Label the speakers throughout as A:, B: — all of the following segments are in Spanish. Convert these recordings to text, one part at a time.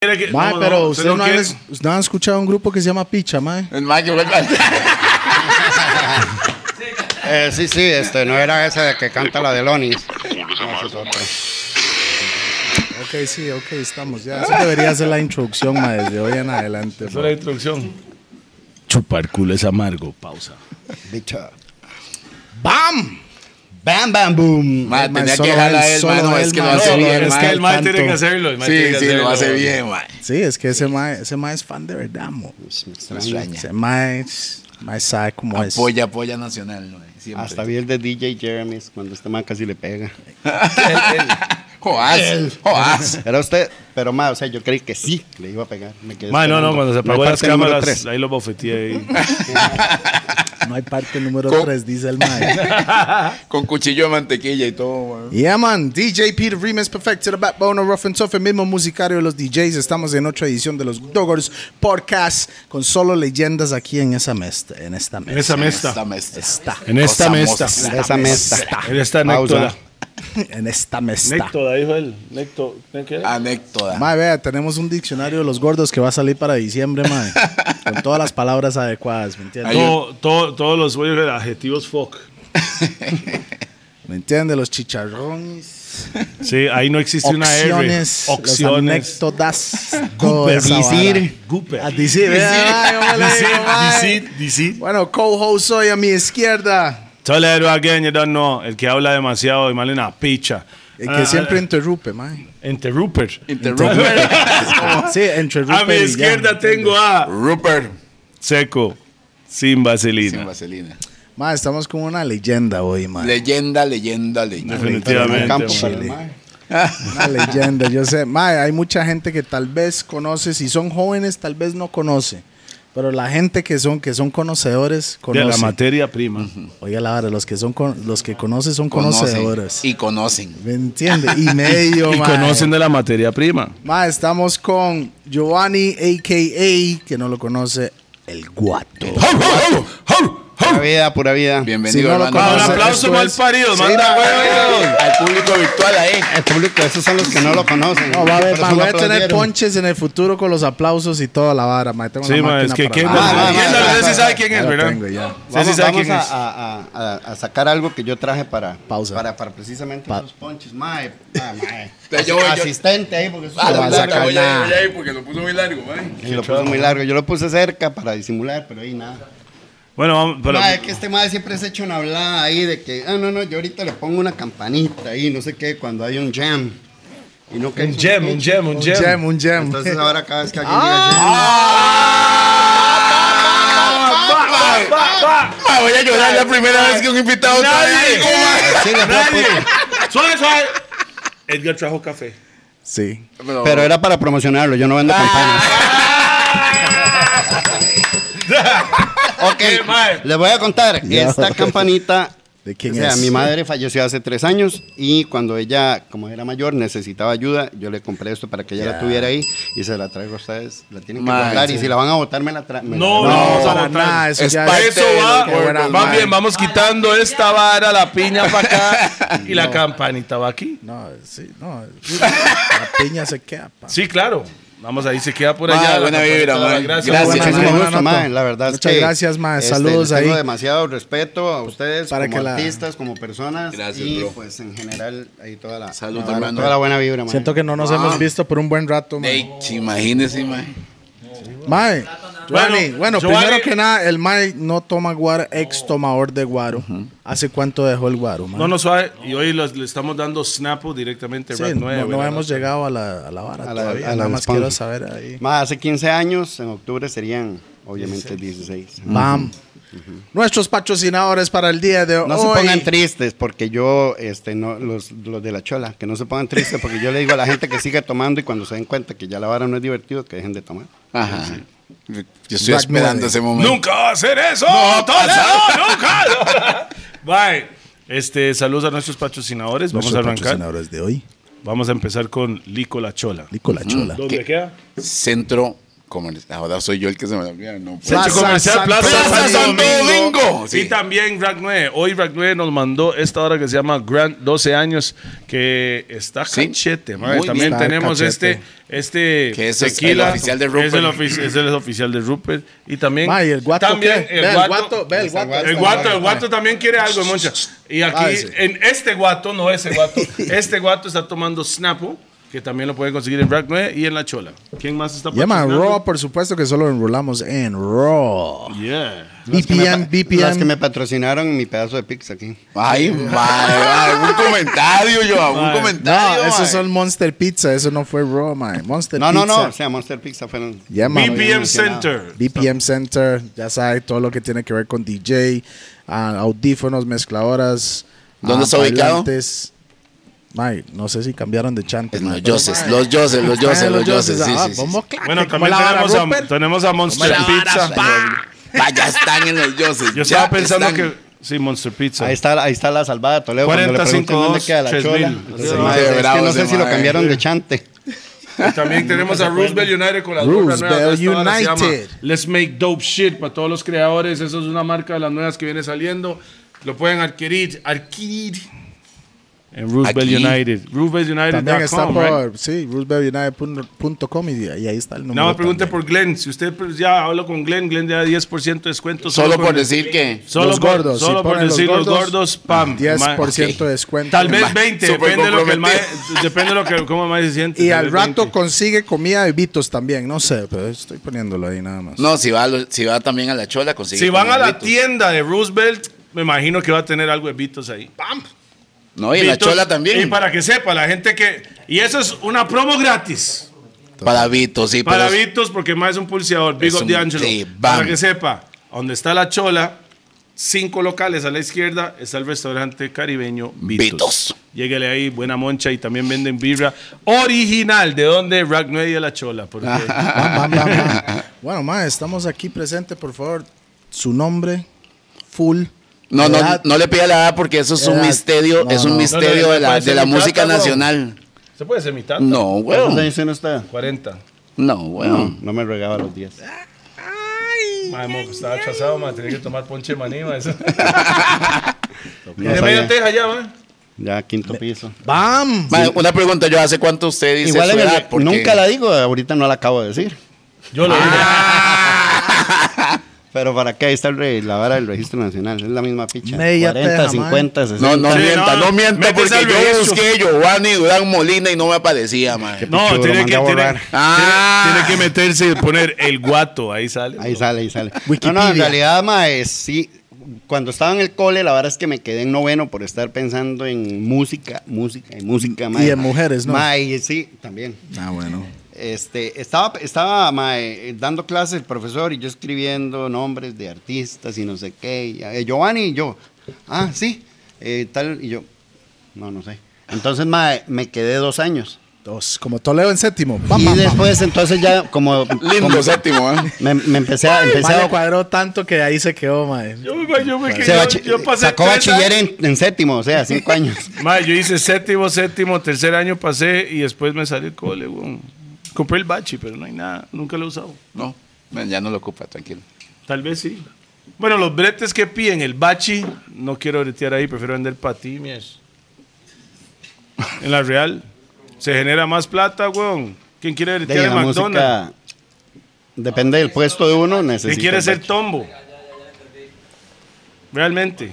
A: que.
B: Mae,
A: no, no,
B: pero
A: no,
B: ustedes no,
A: quiere-
B: han, ustedes no han escuchado un grupo que se llama Picha, mae.
C: El Mike vuelve
D: Eh, sí, sí, este, no era ese de que canta la de Lonis.
B: Ok, sí, ok, estamos ya. Eso debería ser la introducción, mae, desde hoy en adelante.
A: Esa es la introducción. Chupar culo es amargo. Pausa.
D: Bicha.
B: ¡Bam!
D: Bam, bam, boom.
C: Mae,
B: mae,
C: tenía
B: solo
C: que jalar
B: él,
C: el
B: solo
C: mano,
B: él,
C: es que lo
B: mae,
C: hace
B: solo
C: bien,
B: él,
A: es que el mae tiene que
B: tanto.
A: hacerlo. el mae tiene
C: Sí,
A: que
C: sí, lo
A: hacerlo.
C: hace bien, mae.
B: Sí, es que ese mae, ese mae es fan de verdad, mo. Ese mae, mae sabe cómo es.
C: Apoya, apoya nacional, mae. Siempre.
D: Hasta vi el de DJ Jeremy cuando este man casi le pega.
A: Él- él-
C: Joás, Joás.
D: Era usted, pero más, o sea, yo creí que sí le iba a pegar. Este, Me quedé
A: Mae, no, no, cuando
D: esperando.
A: se
D: No hay
A: apagó las
D: parte número
A: cámaras,
D: tres.
A: ahí lo bofeteé. ahí.
B: No hay parte número
C: Co-
B: 3, dice el mae.
C: Con cuchillo de mantequilla y todo, mae.
B: yeah, man. DJ Peter Remix Perfect to the Backbone of Rough and Tough, el mismo musicario de los DJs. Estamos en otra edición de los Doggers Podcast con solo leyendas aquí en esa mesta. En esta mesa.
A: En esa mesta.
C: Esta mesta.
B: Está.
A: En esta
C: Cosa
A: mesta.
C: mostra.
D: Esa mesa.
A: En esta anécdota.
D: Pausa.
B: En esta mesta.
A: Néctoda, ah, dijo él. Nécto- ¿qué qué?
C: Anécdota.
B: Mae, vea, tenemos un diccionario de los gordos que va a salir para diciembre, mae. con todas las palabras adecuadas, ¿me entiendes?
C: Ay,
A: Todo- todo- Todos los güeyes de adjetivos fuck.
B: ¿Me entiendes? Los chicharrones,
A: Sí, ahí no existe una R.
B: opciones, las
A: Opciones.
B: anécdotas, toda esa vara.
A: Gooper.
B: A decir, vea, yo me la
A: Decir,
B: digo, mae.
A: decir, decir.
B: Bueno, co-host hoy a mi izquierda,
A: Toledo again, you don't know. El que habla demasiado y mal en la picha.
B: el que
A: Ah,
B: siempre interrumpe, mae.
A: Entre Rupert.
C: Interrumper.
B: Sí, interrumpe.
A: A mi
B: y ya,
A: izquierda
B: ¿me
A: tengo
B: entiendes?
A: a
C: Rupert.
A: Seco, sin
C: Sin
A: vaselina.
C: vaselina.
B: Mae, estamos con una leyenda hoy, mae.
C: Leyenda, leyenda, leyenda. Ah.
D: En el
A: Definitivamente.
D: campo pues,
A: man.
D: para el
B: Chile.
D: mae.
B: Una leyenda, yo sé. Mae, hay mucha gente que tal vez conoce, si son jóvenes tal vez no conoce, pero la gente que son que son conocedores
A: De la
B: conoce.
A: materia prima.
B: Oiga la vara, los que son con- los que conocen son
C: Conocen.
B: conocedores.
C: Y conocen.
B: ¿Me entiende? Y medio,
A: Y
B: mae.
A: conocen de la materia prima.
B: Ma, estamos con Giovanni, a.k.a., que no lo conoce, el guato.
D: Pura vida, pura vida.
B: Si no
C: Bienvenido,
B: lo
C: hermano.
B: conoce,
A: Un
B: Entonces,
A: aplauso
B: esto
A: mal
B: es-
A: parido.
B: Sí,
A: Manda huevos.
C: Al público virtual ahí.
D: El Eh, público, esos son los que no lo conocen.
B: No, va a haber,
D: Por eso
B: ma, voy a
D: aplaudieron.
B: tener ponches en el futuro con los aplausos y toda la vara, ma. Tengo
A: Sí,
B: una
A: ma,
B: máquina
A: es que
B: para
A: ¿quién
B: la-
A: no-
D: Ah,
B: Ah,
D: ah,
A: ¿quién
D: ah,
A: no- usted sí
D: ah,
A: sabe quién es,
B: ya lo
A: ¿verdad?
B: tengo, ya.
A: Usted sí
D: Vamos,
A: sabe
D: vamos
A: quién
D: a,
A: es.
D: a- a- a- a sacar algo que yo traje para
B: Pausa.
D: para, para precisamente
B: Pa-
D: los ponches. Mae, ah, mae.
C: Te llevo yo.
D: asistente ahí porque eso
C: Ah,
D: se
C: la
D: va a
C: placa,
D: sacar
C: voy ahí,
D: nada.
C: voy ahí, porque lo puso muy largo, mae.
D: Y lo puso muy largo. Yo lo puse cerca para disimular, pero ahí nada.
A: Bueno, vamos. pero-
D: Mae, es que este madre siempre se echa una hablada ahí de que, ah, no, no, yo ahorita le pongo una campanita ahí, no sé qué, cuando hay un jam. Y no que
A: Un gem, un gem, un
B: Un
A: gem.
B: gem, un gem.
D: Entonces ahora cada vez que alguien diga jam.
C: Mae, Ah, voy a llorar la primera vez que un invitado trae
A: Nadie.
C: algo, mae.
A: Nadie. Suave, suave. Edgar trajo café.
B: Sí.
D: Pero Ah. era para promocionarlo, yo no vendo campanas.
A: Qué mal.
D: ok, les voy a contar.
B: Ya.
D: Esta campanita.
B: ¿De quién
D: o sea,
B: es?
D: mi madre falleció hace tres años y cuando ella, como era mayor, necesitaba ayuda, yo le compré esto para que ella la tuviera ahí y se la traigo a ustedes. La tienen que
C: Madre.
D: guardar y si la van a votar, me la traen.
A: No,
B: No,
A: vamos a
B: para
A: votar.
B: nada, eso
C: Es
B: ya
C: parte
A: Eso
C: de
A: va.
C: los gordos,
A: Más
C: mae.
A: bien, vamos quitando esta vara, la piña para acá y la campanita va aquí.
B: No, sí, no. La piña se queda, pa.
A: Sí, claro. Vamos ahí, se queda por
C: Mae,
A: allá. la
C: buena
A: campanita,
C: vibra,
A: la
C: mae.
A: gracia.
C: Gracias.
B: Buena
D: Muchísimo
B: nota,
D: gusto,
B: buena
D: mae,
B: nota.
D: la verdad es
B: Muchas
D: que,
B: gracias, mae.
D: este,
B: Saludos
D: les tengo
B: ahí.
D: demasiado respeto a ustedes
B: Para que
D: como
B: la-
D: artistas, como personas
C: Gracias,
D: y
C: bro.
D: pues en general ahí toda la,
C: Salud,
D: toda la-
C: hermano.
D: toda la buena vibra, mae.
B: Siento que no nos
A: Ah.
B: hemos visto por un buen rato, mae.
C: Ey, sí, imagínese, mae.
B: Mae, Giovanni, bueno,
A: Bueno, Giovanni-
B: primero que nada, el Mae no toma guaro, ex tomador de guaro. ¿Hace cuánto dejó el guaro, mae?
A: No, no, suave. Y hoy los- le estamos dando snapo directamente.
B: Sí,
A: Rat
B: no,
A: nueve,
B: no
A: ¿verdad?
B: hemos llegado a la, a la vara
D: A la-
B: todavía.
D: a la
B: nada más
D: responsa.
B: quiero saber ahí.
D: Mae, hace 15 años, en octubre serían obviamente 16.
B: Bam. Nuestros patrocinadores para el día de hoy.
D: No se pongan tristes porque yo, este, no, los, los de la chola, que no se pongan tristes porque yo le digo a la gente que siga tomando y cuando se den cuenta que ya la vara no es divertido, que dejen de tomar.
C: Ajá. Yo estoy
B: Black
C: esperando
B: Monday.
C: ese momento.
A: Nunca va a hacer eso.
C: No,
A: Toledo,
B: pues,
C: pasa.
A: nunca. Bye. Este, saludos a nuestros patrocinadores. Vamos
B: Nuestros
A: a arrancar.
B: patrocinadores de hoy.
A: Vamos a empezar con Lico La Chola.
B: Nicola Chola.
A: ¿Dónde
C: ¿Qué?
A: queda?
C: Centro comercial. Ahora soy yo el que se me olvida. No,
B: Plaza
A: Centro Comercial
B: Santo
A: Plaza, Santo
B: Domingo.
A: Domingo.
C: Sí.
A: Y también Rack 9. Hoy Rack 9 nos mandó esta hora que se llama Grand 12 años, que está
C: Sí.
A: cachete. madre.
C: Muy
A: También
B: bien.
A: tenemos
B: Está
A: este, este
C: Que ese es el oficial de Rupert.
A: Es el, ofici- es el oficial de Rupert. Y también...
B: Ma, ¿y el guato
A: también
B: qué?
A: el
B: Ve,
A: guato-
B: ve, el guato.
A: el guato, el guato también quiere algo, Moncha. Y aquí,
B: Váyase.
A: en este guato, no ese guato, este guato está tomando Snapo, que también lo pueden conseguir en Rack 9 y en La Chola. ¿Quién más está
B: Llama
A: patrocinando?
B: Raw, por supuesto que solo enrolamos en Raw.
A: Yeah.
B: VPN,
D: Las que
B: VPN.
D: me patrocinaron mi pedazo de pizza aquí.
C: Ay, madre, algún comentario, yo, algún
A: Madre.
C: comentario.
B: No, esos
C: madre.
B: son Monster Pizza, eso no fue Raw, man. Monster
D: No,
B: Pizza.
D: no, no. O sea, Monster Pizza fueron.
B: Llama,
D: Muy bien
A: BPM
D: mencionado.
A: Center.
B: BPM Center, ya sabe, todo lo que tiene que ver con DJ, ah, audífonos, mezcladoras.
C: ¿Dónde
B: ah,
C: está ubicado?
B: parlantes. Mae, no sé si cambiaron de chante.
C: Es Pues Los
B: mae, pero-
C: Joses, los Joses, los Joses,
B: Ah,
C: los Joses. Sí,
B: ah,
C: sí, sí.
B: vamos, claro,
A: Bueno,
B: que como
A: también
B: la vara
A: tenemos a,
B: Rupert.
A: tenemos a Monster Pizza.
C: Vaya, están en los Joses.
A: Yo estaba pensando que. Sí, Monster Pizza.
D: Ahí está, ahí está la salvada de Toledo. Cuando le
A: 45,
D: preguntan dónde queda la
A: 3000.
D: chola.
A: Sí,
D: Entonces,
C: sí,
D: madre, es que
C: bravo
D: no
C: ese
D: sé si lo
C: madre.
D: cambiaron de chante.
A: Y También tenemos a Roosevelt United con las gorras nuevas.
B: Roosevelt
A: Esta hora se llama
B: United.
A: Let's Make Dope Shit para todos los creadores. Eso es una marca de las nuevas que viene saliendo. Lo pueden adquirir. Adquirir. En Roosevelt
C: Aquí.
A: United. Roosevelt United.
B: También está
A: com, right?
B: por, sí, RooseveltUnited.com y, y ahí está el número.
A: Nada más pregunte
B: también.
A: por Glenn. Si usted pues, ya habla con Glenn, Glenn le da 10% de descuento.
C: Solo por
A: con-
C: decir que.
A: Solo
B: Los
A: por-
B: gordos, si
A: Solo por
B: ponen los
A: decir los
B: gordos,
A: gordos, pam.
B: 10% de descuento.
A: Tal vez
C: Ma-
A: 20,
C: súper
A: depende de lo que el mae,
C: comprometido.
A: depende de lo que cómo el mae se siente.
B: Y
A: tal
B: al
A: vez
B: rato
A: 20.
B: consigue comida de Vitos también. No sé, pero estoy poniéndolo ahí nada más.
C: No, si va, a lo- si va también a la chola, consigue.
A: si van a la
C: condimentos.
A: tienda de Roosevelt, me imagino que va a tener algo de Vitos ahí.
C: No, y en la
A: Vitos,
C: chola también.
A: Y para que sepa la gente que y eso es una promo gratis
C: Para Vitos, sí.
A: para
C: pero-
A: Vitos porque más es un pulseador, Big
C: Es
A: Up
C: un-
A: de Angelo.
C: sí, bam.
A: para que sepa, donde está la Chola, cinco locales a la izquierda está el restaurante caribeño Vitos.
C: Vitos.
A: Lléguele ahí, buena moncha y también venden birra original de donde Rack 9 de la Chola, porque
B: Bam, bam, bam, bam. Bueno, ma, estamos aquí presente, por favor. Su nombre, full.
C: No, no,
B: edad.
C: no le pida la edad porque eso es un
B: Edad.
C: misterio,
B: No,
C: es un
B: no.
C: misterio
A: No, no,
C: de la,
A: parece
C: de la
A: mi
C: música
A: tata, bro.
C: nacional.
A: se puede ser mitad.
C: No,
D: ¿Cuántos
C: weón.
D: años tiene usted?
A: 40.
C: No, weón.
D: No me regaba los 10.
A: Madre, mo, estaba atrasado, madre. Tenía que tomar ponche de maní, madre. Tiene media teja ya, madre.
D: Ya, quinto piso.
B: ¡Bam!
C: Ma, Una pregunta, yo ¿hace cuánto usted dice
D: Igual
C: su
D: en el-
C: edad? Porque-
D: nunca la digo, ahorita no la acabo de decir.
A: Yo lo
D: Pero para qué, ahí está el re- la vara del registro nacional, es la misma ficha.
B: Media
D: 40,
B: teja,
D: 50,
C: No,
D: 60.
C: no
A: Sí,
C: mienta,
A: no,
C: no, mienta
A: métese
C: porque
A: al
C: yo
A: registro.
C: busqué Giovanni Durán Molina y no me aparecía, man.
A: No,
D: Pichudo,
A: tiene
D: lo
A: que,
D: mandé a
A: tiene-
D: borrar.
A: tiene-
C: Ah.
A: tiene que meterse y poner el guato. Ahí sale.
D: Ahí sale, ahí sale.
B: Wikipedia.
D: No, no, en realidad, mae, sí. Cuando estaba en el cole, la verdad es que me quedé en noveno por estar pensando en música, música y música, mae.
B: en mujeres, ¿no?
D: Mae, sí, también.
B: Ah, bueno.
D: Este, estaba, estaba mae, dando clases el profesor y yo escribiendo nombres de artistas y no sé qué. y, eh, Giovanni y yo, ah, sí, eh, tal, y yo, no, no sé. Entonces, mae, me quedé dos años.
B: Dos, como Toledo en séptimo. ¡Bam,
D: y
B: bam, bam!
D: después, entonces ya como... como-
C: Lindo séptimo, ¿eh?
D: me, me empecé a...
B: El
D: Empecé
B: mae le
D: a
B: cuadró tanto que ahí se quedó, mae.
A: Yo, me- yo me- que
D: se
A: yo-
D: bachi-
A: yo pasé
D: sacó
A: tres
D: bachiller
A: años.
D: en, en séptimo, o sea, cinco años.
A: Madre, yo hice séptimo, séptimo, tercer año pasé y después me salió el cole, weón. Compré el bachi, pero no hay nada. Nunca lo he usado.
C: No, man, ya no lo ocupa, tranquilo.
A: Tal vez sí. Bueno, los bretes que piden el bachi, no quiero bretear ahí, prefiero vender patimias. En la real, se genera más plata, weón. ¿Quién quiere
D: De ahí
A: bretear
D: en
A: en
D: la
A: McDonald's?
D: música, depende del puesto de uno,
A: ¿Quién
D: necesita.
A: quiere
D: el
A: ser
D: bache.
A: tombo? Realmente.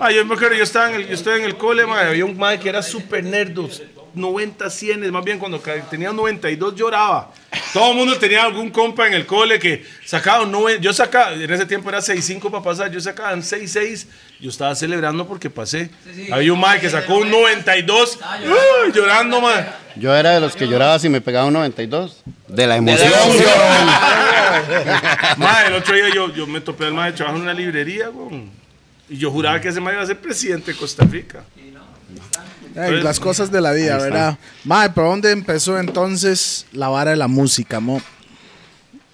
A: Ah, yo me acuerdo, yo estaba en el, yo estaba en el cole, ma, había un mae que era súper nerdo, 90, 100, más bien cuando ca- tenía 92 lloraba. Todo el mundo tenía algún compa en el cole que sacaba un 9, yo sacaba, en ese tiempo era 6.5 para pasar, yo sacaba un 6.6, yo estaba celebrando porque pasé. Había un mae que sacó un 92, ¡uy! llorando, mae.
D: Yo era de los que lloraba si me pegaba un 92. De la emoción.
A: Mae, el otro día yo, yo me topé al mae trabajando en una librería, weón. Y yo juraba que ese mae iba a ser presidente de Costa Rica.
B: Ey, las cosas de la vida, ¿verdad? Mae, ¿pero dónde empezó entonces la vara de la música, mo?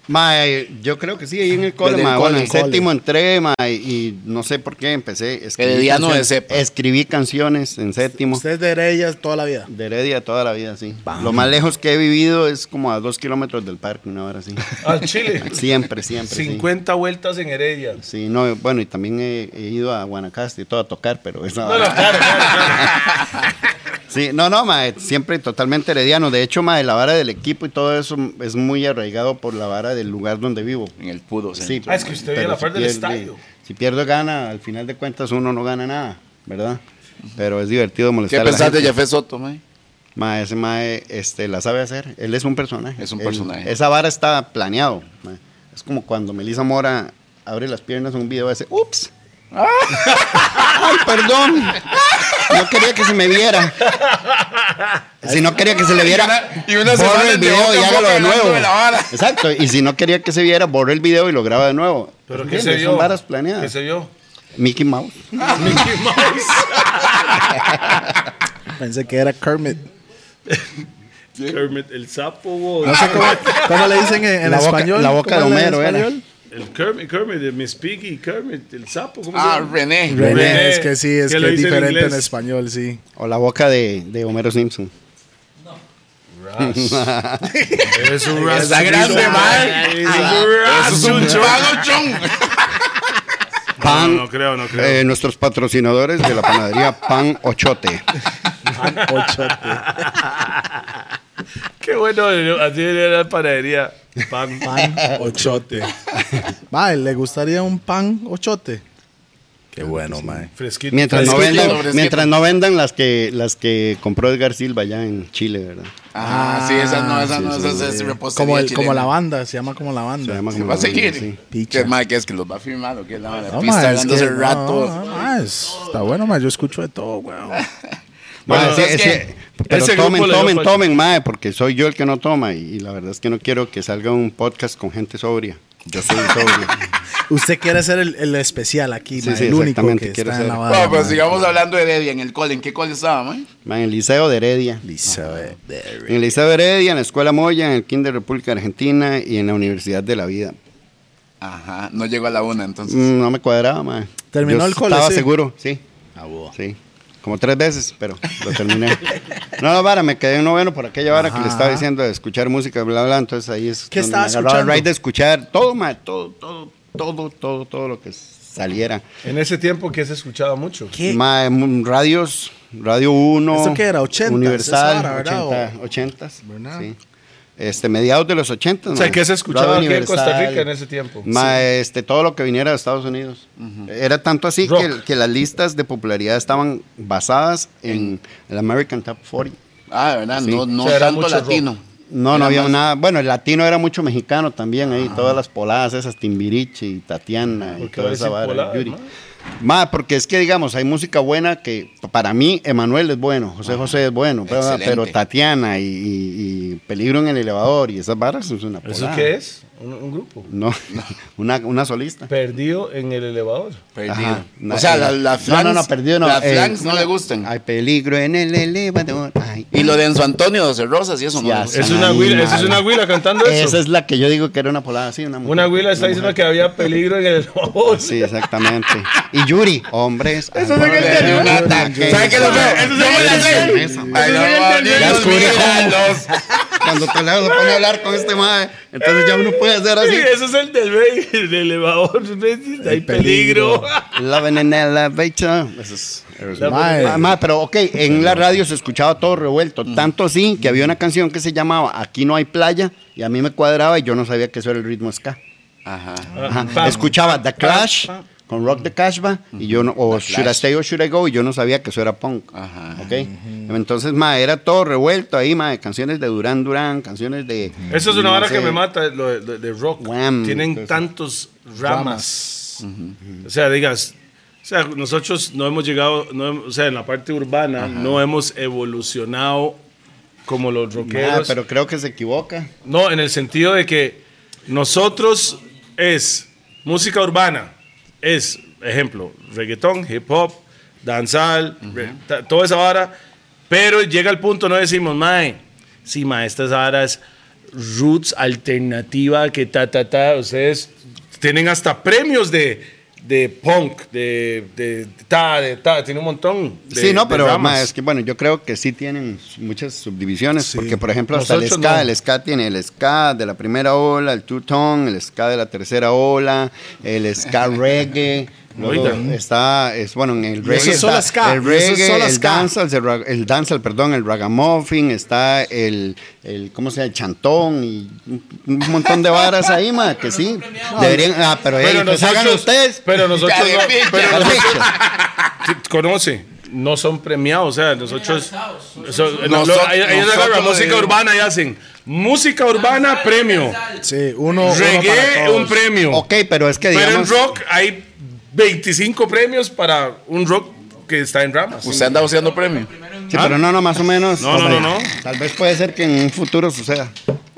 D: Mae, yo creo que sí, ahí en el cole,
C: Desde el
D: mae, bueno, en
C: cole.
D: séptimo entré, mae, y no sé por qué empecé. escribí
C: Herediano de
D: canciones-
C: cepa.
D: Escribí canciones en séptimo.
B: Usted es de Heredia toda la vida.
D: De Heredia toda la vida, sí. Lo más lejos que he vivido es como a dos kilómetros del parque, una hora así.
A: Al Chile.
D: Siempre, siempre. sí.
A: 50 vueltas en Heredia.
D: Sí, no, bueno, y también he, he ido a Guanacaste y todo a tocar, pero esa
A: No, no, claro, claro, claro.
D: Sí, no, no, mae, siempre totalmente herediano. De hecho, mae, la vara del equipo y todo eso es muy arraigado por la vara del lugar donde vivo.
C: En el pudo,
D: Sí,
A: Ah, es que usted vive
D: pero
A: a la par del
D: pierde-
A: estadio.
D: Si pierdo gana, al final de cuentas uno no gana nada, ¿verdad? Pero es divertido
C: ¿Qué
D: molestar a la
C: pensaste de
D: gente.
C: Jafé Soto, mae?
D: Mae, ese mae, este, la sabe hacer. Él es un personaje.
C: Es un
D: Él-
C: personaje.
D: esa vara está planeado. mae. Es como cuando Melissa Mora abre las piernas en un video y hace, ups.
C: Ah.
D: Ay, perdón. No quería que se me viera. Si no quería que se le viera,
C: Y una
D: borre
C: semana
D: el
C: de
D: video
C: boca
D: y
C: a
D: hágalo
C: boca
D: de nuevo.
C: hablándome la vara.
D: Exacto. Y si no quería que se viera, borre el video y lo graba de nuevo.
A: Pero ¿qué
D: ¿Entiendes?
A: se vio?
D: Son varas
A: ¿Qué
D: planeadas.
A: se vio?
D: Mickey Mouse.
A: Mickey Mouse.
B: Pensé que era Kermit.
A: Kermit, el sapo, bo.
B: No sé cómo, cómo le dicen en, en
D: La boca-
B: español.
D: la boca de
B: ¿Cómo le dicen en
D: Homero era.
B: español?
A: El Kermit, Kermit, el Miss Piggy, Kermit, el sapo, ¿cómo se
C: Ah,
A: llama?
C: René.
B: René,
A: René,
B: es que sí, es
A: que
B: que,
A: lo
B: es
A: dice en
B: diferente en,
A: inglés.
B: español, sí.
D: O la boca de, de Homero Simpson.
A: Es un
C: Está grande, mae. Eso es un chivado, chon.
D: Pan.
A: No, no creo, no creo.
D: Eh, nuestros patrocinadores de la panadería Pan Ochote.
A: Qué bueno, así era la panadería. Pan.
B: Pan ochote. Mae, ¿le gustaría un pan ochote? Qué bueno, mae.
A: Fresquito.
D: Mientras no,
A: Fresquito.
C: Fresquito,
D: vendan,
C: fresquito.
D: mientras no vendan las que las que compró Edgar Silva allá en Chile, ¿verdad?
C: Ah, sí, esa no, esa
D: sí,
C: no,
D: sí,
C: esa es-
D: sí.
C: es repostería
B: Como, el, como
C: chilena.
B: la banda, se llama como la
D: Se
B: banda.
D: llama
C: Se
D: como
C: va a
D: la banda,
C: seguir.
D: sí.
B: Picha.
C: ¿Qué es, mae? ¿Qué es que los va a firmar o qué? La, la
B: No,
C: pista
B: mae, es
C: hablando
B: que
C: hace
B: no,
C: rato.
B: no, mae, es- está bueno, mae, yo escucho de todo, weón.
A: Bueno,
D: Mae, sí,
C: es
D: sí,
C: que
D: pero
A: ese grupo
D: tomen,
A: le dio
D: tomen,
A: falta.
D: tomen, mae, porque soy yo el que no toma y, y la verdad es que no quiero que salga un podcast con gente sobria. Yo soy sobrio.
B: Usted quiere ser el, el especial aquí,
D: Sí,
B: mae,
D: sí,
B: el único
D: exactamente,
B: que
D: quiero
B: está en la
D: ser.
B: banda.
C: Bueno, pues
B: mae.
C: sigamos hablando de Heredia en el cole. ¿En qué cole estaba, mae?
D: Mae, en el Liceo de Heredia. eh,
B: Elizabeth.
D: En el Liceo de Heredia, en la Escuela Moya, en el Kinder República Argentina y en la Universidad de la Vida.
C: Ajá, no llegó a la una entonces.
D: Mm, No me cuadraba, mae.
B: Terminó
D: Yo
B: el cole,
D: Estaba
B: sí.
D: seguro, sí. Sí. Como tres veces, pero lo terminé. no, no, vara, me quedé en noveno por aquella vara que le estaba diciendo de escuchar música, bla, bla. Entonces ahí es.
B: ¿Qué
D: donde
B: estaba
D: me agarraba el
B: escuchando?
D: ride de escuchar todo, ma, todo, todo, todo, todo, todo lo que saliera.
A: En ese tiempo que se escuchaba mucho.
B: ¿Qué?
D: Ma, mm, radios, Radio 1.
B: ¿Eso qué era? 80s,
D: Universal,
B: esa vara, ¿verdad?
D: 80, 80,
B: ¿Verdad?
D: sí. Este, mediados de los 80.
A: O sea, ¿qué se escuchaba aquí en Costa Rica en ese tiempo?
D: Ma, este, todo lo que viniera de Estados Unidos. Era tanto así
A: Rock.
D: que, que las listas de popularidad estaban basadas en el American Top 40.
C: Ah, de verdad,
D: Sí.
C: no, no
A: O sea, era
C: tanto
A: mucho
C: latino.
A: rock.
D: No, no
C: Era
D: había
C: más-
D: nada. Bueno, el latino era mucho mexicano también ahí. Todas las poladas esas, Timbiriche y Tatiana y
A: ¿Por qué va
D: toda
A: a
D: esa
A: decir
D: vara.
A: polada,
D: Yuri.
A: ma?
D: Ma, porque es que, digamos, hay música buena que p- para mí, Emanuel es bueno, José José es bueno, pero,
C: Excelente.
D: pero Tatiana y, y- y Peligro en el Elevador y esas barras es una
A: ¿Eso
D: polada.
A: qué es? Un, un grupo.
D: No, una, una solista.
A: Perdido en el elevador.
C: Perdido.
D: Ajá.
C: o sea,
D: eh,
C: la, la
D: No,
C: flanks.
D: no, no, perdido no.
C: Las
D: eh,
C: flanks no le gustan.
D: Hay peligro en el elevador. ay.
C: Y lo de Enzo Antonio de Rosas y eso no
D: Ya
C: le
D: sé.
C: gusta.
A: Es una
D: Ay,
A: huila, esa es
D: mala.
A: una huila cantando eso.
D: Esa es la que yo digo que era una polada, sí, una mujer.
A: Una huila está
D: Una
A: diciendo
D: mujer.
A: que había peligro en el elevador.
D: Sí, exactamente. Y Yuri, hombres. Eso
C: Le dio un ataque. ¿Sabes qué es lo feo?
A: Eso
C: Yo
A: se llama
C: me la sé.
D: cerveza,
C: Ay, no, niños,
D: Ya descubrí
C: míralos.
D: Cuando Toledo se pone a hablar con este madre, entonces ya uno puede hacer
A: Sí,
D: así.
A: eso es el del rey, el elevador. ¿ves? Hay peligro.
D: Loving in elevator. Eso es.
B: Mae.
D: Ah, ma, pero ok, en la radio se escuchaba todo revuelto.
C: Mm.
D: Tanto así que había una canción que se llamaba Aquí no hay playa y a mí me cuadraba y yo no sabía que eso era el ritmo ska.
C: Ajá.
D: Ajá.
A: Pam.
D: Escuchaba The Clash
A: Ah,
D: con Rock the Cashba y yo no, o Should I Stay or Should I Go y yo no sabía que eso era punk.
C: Ajá.
D: ¿ok? Entonces, ma, era todo revuelto ahí, ma, canciones de Durán Durán, canciones de.
A: Eso es una
D: no
A: vara
D: sé,
A: que me mata, lo de, de- de rock.
D: Wham,
A: Tienen
D: entonces.
A: tantos ramas. O sea, digas, o sea, nosotros no hemos llegado, no hem- o sea, en la parte urbana no hemos evolucionado como los
D: ma,
A: rockeros.
D: Ah, pero creo que se equivoca.
A: No, en el sentido de que nosotros es música urbana, es, ejemplo, reggaetón, hip hop, danzal, re- ta- toda esa vara, pero llega el punto, no decimos, mae, sí, mae, esta vara es roots, alternativa, que ta, ta, ta. Ustedes tienen hasta premios de, de punk, de, de ta, de ta. Tiene un montón. de-
D: sí, no,
A: de
D: pero
A: ramas.
D: ma, es que bueno, yo creo que sí tienen muchas subdivisiones,
A: Sí.
D: porque por ejemplo hasta el
A: Nosotros
D: ska,
A: no.
D: el ska tiene el ska de la primera ola, el two tone, el ska de la tercera ola, el ska reggae. luego
A: Oiga.
D: está es bueno en el reggae
B: eso es solo
D: está
B: ska,
D: el
B: y eso es
D: reggae
B: solo
D: el
B: ska.
D: dancehall el, ra- el dancehall perdón el ragamuffin está el, el cómo se llama el chantón y un, un montón de varas ahí ma que sí deberían ah pero,
A: Pero
D: hey, pues hagan
A: nosotros-
D: ustedes
A: pero nosotros
D: Ya,
A: no-
D: ya,
A: pero
D: ya,
A: nosotros- Sí, conoce. No son premiados, o sea, nosotros. so- no, lo- ellos ellos agarran
C: nosotros
A: música
C: de-
A: urbana y hacen música urbana, premio.
B: Sí, uno. uno para
A: Reggae,
B: todos.
A: un premio.
D: Ok, pero es que
A: Pero en
D: digamos
A: rock hay 25 premios para un rock que está en ramas.
C: Usted anda buscando premio.
D: Sí, pero no, no, más o menos.
A: No, no,
D: Hombre,
A: no, no.
D: Tal vez puede ser que en un futuro suceda.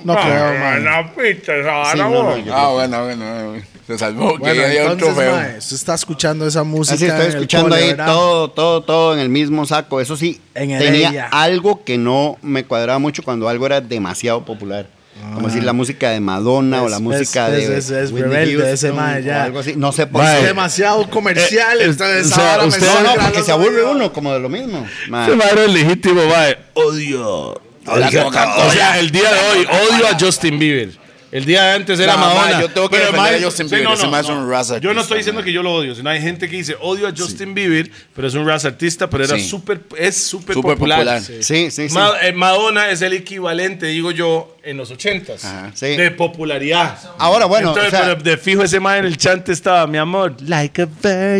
B: No creo,
A: Ah,
B: man.
A: la pizza, esa
D: Sí,
A: vara,
D: no, no,
A: vos.
D: yo-
C: Ah, bueno, bueno, bueno. Se salvó. que
B: Bueno,
C: había un
B: entonces,
C: trofeo.
B: mae, usted está escuchando esa música.
D: Así estoy
B: en el
D: Ah, escuchando
B: cole,
D: ahí
B: ¿verdad?
D: todo, todo, todo en el mismo saco. Eso sí,
B: En el
D: tenía
B: ella.
D: algo que no me cuadraba mucho cuando algo era demasiado popular. Como decir la música de Madonna o
B: Es-
D: la música
B: es-
D: de.
B: es- es
D: Whitney
B: rebelde ese
D: Houston
B: mae, ya.
D: o Algo así. No sé por
B: Es
D: qué.
B: demasiado comercial.
E: Eh, eh,
B: entonces,
E: o sea,
B: ahora me
E: usted-
D: No,
B: sobra
D: no,
B: la
D: porque se
B: luz,
D: aburre
B: mae.
D: uno como de lo mismo. Ma.
E: Ese madre es legítimo, mae.
A: odio.
C: La
A: O
C: Coca-Cola.
A: sea, el día de hoy odio a Justin Bieber. El día de antes era
C: No, ma,
A: Madonna.
C: yo tengo que
A: Pero,
C: defender
A: ma,
C: a Justin
A: sí,
C: Bieber,
A: no,
C: ese
A: no,
C: ma es
A: no.
C: un raza
A: Yo no estoy
C: artista,
A: diciendo
C: ma.
A: que yo lo odio, sino hay gente que dice odio a Justin Bieber, pero es un raza artista, pero era
C: Sí.
A: súper, es súper
C: Súper
A: popular.
C: popular.
A: Sí.
D: Sí, sí, sí.
A: Ma- eh, Madonna es el equivalente, digo yo, en los ochentas
D: Ajá, sí.
A: de popularidad.
D: Ahora, bueno. o
A: Entonces,
D: sea,
A: pero de fijo ese man en el chante estaba, mi amor, like a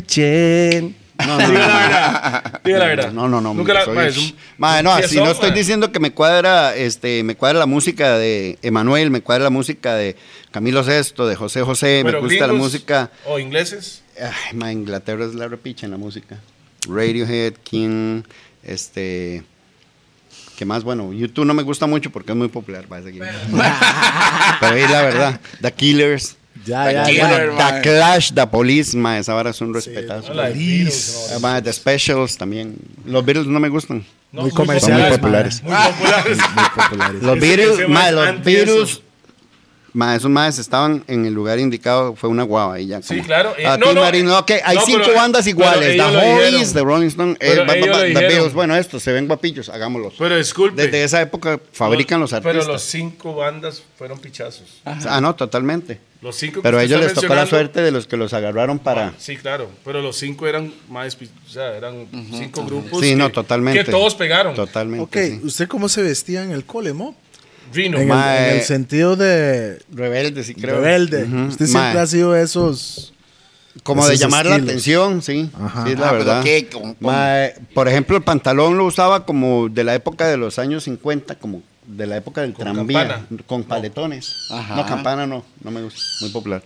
A: virgin.
D: No, no,
A: Diga la
D: no, no.
A: verdad. Diga la verdad.
D: No, no, no.
A: Nunca la,
D: soy-
A: ma, es un-
D: Madre, no,
A: Sí,
D: así
A: eso,
D: no estoy
A: ma.
D: diciendo que me cuadra, este, me cuadra la música de Emanuel, me cuadra la música de Camilo Sesto, de José José,
A: Pero
D: me gusta la
A: gringos
D: música.
A: O ingleses.
D: Ay, ma, Inglaterra es la repicha en la música. Radiohead, King, este. ¿Qué más? Bueno, YouTube no me gusta mucho porque es muy popular. va, ese game. Pero es la verdad. The Killers.
B: Ya, ya,
C: Tranquilo.
B: ya.
D: Bueno,
C: mae.
D: The Clash, The Police, ma, esa vara es un respetazo.
A: Hola, Beatles,
D: Ah, ma, The Specials también. Los Beatles no me gustan.
A: no,
B: muy
A: no,
B: comerciales,
D: Son muy
B: mae.
D: populares.
A: Muy populares.
B: Muy populares.
D: Los
A: Ese- ese
D: Beatles,
A: mae
D: ma,
A: es
D: los
A: anti eso.
D: Beatles. Ma, esos maes estaban en el lugar indicado, fue una guava y ya.
A: Sí,
D: como,
A: claro, eh,
D: a
A: no,
D: ti,
A: no,
D: Marino, ok, hay
A: no,
D: cinco
A: pero-
D: bandas
A: pero
D: iguales, The
A: ellos lo
D: Hollies,
A: dijeron.
D: The Rolling Stones, eh,
A: Pero
D: ba- ba-
A: ellos lo
D: ba- The
A: dijeron.
D: Beatles, bueno, estos se ven guapillos, hagámoslos.
A: Pero disculpe.
D: Desde esa época fabrican los artistas.
A: Pero los cinco bandas fueron pichazos.
D: Ah, no, totalmente.
A: Los cinco que
D: Pero a
A: usted
D: ellos les
A: está
D: tocó la
A: mencionando-
D: suerte de los que los agarraron para...
A: Sí, claro, pero los cinco eran más, pi- o sea, eran cinco grupos.
D: Sí,
A: Pues que-
D: no, totalmente.
A: Que todos pegaron.
D: Totalmente.
B: Ok,
D: sí.
B: ¿usted cómo se vestía en el cole, mo?
A: Rino,
B: en, el,
D: mae.
B: en el sentido de
D: Rebelde, sí creo.
B: rebelde.
D: Ujú,
B: Usted
D: ma,
B: siempre ha sido esos.
D: Como
B: Esos
D: de llamar
B: estilos.
D: la atención, sí.
B: Ajá.
D: Sí, es la
C: Ah, pero
D: verdad.
C: ¿qué? ¿Cómo- cómo?
D: Ma, por ejemplo, el pantalón lo usaba como de la época de los años 50, como de la época del tranvía,
A: campana.
D: con paletones.
C: Ajá.
D: No, campana no, no me gusta, muy popular.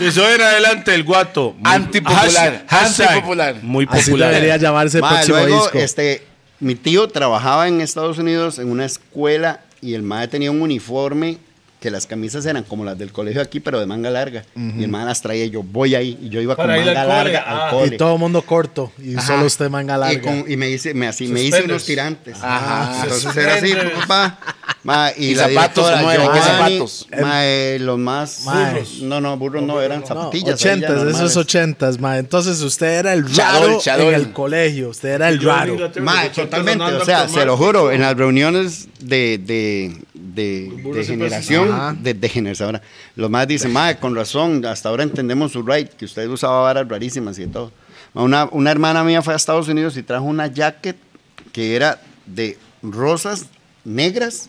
A: Eso hoy en adelante el guato. Muy-
C: Antipopular,
A: Hash- hashtag,
C: antipopular.
A: Muy
B: Así
A: popular.
B: debería llamarse el
D: Ma,
B: próximo
D: luego,
B: disco.
D: este, mi tío trabajaba en Estados Unidos en una escuela y el madre tenía un uniforme que las camisas eran como las del colegio aquí, pero de manga larga. Y el madre las traía y yo voy ahí y yo iba
A: Para
D: con
A: ir al
D: manga
A: cole,
D: larga
A: ah.
D: al
A: Y
D: cole.
B: Y todo el mundo corto. Y
D: Ajá.
B: solo usted manga larga.
D: Y, con- y me hice, me, así, me hice unos
A: Suspenders.
D: tirantes. Ah,
C: Ajá.
D: Entonces era así,
A: Suspenders.
D: papá. Ma, y
C: ¿Y
D: la
C: zapatos
D: directora,
C: cómo eran? ¿Qué
D: Giovanni,
C: zapatos?
D: ma, eh, los más
B: Ma.
D: burros. No, no, burros no, eran
B: No,
D: zapatillas. ahí ya
B: ochentas, esos
D: normales.
B: ochentas, ma. Entonces usted era el
C: Chadol,
B: raro
C: chadol.
B: en el colegio. Usted era el
A: Yo en
B: raro.
A: Inglaterra,
D: Ma,
A: los ochentas
D: totalmente,
A: andaban
D: o sea,
A: con
D: se lo
A: Marx.
D: juro, en las reuniones de, de, de,
A: burros
D: de
A: siempre
D: generación,
B: son-
D: de, de generación, ahora, los más dicen, ma, con razón, hasta ahora entendemos su right, que usted usaba varas rarísimas y de todo. Ma, Una, una hermana mía fue a Estados Unidos y trajo una jacket que era de rosas negras,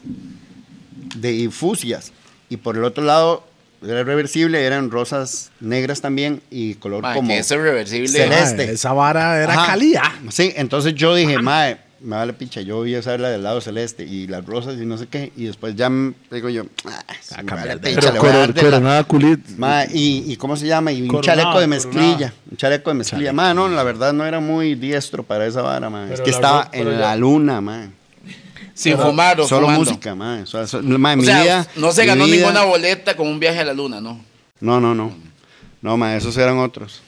D: de y fusias, y por el otro lado era reversible, eran rosas negras también y color
C: Ma,
D: como...
C: que ese reversible.
D: Se le-
B: Ma,
D: Celeste.
B: esa vara era
D: Ajá. Ah,
B: calidad.
D: Sí, entonces yo dije, mae, me vale picha, yo voy a usar la del lado celeste y las rosas y no sé qué. Y después ya m- digo yo, ah, sí, me vale picha, le voy a dar de la-
E: culit.
D: Mae, y, y cómo se llama, y un
A: Coronado,
D: chaleco
A: coronado.
D: de mezclilla, un chaleco de mezclilla. Mae, no, la verdad no era muy diestro para esa vara, mae. Es
A: Pero
D: que
A: la
D: estaba
A: ro- pero
D: en
A: ya-
D: la luna, mae.
C: Sin fumar o
D: Solo
C: fumando.
D: música, mae. O sea, so- mae,
C: O
D: mi
C: sea,
D: vida-
C: no se
D: mi
C: ganó
D: vida-
C: ninguna boleta con un viaje a la luna, ¿no?
D: No, no, no. No, mae, esos eran otros.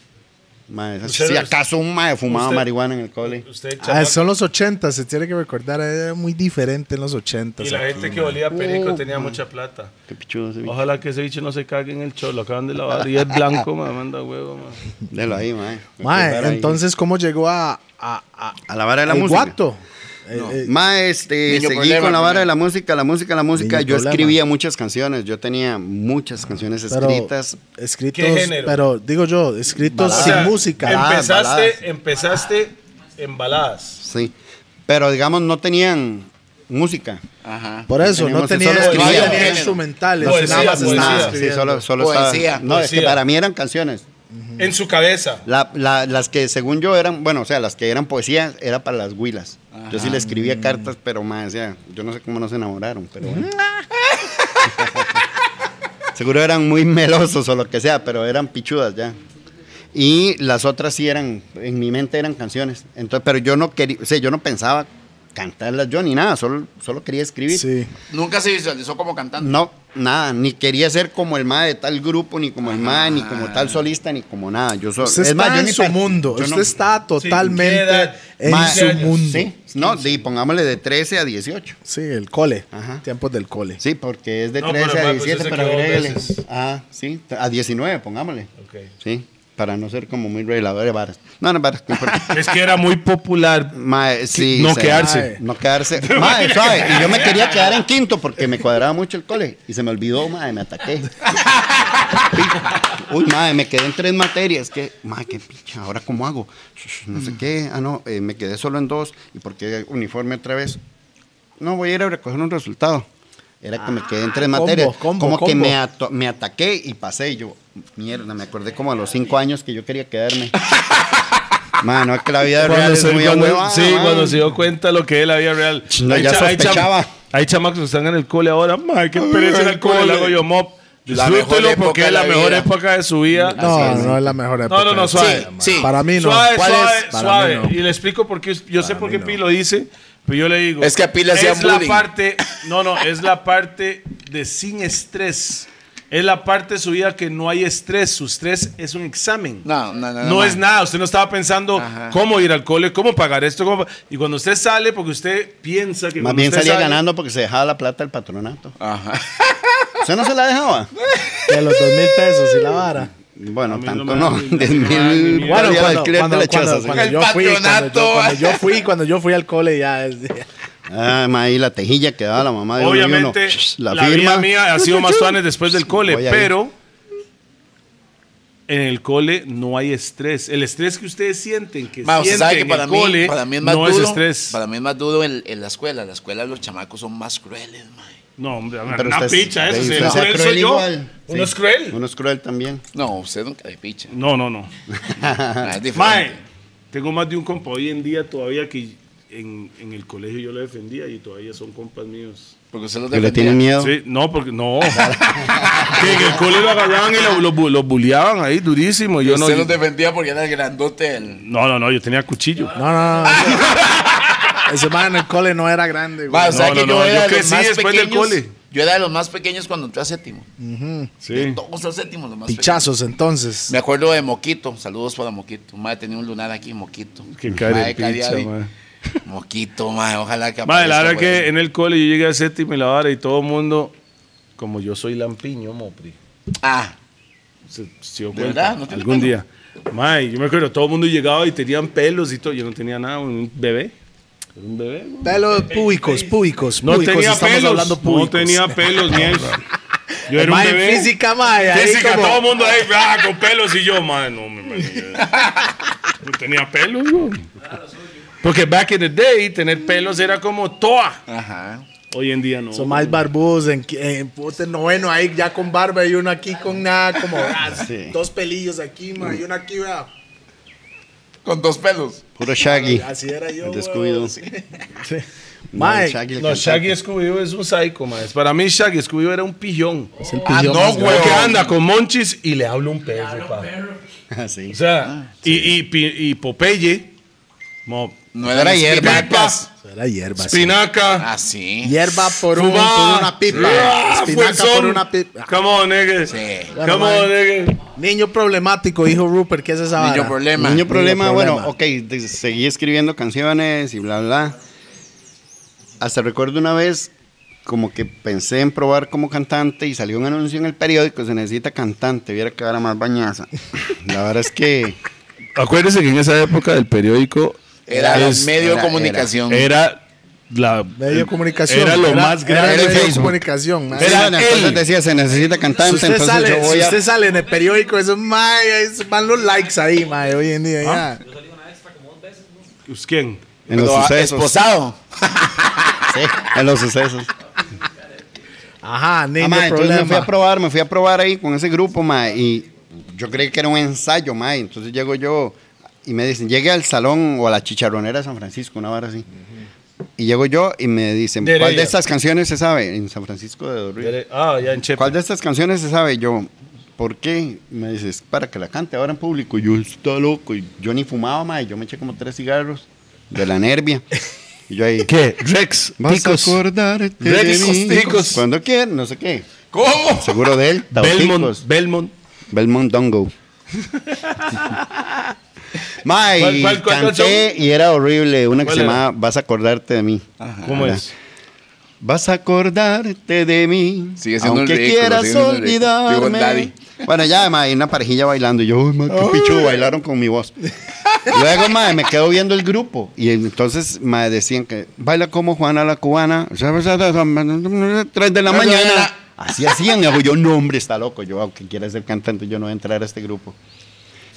D: Mae,
A: Usted-
D: si acaso un mae fumaba
A: usted-
D: marihuana en el cole.
A: Usted,
B: Ah,
A: chaval,
B: son los 80, se tiene que recordar, era muy diferente en los 80.
A: y la gente que olía a perico tenía
B: Mm.
A: mucha plata.
D: Qué pichudo ese bicho.
A: Ojalá que ese bicho no se cague en el cholo. Lo acaban de lavar y es blanco, me manda huevo, man.
D: Delo ahí, mae.
B: Mae,
D: Delo ahí.
B: entonces, ¿cómo llegó a, a, a,
D: A la vara de la
B: el
D: música.
B: guato? Eh, eh,
D: Mae, este,
C: Niño
D: seguí
C: problema,
D: con la vara
C: primero.
D: de la música, la música, la música.
B: Niño
D: yo
B: problema.
D: escribía muchas canciones. Yo tenía muchas canciones
B: pero-
D: escritas.
B: escritos,
A: ¿Qué género? Ah,
B: pero digo yo, escritos
D: Baladas.
B: sin
D: O sea,
B: música. Ah,
D: em-
A: Empezaste,
D: baladas.
A: empezaste en baladas.
D: Sí. Pero digamos, no tenían música.
C: Ajá.
B: Por eso, no
D: teníamos-
B: tenía,
D: solo
B: no
D: escribía.
B: tenía
C: Género.
B: instrumentales,
A: Poesía,
B: nada más
A: poesía.
B: estaba
D: Nada, sí,
B: escribiendo.
D: solo, solo
C: Poesía.
D: estaba- No, es que
A: Poesía.
D: para mí eran canciones.
A: En su cabeza.
D: La- la- las que según yo eran, bueno, o sea, las que eran poesía era para las huilas. Yo sí le escribía cartas, pero más, o sea, yo no sé cómo no se enamoraron, pero bueno. Seguro eran muy melosos o lo que sea, pero eran pichudas ya. Y las otras sí eran, en mi mente eran canciones. Entonces, pero yo no quería, o sea, yo no pensaba cantarlas yo ni nada, solo, solo quería escribir.
B: Sí.
C: Nunca se visualizó como cantante.
D: No, nada, ni quería ser como el ma de tal grupo, ni como el ma, ni
B: Ah.
D: como tal solista, ni como nada. Yo soy,
B: Usted
D: es
B: está
D: más, yo
B: en
D: ni
B: Pues su
D: par-
B: mundo,
D: yo
B: usted
D: no-
B: está totalmente
A: edad?
B: en
D: Ma-
B: su mundo.
D: Sí, no, y pongámosle de 13 a 18.
B: Sí, el cole,
D: Ajá.
B: tiempos del cole.
D: Sí, porque es de
A: No,
D: 13
A: pero,
D: a
A: ma, pues,
D: 17,
A: ese
D: pero
A: quedó
D: agrégale.
A: veces.
D: Ah, sí, a 19, pongámosle.
A: Ok.
D: Sí, para no ser como muy revelador de varas. No, no, varas. no importa.
A: Es que era muy popular.
D: Mae, sí,
A: No
D: o sea,
A: quedarse.
D: mae, No quedarse. Mae, suave, Y yo me quería quedar en quinto porque me cuadraba mucho el cole. Y se me olvidó, mae, me ataqué. Uy, mae, me quedé en tres materias. Que, mae, qué picha, ¿ahora cómo hago? Shush, No sé qué. Ah, no, eh, me quedé solo en dos. ¿Y por qué uniforme otra vez? No, voy a ir a recoger un resultado. Era que me quedé en tres
A: Ah,
B: combo,
D: materias.
B: combo,
D: como que
B: combo.
D: me, ato- me ataqué y pasé. Y yo, mierda, me acordé como a los cinco años que yo quería quedarme. Mano, es que la vida real
A: Cuando
D: es
A: se,
D: muy
A: cuando-
D: ahuevada,
A: sí,
D: man.
A: cuando se dio cuenta lo que es la vida real.
D: No, ya
A: cha- cha-
D: sospechaba.
A: hay chamacos que están en el cole ahora. Mae, qué pereza en el cole. Le hago yo, mop.
C: La mejor
A: Disfrútelo
C: época
A: porque
C: de
A: es la
C: la
A: mejor
C: vida.
A: época de su vida.
B: No, no es la mejor época.
A: no, no,
B: Sí,
A: suave.
C: Sí, sí.
B: Para mí no.
A: Suave,
B: ¿Cuál
A: suave,
B: es? Para
A: suave.
B: mí no.
A: Y le explico por qué. Yo sé por qué Pi lo dice, pero yo le digo.
C: Es que a Pi le hacían
A: Es la
C: bullying.
A: parte. No, no, es la parte de sin estrés. Es la parte de su vida que no hay estrés. Su estrés es un examen.
C: No, no, no,
A: No,
C: no, man.
A: es nada. Usted no estaba pensando
C: Ajá.
A: cómo ir al cole, cómo pagar esto. cómo pa- Y cuando usted sale, porque usted piensa que.
D: Más
A: cuando
D: bien
A: usted
D: salía
A: sale-
D: ganando porque se dejaba la plata del patronato.
C: Ajá.
D: ¿Usted no se la dejaba?
B: De los dos mil pesos y la vara.
D: Bueno,
A: mí no
D: tanto
A: me
D: no.
A: da ni-
D: De
A: no me da ni
D: mil-
A: miedo.
D: valía
B: Bueno,
D: el
B: cuando,
D: alquiler de
B: cuando, cuando-
D: la chaza, sí.
B: cuando
C: El
B: yo fui, cuando yo,
C: patronato.
B: cuando yo fui, cuando yo fui al cole ya es-
D: Ah, ma, ahí la tejilla que daba la mamá de uno y uno.
A: Obviamente,
D: Shh,
A: la,
D: la
A: vida
D: firma.
A: mía ha sido más suave después del cole,
D: Voy ahí.
A: pero en el cole no hay estrés. El estrés que ustedes sienten, que
C: Ma, usted
A: sienten
C: sabe que
A: en
C: para
A: el
C: mí,
A: cole,
C: para mí es más
A: no
C: duro.
A: es estrés.
C: Para mí es más duro en, en la escuela. En la escuela los chamacos son más crueles, mae.
A: No, hombre,
D: Pero
A: una
D: usted es-
A: picha eso.
D: usted
A: si
D: es
A: el cruel
D: cruel
A: soy yo.
D: igual.
A: Uno
D: Sí.
A: es cruel.
D: Uno es cruel también.
C: No, usted nunca de picha.
A: No, no, no.
C: Ah, es diferente.
A: Mae, tengo más de un compa hoy en día todavía que en, en el colegio yo lo defendía y todavía son compas míos.
C: Porque usted los
D: Que le
C: defendía.
D: tienen miedo.
A: Sí, no, porque no. que en el cole lo agarraban y lo, lo, lo bulleaban ahí durísimo. Yo no,
C: usted los defendía porque era el grandote. el-
A: No, no, no, yo tenía cuchillo.
B: No, no, no. Ese man en el cole no era grande, güey.
C: Ma, o sea
A: No,
C: que
A: no,
C: yo
A: no,
C: era
A: yo
C: de los
A: crecí
C: más
A: después del
C: pequeños.
A: cole.
C: Yo era de los más pequeños cuando entré a séptimo.
A: Sí.
C: Todos a séptimo, los más pequeños.
B: Pichazos, entonces.
C: Me acuerdo de Moquito. Saludos para Moquito. Mae, tenía un lunar aquí, Moquito.
A: Qué
C: Mae,
A: cara
C: cariadi.
A: picha, mae.
C: Moquito, mae. Ojalá que
A: Mae, la
C: aparezca,
A: verdad que
C: güey.
A: en el cole yo llegué a séptimo y la vara y todo el mundo, como yo soy lampiño, mopri.
C: Ah,
A: Se, se dio
C: ¿De
A: cuenta
C: verdad? ¿No tiene
A: algún
C: pelo?
A: día. Mae, yo me acuerdo, todo el mundo llegaba y tenían pelos y todo. Yo no tenía nada, un bebé. Era un bebé, güey.
B: Pelos públicos, públicos,
A: No
B: públicos,
A: tenía
B: estamos
A: pelos.
B: hablando
A: No
B: públicos.
A: tenía pelos, ni eso. Yo
B: El
A: era un
B: man en
A: bebé.
B: física, mae, ahí
A: Jessica,
B: como-
A: todo el mundo ahí, ah, con pelos y yo, madre, no, me imagino. No tenía pelos, güey. Porque back in the day, tener pelos era como toa.
C: ajá.
A: Hoy en día no.
B: Son más barbudos en, en puta noveno ahí ya con barba y uno aquí con nada, como ah,
D: Sí.
B: dos pelillos aquí, ma, y uno aquí, vea.
C: Con dos pelos.
D: Puro Shaggy.
B: Así era yo.
D: El
B: güey,
D: descuido.
B: sí.
D: No, el
B: Mae,
D: Shaggy le
A: No,
D: cantaba.
A: Shaggy Scooby-Doo es un psycho, maes. Para mí, Shaggy Scooby-Doo era un pillón.
C: Ah,
B: pillón
C: no,
B: más
C: güey.
A: Que anda con monchis y le habla un perro, pa.
D: Ah, sí.
A: O sea, y, y, pi- y Popeye, mo-
C: No era hierba.
A: Pipas,
B: Era hierba. sí.
A: espinaca.
C: Ah, sí.
B: Hierba por, un-
A: fumá,
B: por una pipa.
A: ah,
B: Espinaca
A: fuenzón.
B: por una pipa.
A: Come on, nigga.
C: Sí.
A: Come on, nigga.
B: Niño problemático, dijo Rupert, ¿qué es esa vara?
C: Niño problema.
D: Niño problema,
B: Niño
D: bueno,
B: problema.
D: ok, de- seguí escribiendo canciones y bla, bla. Hasta recuerdo una vez como que pensé en probar como cantante y salió un anuncio en el periódico, se necesita cantante, viera que vara más bañaza. La verdad es que
E: Acuérdense que en esa época del periódico
C: Era
E: es-
C: medio
D: era-
C: de comunicación.
E: era la
B: Medio
A: Mm.
B: comunicación.
E: Era lo más grande.
B: Era
D: de
B: medio
D: Facebook.
B: comunicación. man.
D: Sí,
E: Era
D: bueno, entonces
E: él.
D: decía, se necesita
B: Si
D: cantante,
B: usted,
D: entonces
B: sale,
D: yo voy
B: si
D: a...
B: usted sale en el periódico, eso mae, es- van los likes ahí, mae, hoy en día. ya.
A: Pues, ¿Quién?
D: En los
C: Pero, ah,
D: sucesos.
C: esposado.
D: sí, en los sucesos.
B: Ajá, niño
D: Ah, ma, entonces me fui
B: problema.
D: a probar, me fui a probar ahí con ese grupo, ma, y yo creí que era un ensayo, ma, y entonces llego yo y me dicen, llegue al salón o a la chicharronera de San Francisco, una vara así. Y llego yo y me dicen,
A: De
D: ¿cuál de
A: Heredia.
D: estas canciones se sabe? En San Francisco de Dorrida.
A: Ah, ya en Chepe.
D: ¿Cuál de estas canciones se sabe? Yo, ¿por qué? Me dices, para que la cante ahora en público. Y Yo, está loco. Y yo ni fumaba, ma, y yo me eché como tres cigarros de la nervia. Y yo ahí,
E: ¿Qué? Rex,
D: Vas
E: picos.
D: a acordarte
E: Rex,
D: de mí.
E: ticos.
D: Cuando quieras, no sé qué.
C: ¿Cómo?
D: Seguro de él.
A: Belmont.
D: Belmont.
A: Belmont.
D: Belmont Dongo. Mae,
A: ¿Cuál- cuál- cuál
D: canté y era horrible. Una que
A: ¿Cuál
D: se
A: era?
D: llamaba Vas a acordarte de mí.
A: ¿Cómo
D: Ajá.
A: es?
D: Vas a acordarte de mí.
C: Sigue siendo un
D: aunque
C: ridículo,
D: quieras
C: sigue siendo un ridículo. Digo,
D: olvidarme.
C: Daddy.
D: Bueno, ya, mae, una parejilla bailando. Y yo, "Uy, mae, qué pichu, bailaron con mi voz. Luego, mae, me quedo viendo el grupo. Y entonces, mae, decían que baila como Juana la Cubana. Tres de la mañana. Así hacían. Y yo, yo, no, hombre, está loco. Yo, aunque quiera ser cantante, yo no voy a entrar a este grupo.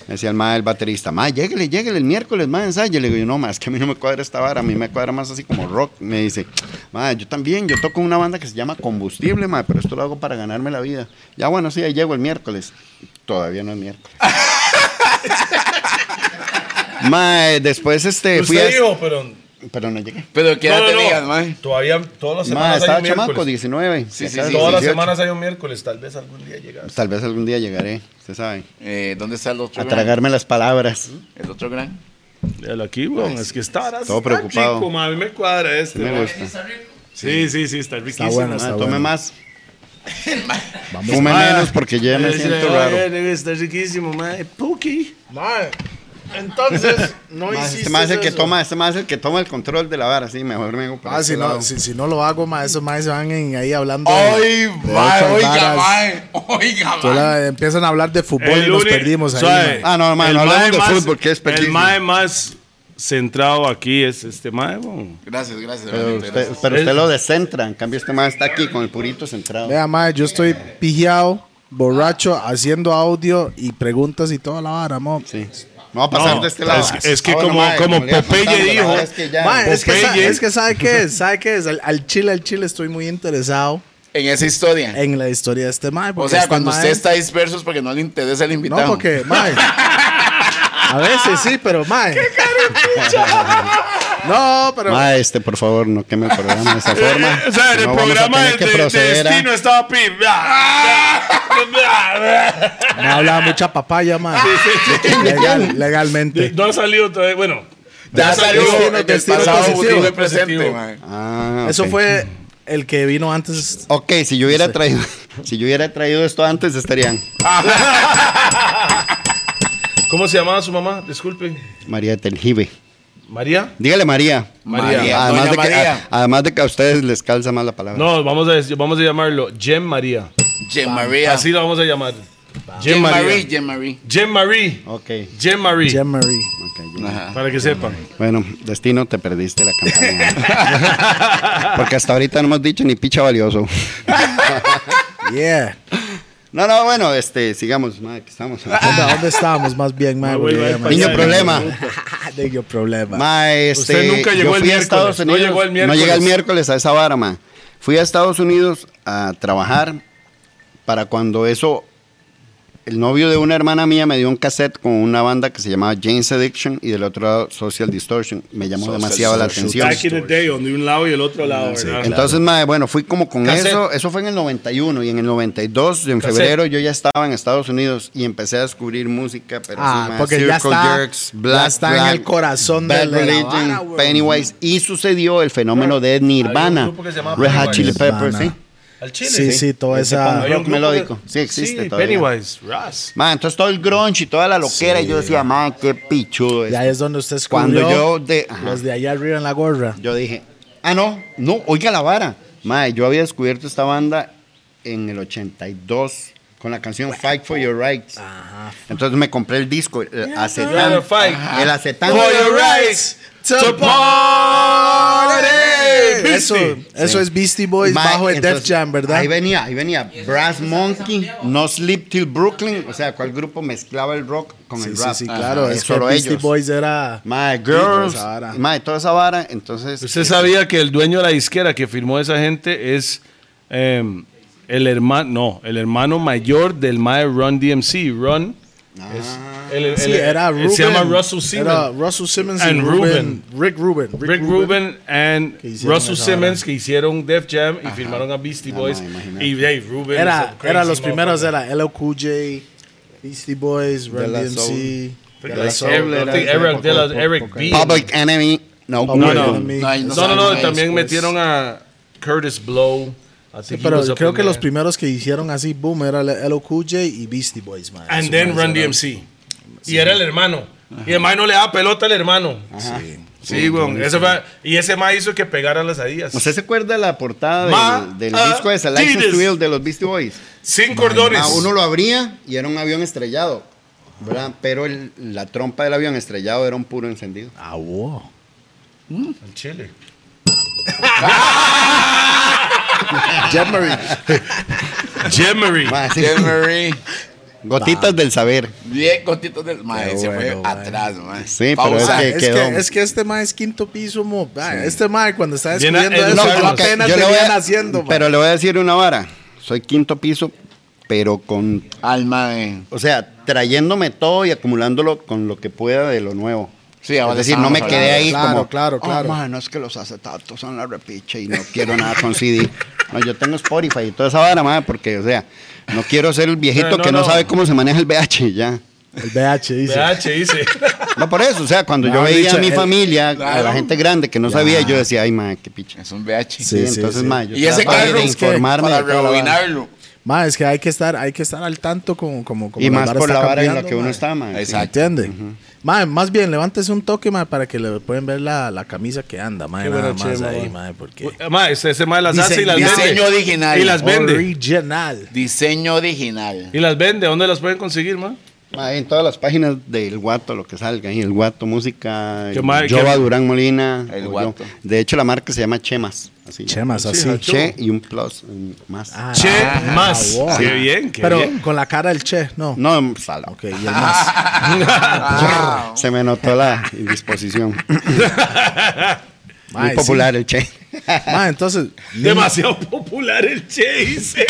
D: Me decía el mae, el baterista, mae, lléguele, lléguele el miércoles, mae, ensayo. Le digo, yo, no, mae, es que a mí no me cuadra esta vara, a mí me cuadra más así como rock. Me dice, mae, yo también, yo toco en una banda que se llama Combustible, mae, pero esto lo hago para ganarme la vida. Ya, bueno, sí, ahí llego el miércoles. Todavía no es miércoles. mae, después este, fui a...
A: Usted dijo, pero.
D: Pero no llegué.
C: Pero que ya
A: No, no,
C: te
A: no.
C: digas, mae.
A: Todavía, todas las
D: Mae,
A: semanas. hay
D: estaba
A: un miércoles.
D: chamaco, 19.
C: Sí, sí,
D: acaso
C: sí,
A: Todas las
D: 18.
A: semanas hay un miércoles, tal vez algún día llegas.
D: Tal vez algún día llegaré, usted sabe.
C: Eh, ¿Dónde está el otro
D: A
C: gran?
D: tragarme las palabras.
C: El otro gran.
A: Míralo aquí, weón. Es que está ahora
D: Todo
A: está
D: preocupado.
A: Chico, ma, a mí me cuadra este.
D: Me
A: ma.
D: gusta.
A: Sí, sí, sí, está riquísimo.
B: Ah, bueno,
A: ma.
B: está
D: Mae, tome
B: bueno.
D: más. Fume menos porque ya me
A: Eh,
D: siento
A: eh,
D: raro.
A: eh, nigga, Está riquísimo, mae. Puki.
B: Mae, entonces, no
D: Más,
B: hiciste
D: este más es el que
B: eso.
D: toma, este más es el que toma el control de la vara, sí, mejor me hago por
B: Ah,
D: este
B: si no,
D: lado.
B: si, si no lo hago, mae, esos maes se van en- ahí hablando. de-
C: Ay, mae,
B: otras
C: oiga,
B: varas.
C: mae. Oiga,
B: Yo
C: mae.
B: la- empiezan a hablar de fútbol y
A: El
B: nos
A: uni-
B: perdimos ahí.
A: suave.
B: mae.
D: Ah, no, mae,
A: El
D: no hablamos de
A: más-
D: fútbol, que es
A: El
D: perdido.
A: mae más centrado aquí es este mae, weón.
C: Gracias, gracias.
D: Pero
C: realmente,
D: usted,
C: gracias.
D: pero usted lo descentra, en cambio este más está aquí con el purito centrado.
B: Vea, mae, yo estoy pijado, borracho, haciendo audio y preguntas y toda la vara, mo.
D: Sí. No va a pasar
A: No,
D: de este lado.
A: es- es que
D: Ahora,
A: como- como
D: le iba
A: Popeye
D: contando, la
A: dijo,
D: verdad es que ya-
B: Mae, es que, sa-
A: Popeye.
B: es que sabe qué es, sabe qué es. Al, al chile, al chile estoy muy interesado
C: En esa historia.
D: Eh,
B: en la historia de este mae.
C: O
B: porque
C: sea,
B: este
C: cuando
B: mae-
C: usted está disperso es porque no le interesa el invitado.
B: No, porque, mae. A veces sí, pero mae. No, pero
D: Mae, este, por favor, no queme el programa de esa forma.
A: Eh, O sea, en
D: No
A: el
D: vamos a
A: programa
D: tener
A: de,
D: que
A: de- de
D: proceder a-
A: destino estaba pim.
B: me hablaba mucha papaya, mae. Legal- legalmente.
A: no ha salido todavía. Bueno,
C: Ya salió
B: Destino-
C: en el
B: destino
C: pasado,
B: positivo.
C: futuro y presente,
A: Positivo.
C: mae.
D: Ah,
B: Eso
D: ok.
B: fue el que vino antes.
D: Ok, si yo hubiera traído, si yo hubiera traído esto antes estarían
A: ¿cómo se llamaba su mamá? Disculpen.
D: María Telgive.
A: ¿María?
D: Dígale María.
C: María,
D: Además
C: doña
D: de, que,
C: María.
D: a- además de que a ustedes les calza más la palabra.
A: No, vamos a, decir- vamos a llamarlo Gem María.
C: Jim María.
A: Así lo vamos a llamar. Gem
C: Jim Marie,
A: María.
C: Jim Marie.
A: Gem Marie.
D: Ok.
A: Gem Marie.
B: Jean Marie.
D: ok, ya.
C: Ajá.
A: Para que sepan.
D: Bueno, destino, te perdiste la campaña. Porque hasta ahorita no hemos dicho ni picha valioso.
B: Yeah.
D: No, no, bueno, este, sigamos, madre, que estamos.
B: ¿Dónde, dónde estábamos más bien, mae?
A: Ah,
B: Porque
A: vuelva
B: ya,
A: a
B: mae,
D: Niño
B: ya-
D: problema.
B: Niño problema.
D: Ma, este,
A: Usted nunca llegó
D: yo
A: el
D: fui a
A: miércoles,
D: Estados
A: no
D: Unidos,
A: llegó el
D: No llegué
A: miércoles.
D: el miércoles a esa vara, ma. Fui a Estados Unidos a trabajar para cuando eso el novio de una hermana mía me dio un cassette con una banda que se llamaba Jane's Addiction y del otro lado Social Distortion. Me llamó demasiado la atención.
A: Back in the day, donde un lado y el otro lado, ¿verdad?
D: Entonces, mae, bueno, fui como con
A: Cassette.
D: eso. Eso fue en el 91 y en el 92, en
A: Cassette.
D: febrero, yo ya estaba en Estados Unidos y empecé a descubrir música. Pero
B: Ah,
D: sí, mae,
B: porque ya
D: Circle
B: está-
D: Jerks,
B: ya
D: Black
B: está en
D: Flag,
B: el corazón
D: Bad
B: de la
D: Religion,
B: vara, güey.
D: Pennywise. Y sucedió el fenómeno de
A: Había un
D: Nirvana,
A: grupo que se llamaba
D: Red Hot
A: Pennywise.
D: Chili Peppers, sí.
B: Nirvana.
A: Al chile.
B: Sí, sí, toda
D: Ese
B: esa.
D: pan-
A: Había un
D: Rock
A: grupo
D: melódico.
A: que-
D: Sí, existe
A: Sí,
D: todavía.
A: Pennywise, Ras.
D: Mae, entonces todo el grunge y toda la loquera. Y yo decía, mae, qué pichudo
B: Ya
D: es.
B: es donde usted escuchó.
D: Cuando yo de- ajá.
B: Los de allá arriba en la gorra.
D: Yo dije, ah, no, no, oiga la vara. Mae, yo había descubierto esta banda en el 82 con la canción Fight for Your Rights. Entonces me compré el disco, eh, el acetán.
A: Gotta fight
D: Ah, El acetán.
A: for your rights to party.
B: Eso,
A: ¿Viste?
B: eso
D: Sí.
B: es Beastie Boys
D: Mae,
B: bajo el Def
D: entonces,
B: Jam, ¿verdad?
D: Ahí venía, ahí venía Brass Monkey, No Sleep Till Brooklyn. O sea, ¿cuál grupo mezclaba el rock con
B: sí,
D: el
B: sí,
D: rap?
B: sí, claro.
D: Ajá,
B: es que
D: solo
B: Beastie
D: ellos.
B: Boys era.
D: Mae,
B: toda
D: Girls,
B: esa vara.
D: mae, toda esa vara. Entonces,
E: ¿Usted sabía que el dueño de la disquera que firmó esa gente es em, el hermano, no, el hermano mayor del mae Run DMC, Run?
D: Ah.
E: es- el- el-
B: Sí,
E: el-
B: era Ruben.
E: Se llama Russell Simmons.
B: Era Russell Simmons y
E: And
B: Ruben. Rick Ruben.
E: Rick Rubin and
B: Que hicieron
E: Russell
B: esa
E: Simmons que hicieron Def Jam y firmaron a Beastie
D: Ah,
E: Boys.
D: ma, imagínate.
E: y Dave Rubin.
B: Era,
E: es un
B: era
E: crazy
B: los primeros,
E: motherfucker.
B: era LL Cool J, Beastie Boys, Run
D: la
B: DMC.
D: Soul.
B: De La Soul.
E: Eric- I think Eric de la- Eric B.
D: Public Enemy. No,
B: Public
E: no.
B: Enemy.
C: No, ahí
E: No, no, no,
C: Ay,
E: también
D: pues.
C: después.
E: metieron a Curtis Blow. I
B: Sí,
E: think he
B: pero
E: was up
B: creo
E: in
B: que los
E: there.
B: primeros que hicieron así, boom, era LL Cool J y Beastie Boys, man.
A: And
B: Eso,
A: then
B: man,
A: Run
B: era-
A: DMC. Y era el hermano. Y el mae no le daba pelota al hermano. Sí, weón. Ese fue- y ese mae hizo que pegaran las adidas.
D: Pues, ¿Usted se acuerda la portada
A: Ma-
D: del, del
A: ah,
D: disco de esa, License
A: tires.
D: to Ill de los Beastie Boys?
A: Sin cordones.
D: Ah, uno lo abría y era un avión estrellado, ¿verdad? Pero el- la trompa del avión estrellado era un puro encendido.
B: Ah, wow.
A: En Chile. Jemery.
D: Ma, sí. Ah.
C: Jeremy.
D: Gotitas del saber.
C: Bien gotitos del mae,
B: Qué
C: se
B: bueno,
C: fue
B: mae.
C: atrás, mae.
D: Sí, pero
C: Pausa.
B: Ah,
D: que
B: es,
D: quedó.
B: que, es que este mae es quinto piso, mo. Ah, Este mae cuando está
A: Llena
B: descubriendo
A: el
B: eso,
A: sarro.
B: yo apenas
D: Yo le voy
B: venía
D: a-
B: naciendo,
D: Pero le voy a decir una vara. Soy quinto piso, pero con.
C: Al eh. mae.
D: O sea, trayéndome todo y acumulándolo con lo que pueda de lo nuevo.
C: Sí, ahora
D: es decir, no me
C: estamos
D: quedé
C: hablando.
D: ahí
B: Claro,
D: como.
B: claro, claro.
D: "Oh, mae, no es que los acetatos son la repicha y no quiero nada con CD. No, yo tengo Spotify y toda esa vara, mae, porque, o sea, no quiero ser el viejito
A: No, no,
D: que no,
A: no.
D: sabe cómo se maneja el VH ya.
B: El BH dice.
A: BH dice.
D: No por eso, o sea, cuando
B: No,
D: yo veía
B: dicho,
D: a mi
B: el-
D: familia, a la
C: Claro.
D: gente grande que no sabía, yo decía, ay, mae, qué picha.
C: Es un VH.
D: Sí,
B: Sí, sí,
D: entonces,
B: sí.
D: mae, yo
C: Y ese
D: trataba
C: carro
D: de
C: es
B: que
D: informarme.
C: Para
D: de toda la vara.
C: rebobinarlo.
B: Mae, es que hay que estar, hay que estar al tanto como, como, como
D: Y más
B: vara
D: por
B: está
D: la vara en la
B: cambiando,
D: que uno
B: mae.
D: está, mae.
C: Exacto.
B: ¿Me entiende? Mae, más bien, levántese un toque, mae, para que le pueden ver la, la camisa que anda, mae,
A: Qué
B: nada
A: bueno,
B: más
A: che,
B: ahí,
A: mae.
B: mae, porque...
A: mae, ese, ese mae las hace y las
C: Diseño
A: vende.
C: original.
A: Y las vende.
B: Original.
C: Diseño original.
A: Y las vende. ¿Dónde las pueden conseguir, mae?
D: Mae, en todas las páginas del Guato, lo que salga, ahí, el Guato Música,
A: Qué mae,
D: Jova
A: qué-
D: Durán Molina.
C: El
D: o yo.
C: Guato.
D: De hecho, la marca se llama Chemas. Así.
B: Chemas, así.
A: al
D: Che y un plus un más.
B: Ah,
A: Che
B: ah,
A: más.
B: wow.
A: Qué bien, qué
B: Pero
A: bien.
B: con la cara del che, no.
D: No, em, sala.
B: Ok, y el más.
C: Ah,
D: Se me notó la indisposición. Muy
B: Mae,
D: popular el Che.
B: sí. Mae, entonces.
A: Demasiado popular el Che, dice.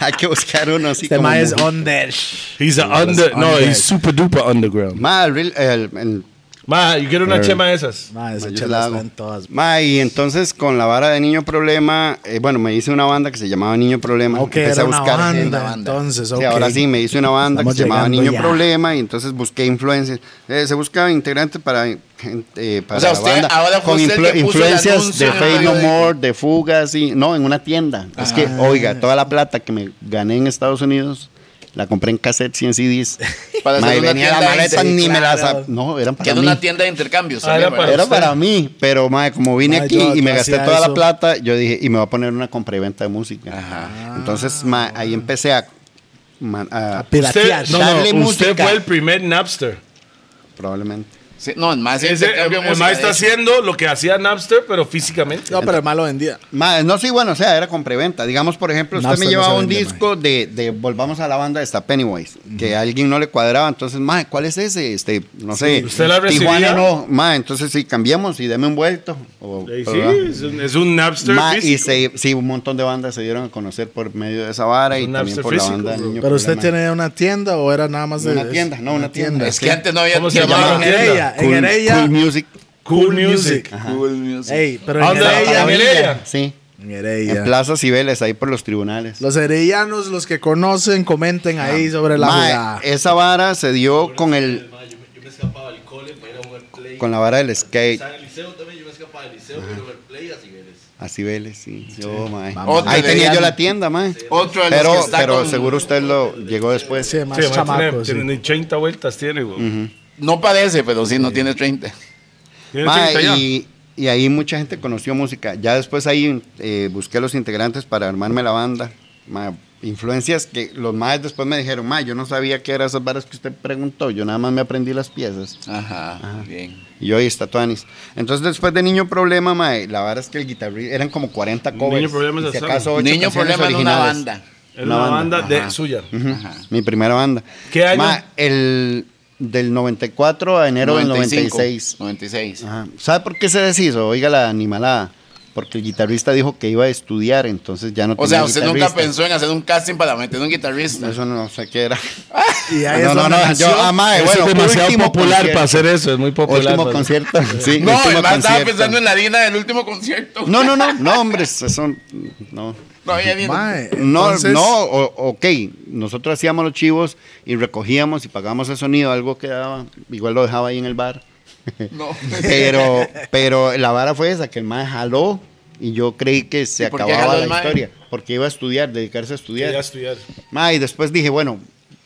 D: Hay que buscar uno así
B: Este
D: como...
B: mae es
D: mujer.
B: on there.
E: He's a under, no,
B: under.
E: he's super duper underground.
D: Mae, el real- el- el-
A: Mae, yo quiero una chema de esas.
B: Mae, Ah, ese
D: Mae, yo
B: che
D: se la
B: la
D: hago.
B: está en todas.
D: Mae, y entonces con la vara de Niño Problema, eh, bueno, me hice una banda que se llamaba Niño Problema.
B: Ok,
D: Empecé
B: era
D: a
B: una
D: buscar
B: banda,
D: gente.
C: banda.
B: entonces,
D: Sí,
B: Pues, ok.
D: ahora sí, me hice una banda
B: Estamos
D: que se llamaba
B: llegando
D: Niño
B: ya.
D: Problema y entonces busqué influencias. Eh, se buscaba integrantes para, gente, eh, para
C: O sea,
D: la
C: usted-
D: banda.
C: ahora fue
D: con
C: usted el que puso el
D: influencias
C: anuncio
D: de
C: en el
D: Faith No
C: periódico.
D: More, de Fugas, y, no, en una tienda. Es que,
B: Ah.
D: oiga, toda la plata que me gané en Estados Unidos. La compré en cassettes y en CDs.
C: Para hacer
D: Mae,
C: una
D: venía la
C: tienda
D: maleta,
C: ahí,
D: ni me la
B: claro.
D: sa- No, eran para
C: Que era
D: mí.
C: una tienda de intercambios.
A: Ah, era
C: también, ¿verdad?
D: Era
A: usted.
D: para mí, pero mae, como vine
B: Mae,
D: aquí
B: yo-
D: y
B: yo
D: me gasté
B: hacía
D: toda la
B: eso.
D: plata, yo dije, y me voy a poner una compra y venta de música. Entonces mae, ahí empecé a, man- a-
B: Piratear.
A: Usted, no, no,
D: Darle
A: usted
D: música.
A: fue el primer Napster.
D: probablemente.
C: Sí, no, el más
A: Ese- el, el mae está haciendo lo que hacía Napster, pero físicamente.
B: No, pero el malo vendía.
D: Ma, no, sí, bueno, o sea, era con preventa. Digamos, por ejemplo, usted
B: Napster
D: me
B: no
D: llevaba
B: se
D: un
B: vende,
D: disco de, de- volvamos a la banda, está Pennywise, que a alguien no le cuadraba, entonces, ma, ¿cuál es ese? Este, no sé,
A: usted la recibía.
D: Tijuana no, ma, entonces sí, cambiamos y deme un vuelto. o-
A: Sí,
D: ¿verdad?
A: es un, es un Napster
D: Ma, y
A: físico.
D: se, sí, un montón de bandas se dieron a conocer por medio de esa vara y
A: Un
D: también
A: Napster
D: por
A: físico,
D: la banda. del
A: bro.
D: Niño
B: Pero usted
D: Problema.
B: tiene una tienda o era nada más de
D: Una tienda, no, una tienda.
C: Es que antes no había.
A: ¿Cómo se
C: tienda.
A: llamaba?
B: En Heredia, en
D: Cool-
B: Heredia.
D: Cool Music.
A: Cool Music.
D: Ah,
C: Cool Music.
B: Ey, pero
A: ¿A
B: en
A: dónde va?
B: Heredia.
A: ¿En Heredia?
D: Sí,
B: En
D: en
B: Heredia.
D: Plaza Cibeles, ahí por los tribunales.
B: Los heredianos, los que conocen, comenten ahí sobre la
D: Ah, Mae, eh,
B: jugada.
D: esa vara se dio con el
F: Yo me escapaba del cole para ir a jugar play.
D: con la vara del skate
F: Estaba en el liceo también, yo me escapaba del liceo para ir a jugar play a Cibeles.
D: a Cibeles, sí. Yo, mae.
C: Vamos.
D: Ahí
C: Otro
D: tenía
C: de-
D: yo la tienda, mae.
C: Otro de los que
D: Pero,
C: está
D: pero
C: con-
D: seguro usted lo llegó después.
B: Sí, más
A: Sí, mae,
B: chamacos. sí.
A: tiene, tiene 80 vueltas, tiene, güey.
C: No padece, pero sí, no tiene 30.
A: Tiene
D: Ma,
A: 80 ya.
D: y, y ahí mucha gente conoció música. Ya después ahí eh, busqué los integrantes para armarme la banda. Ma, influencias que los más después me dijeron, ma, yo no sabía qué eran esas varas que usted preguntó, yo nada más me aprendí las piezas.
C: Ajá, bien.
D: Y yo ahí está Tuanis. Entonces después de Niño Problema, ma, la verdad es que el guitarrista eran como 40 covers.
A: Niño Problema es
D: y si
A: hasta-
D: acaso ocho
C: Niño
D: canciones
C: problema en una
D: originales.
C: banda.
A: Era una banda, de
C: Ajá.
A: suya.
D: Ujú,
C: Ajá.
D: Mi primera banda.
A: ¿Qué año?
D: Ma, el del 94 a enero del 96.
C: 96.
D: Ajá. ¿Sabe por qué se deshizo? Oiga la animalada. Porque el guitarrista dijo que iba a estudiar, entonces ya no
C: O
D: tenía
C: sea, usted nunca
D: guitarrista.
C: pensó en hacer un casting para meter un guitarrista.
D: Eso no sé qué era.
B: Y ahí
D: no,
B: es
D: no,
B: donde
D: no,
B: nació.
D: yo, ah, mae,
E: Eso
D: bueno,
E: es demasiado
D: último
E: popular
D: concierto.
E: para hacer eso, es muy popular.
D: Último
E: para-
D: concierto. Sí,
C: No,
D: último
C: el man estaba
D: concierto.
C: pensando en la harina del último concierto.
D: No, no, no, no, hombre, eso no.
C: No había ni.
B: Mae,
D: No,
B: entonces-
D: no, o- ok, nosotros hacíamos los chivos y recogíamos y pagábamos el sonido, algo quedaba, igual lo dejaba ahí en el bar.
C: No.
D: Pero, pero la vara fue esa, que el mae jaló y yo creí que se
C: ¿Y por qué
D: acababa
C: jaló
D: la
C: el mae?
D: historia, porque iba a estudiar, dedicarse a estudiar.
A: Quería estudiar.
D: Mae, y después dije, bueno,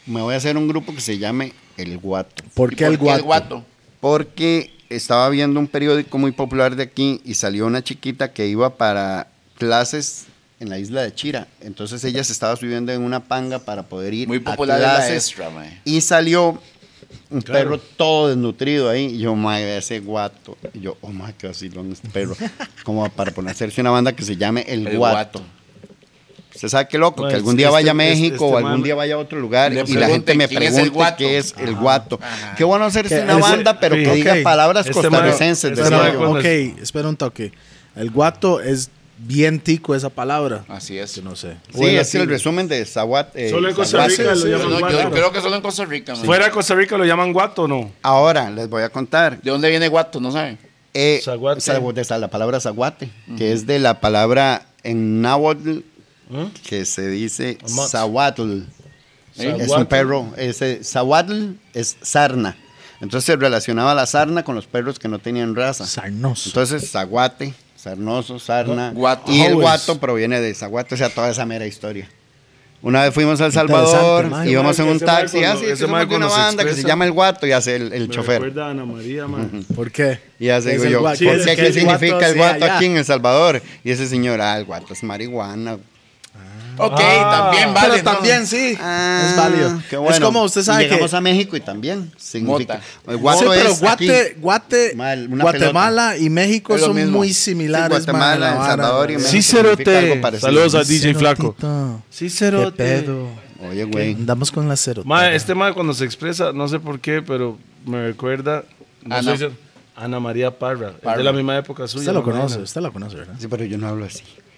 D: me voy a hacer un grupo que se llame El Guato,
B: ¿Por qué
C: ¿Y
B: el guato?
D: porque estaba viendo un periódico muy popular de aquí y salió una chiquita que iba para clases en la isla de Chira, entonces ella se estaba subiendo en una panga para poder ir
C: Muy
D: a
C: popular es la
D: clases.
C: extra, mae.
D: Y salió un
A: Claro.
D: perro todo desnutrido ahí. Y yo, mae, ese guato. Y yo, oh, mae, qué vacilón este perro. Como para poner a hacerse una banda que se llame El,
C: El
D: Guato.
C: guato.
D: Usted sabe qué loco,
A: Mae,
D: que algún
A: es-
D: día
A: este-
D: vaya a
A: este- este
D: México o algún
A: mae-
D: día vaya a otro lugar
C: Le
D: y la
C: pregunte,
D: gente me
C: ¿quién es el
D: pregunta
C: guato?
D: qué es El Guato. Qué bueno hacerse
B: Que
D: una
B: ese-
D: banda, pero que
A: ok.
D: diga palabras
A: Este mae-
D: costarricenses.
A: este
D: decía
A: mae
D: yo.
A: con-
B: Ok, espera un toque. El guato es bien tico esa palabra.
D: Ah,
C: Así es.
B: Yo no sé.
D: Sí, es el resumen de Zaguat. eh,
A: Solo en Costa
D: Zaguat.
A: Rica lo
B: sí,
C: Yo,
A: llaman
C: no- yo
A: guato.
C: creo que solo en Costa Rica. mae.
A: Fuera de Costa Rica lo llaman guato, ¿no?
D: Ahora les voy a contar.
C: ¿De dónde viene guato? No saben.
D: Eh,
A: Zaguate.
D: zagu- de- la palabra zaguate, que es de la palabra en náhuatl
A: ¿Mm?
D: que se dice
A: Amat.
D: zahuatl. Es un
A: Zaguate.
D: perro. Ese zahuatl es sarna. Entonces se relacionaba la sarna con los perros que no tenían raza.
B: Sarnoso.
D: Entonces zaguate, sarnoso, sarna.
C: Guato.
D: Y el
B: Always.
D: guato proviene de zaguate, o sea, toda esa mera historia. Una vez fuimos a El
B: Interesante,
D: Salvador,
B: mae.
D: íbamos en un
A: Ese mae
D: taxi, "Ah,
A: cuando-
D: así
A: ese
D: que somos
A: mae
D: de una
A: cuando se
D: banda que se
A: expresa.
D: llama el guato y hace el, el
A: Me
D: chofer.
A: recuerda a Ana María, man.
B: ¿Por qué?
D: Y ya
B: Es
D: digo
B: el
D: yo,
B: guato.
A: Sí,
D: ¿por
A: es
D: qué,
A: que
D: ¿Qué
A: el
D: significa
B: guato
D: el
B: sí,
D: guato
B: allá.
D: aquí en El Salvador? Y ese señor, ah, el guato es marihuana.
C: Ok,
A: Ah.
C: también
B: Pero
C: vale. ¿no?
B: también sí.
D: Ah,
B: es válido.
D: qué bueno.
B: Es como usted sabe
D: Y Llegamos
B: que.
D: a México y también significa.
C: Mota.
D: El guato
B: Sí, pero
D: es
B: Guate,
D: aquí.
B: Guate,
D: Mal, una
B: Guatemala y México
C: Es lo
B: son
C: mismo.
B: muy
D: Sí,
B: similares. man,
D: Guatemala,
B: la
D: El
B: vara,
D: Salvador y
B: man.
E: Sí,
D: México. significa
E: cerote.
D: algo parecido.
E: Saludos a DJ Flaco.
B: Cerotito.
E: Sí,
B: Qué
E: cerote.
B: pedo.
D: Oye, güey.
B: Andamos con la cero.
E: Mae, este mae cuando se expresa, no sé por qué, pero me recuerda. no
C: Ana.
E: sé si- Ana María Parra, es
C: Parra.
E: de la misma época suya.
B: Usted lo
E: ¿no, mae?
B: conoce, usted lo conoce, ¿verdad?
D: Sí, pero yo no hablo así.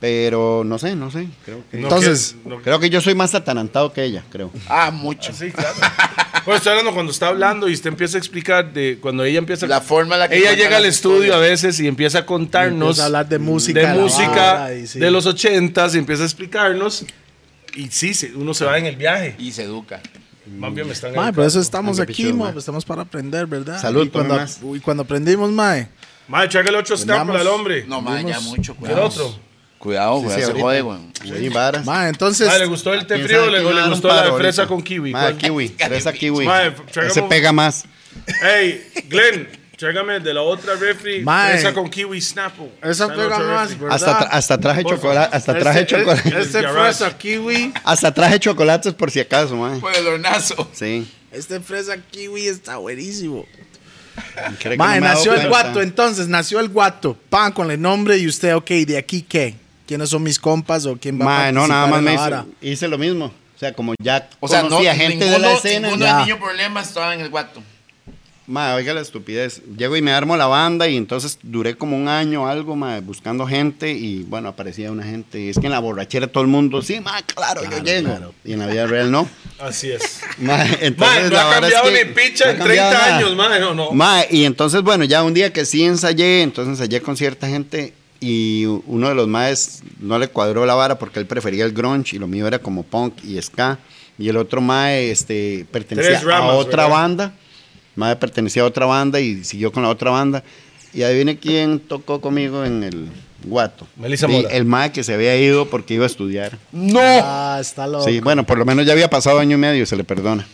D: Pero no sé, no sé. Creo que,
B: Entonces,
D: creo que yo soy más atalantado que ella, creo.
C: Ah, mucho.
A: Sí, claro. Pues estoy hablando cuando está hablando y usted empieza a explicar de cuando ella empieza
C: La forma en la que
E: Ella
C: cuenta
E: llega al
C: las
E: estudio
C: historias.
E: a veces y empieza a contarnos
B: Empieza a hablar de música,
E: de
B: la
E: música
B: vara, y sí.
E: de los ochentas y empieza a explicarnos y sí, se- uno se va en el viaje.
C: Y se educa.
E: Más bien me están
B: Mae, por eso estamos
D: Ando
B: aquí,
D: pichudo,
B: mae,
D: mae.
B: pues Estamos para aprender, ¿verdad?
D: Salud,
B: y cuando,
D: tome más.
B: y cuando aprendimos, mae.
A: Mae, chágale otro stamp
B: Veamos.
A: al hombre.
C: No, man, ya mucho.
A: ¿Qué
C: Cuidado.
A: otro?
C: Cuidado,
D: Sí,
C: güey.
D: sí,
C: se
D: ahorita.
C: jode, güey.
D: Sí, varas.
B: Mae,
C: Pues
B: entonces.
A: Mae, ¿le gustó el té
D: ¿Quién
A: frío o
D: sabe
A: le,
D: quién va a
A: le
D: dar un
A: gustó
D: paro
A: la fresa
D: ahorita?
A: con kiwi?
D: Ma,
A: ¿Cuál?
D: kiwi, fresa kiwi.
A: Ma,
D: Ese
A: traigamos-
D: pega más.
A: Hey, Glenn, Tráigame el de la otra refri.
B: Mae.
A: Esa con kiwi snapple.
B: Esa
A: Está en
B: pega
A: otra
B: más,
A: refri.
B: ¿verdad?
D: Hasta, tra- hasta traje
A: Por
D: chocolate.
A: favor.
D: Hasta traje
B: Este-
D: chocolate.
B: Este
A: Garage.
B: fresa kiwi.
D: Hasta traje chocolates por si acaso, mae.
A: Pues,
C: Fue el hornazo.
D: Sí.
B: Este fresa kiwi está buenísimo.
D: Creo
B: Mae,
D: que no me he dado
B: nació el
D: cuenta.
B: guato, entonces, nació el guato. Pan con el nombre y usted, ok, ¿de aquí qué? ¿Quiénes son mis compas o quién va a
D: Mae, no, nada más
B: participar
D: me
B: en la vara?
D: hice, hice lo mismo. O sea, como ya
C: O sea, no,
D: conocía gente
C: ninguno,
D: de la escena.
C: ninguno
B: ya.
C: del niño problema estaba en el guato.
D: Mae, oiga la estupidez. Llego y me armo la banda y entonces duré como un año o algo, mae, buscando gente y bueno, aparecía una gente. Y es que en la borrachera todo el mundo, sí, mae, claro, yo llego. Y en la vida real no.
A: Así es.
D: Mae,
A: Mae,
D: entonces,
A: no
D: la
A: ha
D: vara es
A: cambiado
D: que
A: ni picha
D: no ha
A: en
D: cambiado
A: 30
D: nada.
A: años, mae. No, no.
D: Mae, y entonces, bueno, ya un día que sí ensayé, entonces ensayé con cierta gente y u- uno de los maes no le cuadró la vara porque él prefería el grunge y lo mío era como punk y ska. Y el otro mae este, pertenecía
A: Tres ramas,
D: a otra
A: ¿verdad?
D: banda. Mae pertenecía a otra banda y siguió con la otra banda. Y adivine quién tocó conmigo en el guato.
E: Melissa
D: Sí,
E: Mora.
D: El mae que se había ido porque iba a estudiar.
B: Ah, está loco.
D: Sí, bueno, por lo menos ya había pasado año y medio, se le perdona.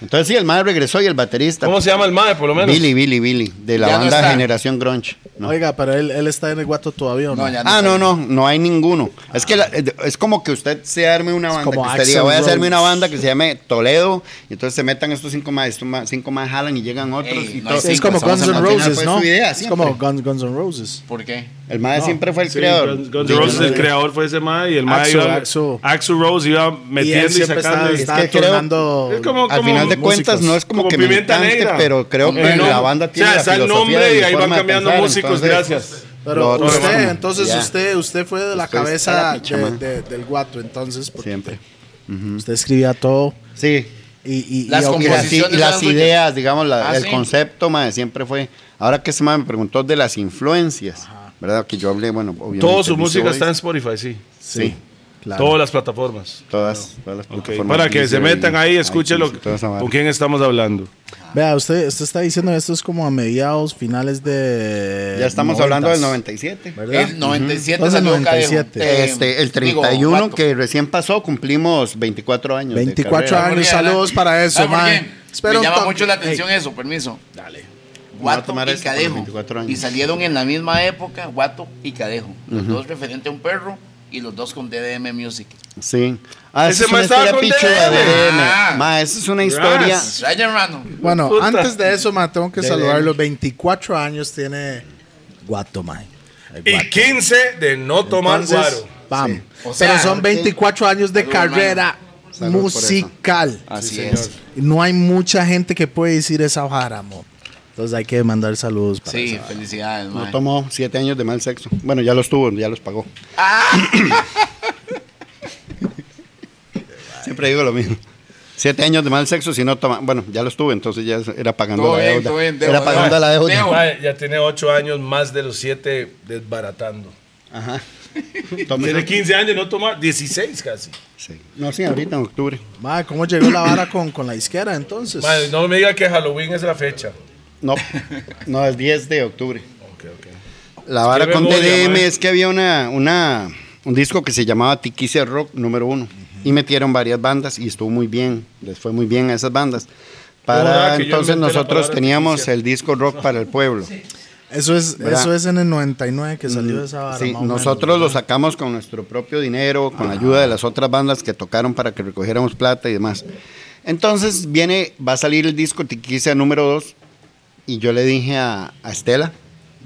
D: Entonces sí, el mae regresó y el baterista.
E: ¿Cómo se llama el mae, por lo menos?
D: Billy, Billy, Billy, de la
C: Ya no
D: banda
C: está.
D: Generación Grunge. ¿no?
B: Oiga, pero él, él está en el guato todavía, ¿o ¿no?
C: No, ya no.
D: Ah,
C: está.
D: no, no, no hay ninguno. Es que la- es como que usted se arme una banda.
B: como
D: que usted
B: Axl
D: diga, voy a
B: Rose.
D: hacerme una banda que se llame Toledo. Y entonces se metan estos cinco más, estos más- cinco más jalan y llegan otros.
C: Ey,
D: y
C: no
D: todo.
C: hay
B: es
C: cinco,
B: como
C: estamos
B: Guns N'
C: en la final,
B: Roses,
D: fue
B: ¿no?
D: su idea,
B: es
D: siempre.
B: como Guns, Guns N' Roses.
C: ¿Por qué?
D: El mae siempre fue el
A: Sí,
D: creador.
A: Guns- Guns
D: Sí,
A: N' Roses,
D: no,
A: el
D: no.
A: creador fue ese mae y el mae
B: Axl,
A: iba.
B: Axl.
A: Axl Rose iba
B: Y
A: metiendo
B: él
A: y,
B: siempre
A: sacando.
B: está,
A: y-
B: está
D: que creo-
B: tornando-
A: es como-
D: Al final de
B: músicos.
D: cuentas no es como,
A: como
D: que
A: pimienta
D: militante,
A: negra.
D: pero creo que
A: Eh, no.
D: la banda tiene
A: O sea,
D: la
A: está el
D: filosofía
A: nombre
D: de
A: y ahí
D: forma
A: van
D: de
A: cambiando
D: pensar,
A: músicos,
D: entonces-
A: gracias.
D: Lo
B: Pero
D: otro
B: usted,
D: hermano.
B: entonces
D: Ya.
B: usted, usted fue de la
D: Usted está
B: cabeza
D: la picha,
B: de-
D: man.
B: de- del guato, entonces. porque
D: Siempre.
B: usted- Usted escribía todo
D: Sí,
B: y, y,
C: Las
B: y ok,
D: Y las, i-
C: Composiciones
D: y las
C: eran suyas.
D: ideas, digamos, la-
C: Ah,
D: el
C: sí.
D: concepto, mae, siempre fue. Ahora que se me preguntó de las influencias, ¿verdad? Que yo hablé, bueno, obviamente.
E: Toda su
D: Beastie
E: música
D: Boys,
E: está en Spotify, sí.
B: sí, claro.
E: Todas las plataformas.
D: Todas, todas las
E: Ok,
D: plataformas.
E: Para que se
D: Deezer
E: metan
D: y
E: ahí, escuchen lo
D: iTunes y toda esa vara.
E: con quién estamos hablando.
B: Vea, usted, usted está diciendo esto es como a mediados, finales de.
D: Ya estamos
B: noventas,
D: hablando del 97.
B: ¿Verdad?
C: El 97
B: Entonces,
C: salió
B: 97.
C: Cadejo. Eh,
D: Este, el
C: digo,
D: 31
C: guato.
D: que recién pasó, cumplimos 24 años. de
B: 24
D: carrera.
B: años.
C: Porque,
B: saludos
C: ¿verdad?
B: para eso,
C: ¿Sabe por
B: man.
C: qué?
B: Espera
C: Me
B: un
C: llama
B: toque.
C: mucho la atención eso, permiso. Dale.
D: Voy a
C: Guato
D: tomar
C: y
D: esto por
C: Cadejo.
D: 24 años.
C: Y salieron en la misma época, Guato y Cadejo. Los dos referente a un perro y los dos con DDM Music.
D: Sí. Ah,
A: Ese
D: esa es
A: man
D: una
A: estaba
D: historia
A: con
D: pichuda de
A: DDM.
D: DM.
C: Ah.
D: Ma, esa es una historia.
A: Ras.
C: Ryan Rano.
B: Bueno,
A: Puta.
B: antes de eso, man, tengo que
D: De-
B: saludar los 24 años tiene Guato, man. El
A: Y
B: guato.
A: 15 de no tomar
B: Entonces,
A: guaro.
B: Pam.
C: O sea,
B: Pero son 24 años de
C: Salud,
B: carrera
D: Salud por Ah.
B: musical.
C: Así
A: señor.
C: es.
B: No hay mucha gente que puede decir esa vara, amor. Entonces hay que mandar saludos para
C: Sí,
B: esa vara.
C: felicidades,
D: No
C: mae.
D: tomó 7 años de mal sexo. Bueno, ya los tuvo, ya los pagó.
C: Ah.
D: Siempre digo lo mismo. Siete años de mal sexo, si no toma. Bueno, ya los tuve, entonces ya era pagando
C: Todo
D: la
C: bien,
D: deuda.
C: todo bien, deuda,
D: era pagando
C: deuda.
D: la deuda.
C: Deuda.
A: Mae, ya tiene 8 años más de los 7 desbaratando.
D: Ajá. Tome
A: Tiene
D: eso.
A: 15 años de no tomar, 16 casi.
D: Sí. No, sí, ahorita en octubre.
B: Ma, ¿cómo llegó la vara con, con la izquierda entonces?
A: Mae, no me diga que Halloween es la fecha.
D: No, no, el 10 de octubre.
A: Ok, ok.
D: La vara
A: Qué
D: con
A: memoria,
D: TDM
A: mae.
D: es que había una, una, un disco que se llamaba Tiquicia Rock número uno. Y metieron varias bandas y estuvo muy bien. Les fue muy bien a esas bandas. Para
A: Joda, que yo
D: entonces
A: inventé la
D: nosotros
A: palabra
D: teníamos
A: tiquicia.
D: el disco rock para el pueblo.
B: Eso es,
D: ¿Verdad?
B: eso es en el 99 que salió esa vara.
D: Mm, Sí,
B: más o menos,
D: nosotros lo
B: ¿verdad?
D: sacamos con nuestro propio dinero, con la ayuda de las otras bandas que tocaron para que recogiéramos plata y demás. Entonces viene, va a salir el disco Tiquicia número 2 y yo le dije a, a Estela,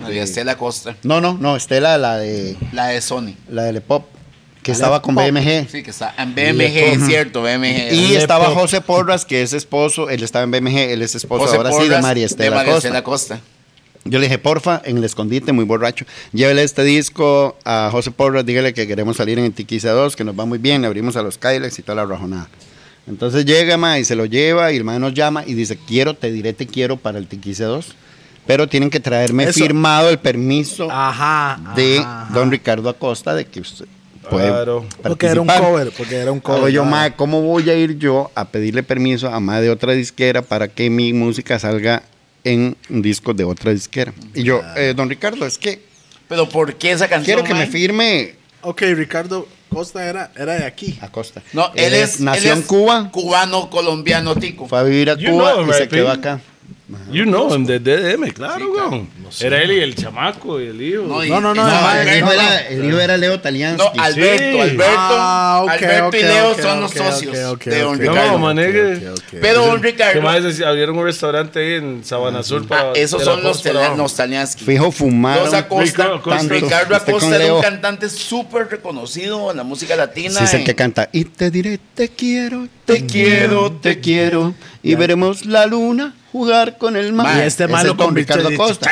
C: María Estela Costa.
D: no, no, no, Estela, la de
C: La de Sony.
D: la de Pop, que estaba con BMG.
C: Sí, que está en BMG, es cierto, BMG.
D: Y
C: José
D: estaba José Porras, que es esposo, él estaba en BMG, él es esposo pues ahora sí de
C: Porras,
D: María Estela
C: María
D: Costa.
C: Estela Costa.
D: Yo le dije, porfa, en el escondite, muy borracho, llévele este disco a José Porras, dígale que queremos salir en el Tiquiza 2, que nos va muy bien, le abrimos a los Kylex y toda la rajonada. Entonces llega, ma, y se lo lleva, y el ma nos llama y dice, quiero, te diré, te quiero para el Tiquiza 2, pero tienen que traerme
B: Eso-
D: firmado el permiso
C: Ah,
B: Ajá.
D: de
B: ajá, ajá.
D: don Ricardo Acosta de que usted puede
A: Claro.
B: Porque era un
D: participar".
B: cover, porque era un cover.
D: Como yo,
B: ¿verdad?
D: mae, ¿cómo voy a ir yo a pedirle permiso a mae de otra disquera para que mi música salga en un disco de otra disquera? Y yo, eh, don Ricardo, es que
C: Pero ¿por qué esa canción?
D: quiero que
C: mae?
D: me firme
B: Ok, Ricardo Costa era, era de aquí.
D: Acosta.
C: No, él es.
D: Nació
C: él
D: en
C: es
D: Cuba,
C: Cubano, colombiano, tico.
D: fue a vivir a
A: You
D: Cuba
A: know him,
D: y se
A: right,
D: quedó
A: Pete?
D: acá.
E: You know him, de DDM, claro,
C: Sí, claro.
E: weón. Era él y el chamaco y el hijo.
C: No, y-
D: No, no, no.
C: y-
D: el mae- el hijo
C: Alberto,
D: era- El hijo era Leo Taliansky.
C: no, Alberto, Alberto,
B: Ah, ok,
C: Alberto y
B: ok,
C: Leo
B: ok,
C: son los
B: ok,
C: socios
B: ok, ok,
C: de don
B: ok.
C: Ricardo.
E: No, manegue.
C: Pero don
E: ¿Qué
C: Ricardo,
E: más? decía? Abrieron un restaurante ahí en Sabana Sur para.
C: ah, esos
E: de la
C: son los,
E: costa
C: tele-
E: abajo.
C: los Taliansky.
D: Fijo fumado.
C: Dos Acosta,
E: Ricardo Acosta.
C: Ricardo
D: Está con
C: Acosta era
D: Leo.
C: un cantante súper reconocido en la música latina.
D: Sí, es el
C: en-
D: que canta. Y te diré, te quiero,
C: Te
D: te quiero, te quiero. Y veremos la luna jugar con el mar.
B: Y este
D: Ese
B: mae lo
D: es don
B: convirtió
D: Ricardo
B: de-
D: Costa.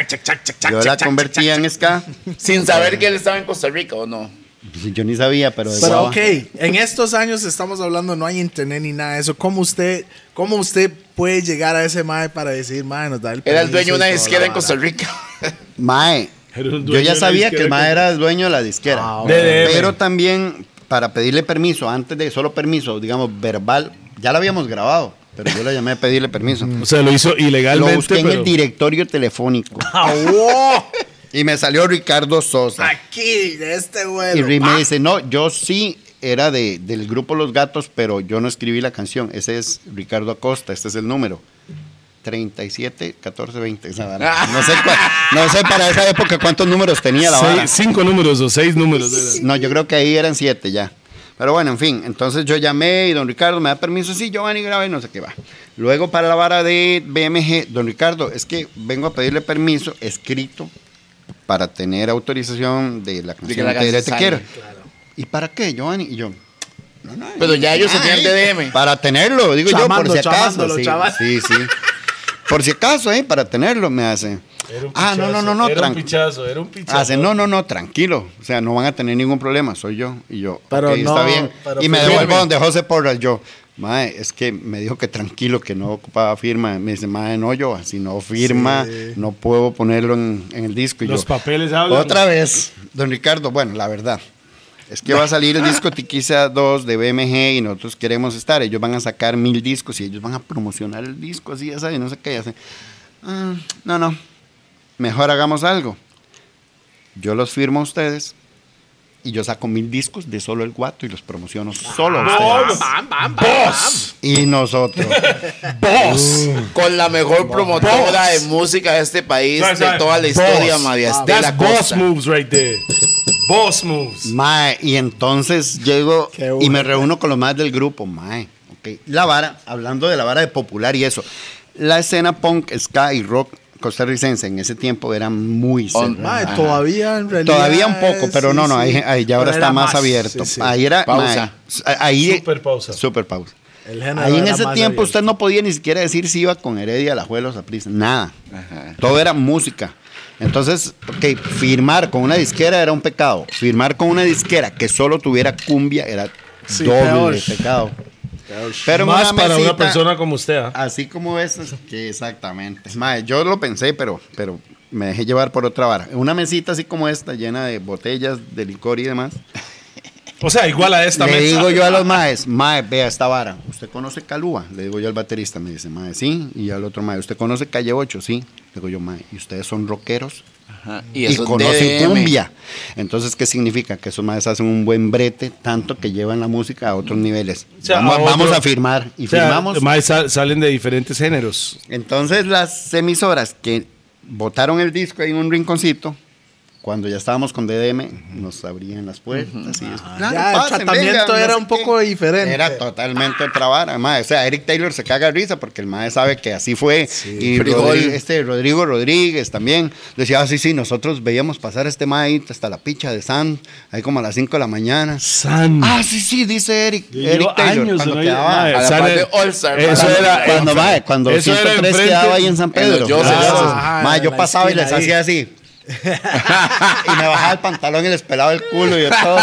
D: Yo la convertía en ska.
C: Sin saber que él estaba en Costa Rica o no.
D: Pues Yo ni sabía, pero. de
B: Pero
D: guava.
B: ok, en estos años estamos hablando, no hay internet ni nada de eso. ¿Cómo usted, cómo usted puede llegar a ese mae para decir, mae, nos da el
C: Era el
B: permiso
C: dueño
B: y
C: de una
B: toda la
C: izquierda en
B: vara"?
C: Costa Rica.
D: Mae.
E: Era un
D: Yo
E: dueño
D: ya
E: de la
D: sabía que el
E: disquera
D: mae era dueño de la disquera.
B: Ah,
E: ok. DDM.
D: Pero también, para pedirle permiso, antes de solo permiso, digamos, verbal, ya lo habíamos grabado, pero yo le llamé a pedirle permiso.
E: O sea, lo hizo
D: Lo
E: ilegalmente.
D: busqué en el
E: Mm. pero-
D: directorio telefónico.
B: Ah, wow.
D: Y me salió Ricardo
E: Ah,
D: Sosa.
B: Aquí, de este
D: Y
B: güey.
D: Rick me dice, no, yo sí era de, del grupo Los Gatos, pero yo no escribí la canción. Ese es Ricardo Acosta, este es el número. 37, 14, 20. esa vara. No sé, cuál- no sé para esa época cuántos números tenía la
E: Seis-
D: vara.
E: cinco números o seis números. era.
D: No, yo creo que ahí eran siete ya. Pero bueno, en fin, entonces yo llamé y don Ricardo me da permiso, sí, Giovanni graba y no sé qué va. Luego para la vara de BMG, don Ricardo, es que vengo a pedirle permiso escrito para tener autorización de la
C: que
D: canción
C: la
D: Te diré,
C: canción
D: te quiero.
C: salga,
D: ¿Y para qué, Giovanni? Y yo,
C: Pero ya ellos
D: "Ay,
C: tenían TDM.
D: Para tenerlo, digo
B: Chamando,
D: yo, por si acaso.
B: chamándolo,
D: Sí,
B: chaval.
D: sí, sí. Por si acaso, ¿eh? Para tenerlo, me hace.
E: Era un
D: Ah, no,
E: pichazo,
D: no, no, no,
E: Era un
D: tranquilo.
E: pichazo, era un pichazo.
D: Hace, no, no, no, tranquilo. O sea, no van a tener ningún problema, soy yo. Y yo,
B: Pero
D: ok,
B: no,
D: está bien.
B: pero pues
D: y me
B: firme.
D: devuelvo donde José Porras, yo. Mae, es que me dijo que tranquilo, que no ocupaba firma. Me dice, mae, no, yo, si no firma, no puedo ponerlo en, en el disco. Y
E: Los
D: yo,
E: papeles hablan.
D: Otra vez, don Ricardo, bueno, la verdad. Es que va a salir el disco Tiquiza 2 de BMG y nosotros queremos estar. Ellos van a sacar mil discos y ellos van a promocionar el disco, así, ya sabes, no sé qué, ya sé. "Ah, no, no. Mejor hagamos algo. Yo los firmo a ustedes y yo saco mil discos de solo el guato y los promociono solo a
E: Este,
A: Ah,
D: ustedes. Y nosotros.
C: Vos, con la mejor promotora de música de este país,
E: Sabe,
C: de
E: sabe,
C: toda la historia,
E: boss.
C: María
E: That's
C: Estela
E: boss
C: Costa.
E: moves right there. Boss moves.
D: Mae, y entonces llego
B: Qué bueno.
D: y me reúno con los más del grupo, mae. ok. La vara, hablando de la vara de popular y eso. La escena punk, ska y rock costarricense en ese tiempo era muy
C: On-
D: cerrada.
B: Mae,
C: Ajá.
B: todavía en realidad.
D: Todavía un poco,
B: es-
D: pero
B: sí,
D: no, no,
B: sí.
D: ahí, ahí ya ahora
B: Pero era
D: está más,
B: sí,
D: abierto.
B: sí.
D: Ahí era
C: Pausa.
D: mae, ahí
E: Super pausa.
D: Super pausa.
B: El género
D: Ahí en
B: era
D: ese
B: más
D: tiempo
B: abierto.
D: usted no podía ni siquiera decir si iba con Heredia, la Juela o Saprissa, nada. Todo era música. Entonces, ok, firmar con una disquera era un pecado. Firmar con una disquera que solo tuviera cumbia era
B: Sí,
D: doble
B: peor.
D: pecado. Pero en
E: Más para una
D: mesita,
E: persona como usted. ¿ah?
D: Así como estas, que exactamente. Mae, yo lo pensé, pero, pero me dejé llevar por otra vara. Una mesita así como esta, llena de botellas de licor y demás.
E: O sea, igual a esta
D: Le
E: mesa.
D: digo yo a los maes, mae, vea esta vara. ¿Usted conoce Calúa? Le digo yo al baterista, me dice, mae, sí. Y al otro mae, ¿usted conoce Calle 8? Sí. Le digo yo, mae, ¿y ustedes son rockeros?
C: Ajá,
D: Y,
C: eso es
D: conocen
C: DDM.
D: cumbia. Entonces, ¿qué significa? Que esos maes hacen un buen brete, tanto que llevan la música a otros niveles.
E: O sea,
D: vamos,
E: a
D: a
E: otro-
D: vamos a firmar. Y
E: O sea,
D: firmamos.
E: mae, sal- salen de diferentes géneros.
D: Entonces, las emisoras que botaron el disco ahí en un rinconcito, cuando ya estábamos con DDM, nos abrían las puertas. y
E: Ah.
D: eso. Claro,
B: ya, el tratamiento
D: no
B: era
D: sé
B: un poco diferente.
D: Era totalmente otra vara. mae. o sea, Eric Taylor se caga de risa porque el mae sabe que así fue. y
C: Frijol.
D: Rodri- este Rodrigo Rodríguez también decía, ah, sí, sí, nosotros veíamos pasar este mae ahí hasta la picha de San, ahí como a las 5 de la mañana.
E: San.
D: Ah, sí, sí, dice Eric.
E: Yo
D: Eric
E: llevo
D: Taylor.
E: años
D: cuando
E: de no ir-
D: quedaba-
E: mae,
C: a la
E: San
C: parte
E: era-
C: All Star,
E: Eso
C: mae.
E: era
D: cuando mae, cuando
E: Eso era
D: 103
E: enfrente-
D: quedaba ahí en San Pedro.
C: En los Joseph.
B: Ah,
D: mae,
B: en
D: yo
B: la
D: pasaba y les
B: esquina ahí.
D: hacía así. y me bajaba el pantalón y les pelaba el culo y de todo.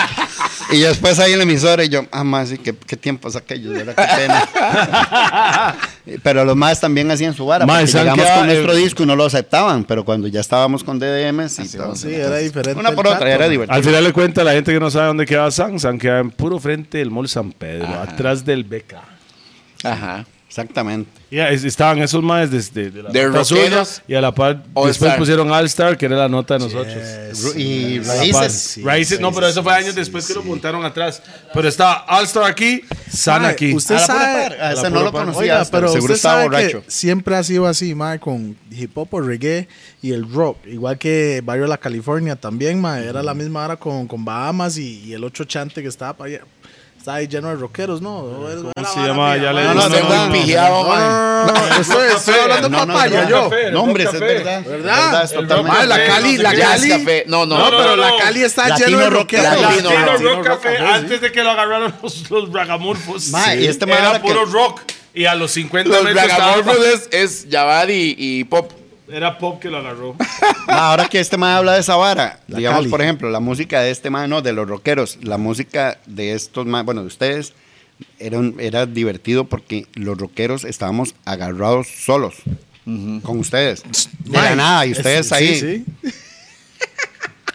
D: Y yo después ahí en la emisora y yo, ah, más, ¿qué, qué tiempos aquellos, ¿verdad? Qué pena. pero los más también hacían su vara.
E: Mae,
D: porque
E: ¿saben
D: llegamos
E: qué?
D: con
E: Ah,
D: nuestro
E: eh,
D: disco y no lo aceptaban, pero cuando ya estábamos con DDM, sí, estábamos-
B: Sí, era diferente.
D: Una
B: el
D: por otra,
B: trato.
D: era divertido.
E: Al final de cuentas, la gente que no sabe dónde
D: Ah.
E: queda San, San queda en puro frente del Mall San Pedro, atrás del Beca.
C: Ajá.
D: Exactamente.
E: Ya, es- estaban esos maes desde de la
C: De
E: nota suya,
C: rockeros.
E: y a la par
C: All
E: después
C: Star.
E: pusieron All Star, que era la nota de nosotros.
B: Eh,
D: Ru- y
E: A la par.
D: raíces.
E: Raíces, no, pero eso fue años después que lo montaron atrás. Pero está All Star aquí, San
B: Mae,
E: aquí.
B: Usted
D: A Ah, la pura
B: sabe.
D: par, a ese
E: la
D: no
E: pura
D: lo
E: par.
D: conocía.
B: Oiga,
D: hasta,
B: pero
D: seguro
B: usted
D: estaba
B: sabe
D: borracho.
B: que siempre ha sido así, mae, con hip hop o reggae y el rock. Igual que Barrio de la California también, mae. Era la misma hora con, con Bahamas y, y el otro chante que estaba para allá. Estaba ahí lleno de rockeros, ¿no? ¿Cómo
E: se llama? Ya le-
B: no,
E: No,
B: no,
C: Usted
E: no,
C: muy
E: no, no,
C: pijado, mae.
B: estoy, estoy hablando
D: No, no, es
B: papaya,
D: verdad.
B: yo.
E: Café, el
D: No, hombre, es
E: Rock
D: verdad.
E: Café.
B: ¿Verdad?
D: ¿Verdad? Es
E: El Rock
D: totalmente.
B: Mae, la
E: Café,
B: Cali,
E: no
B: la
E: sé qué.
C: Jazz
B: Cali.
C: Café. No, no.
B: No,
E: No,
B: pero
E: no,
B: la
E: no.
B: Cali está
D: Latino
B: lleno de
D: rock,
B: rockeros.
C: latino
B: mae.
A: Latino
C: Rock
A: Ah, Rock Café,
D: Café,
A: antes de que lo agarraron los, los ragamurfos.
D: Ma, y este man
A: era
D: era que-
A: puro rock. Y a los 50
C: Los
A: metros estaba-
C: Ragamorphos es, es Javad y, y Pop.
A: Era Pop que lo agarró.
D: Ma, ahora que este man habla de esa vara,
B: La
D: digamos,
B: Cali.
D: por ejemplo, la música de este man, no, de los rockeros, la música de estos más, bueno, de ustedes, era, un- era divertido porque los rockeros estábamos agarrados solos con ustedes. De la
B: Mae,
D: nada, y
B: es-
D: ustedes
B: sí,
D: ahí.
B: sí.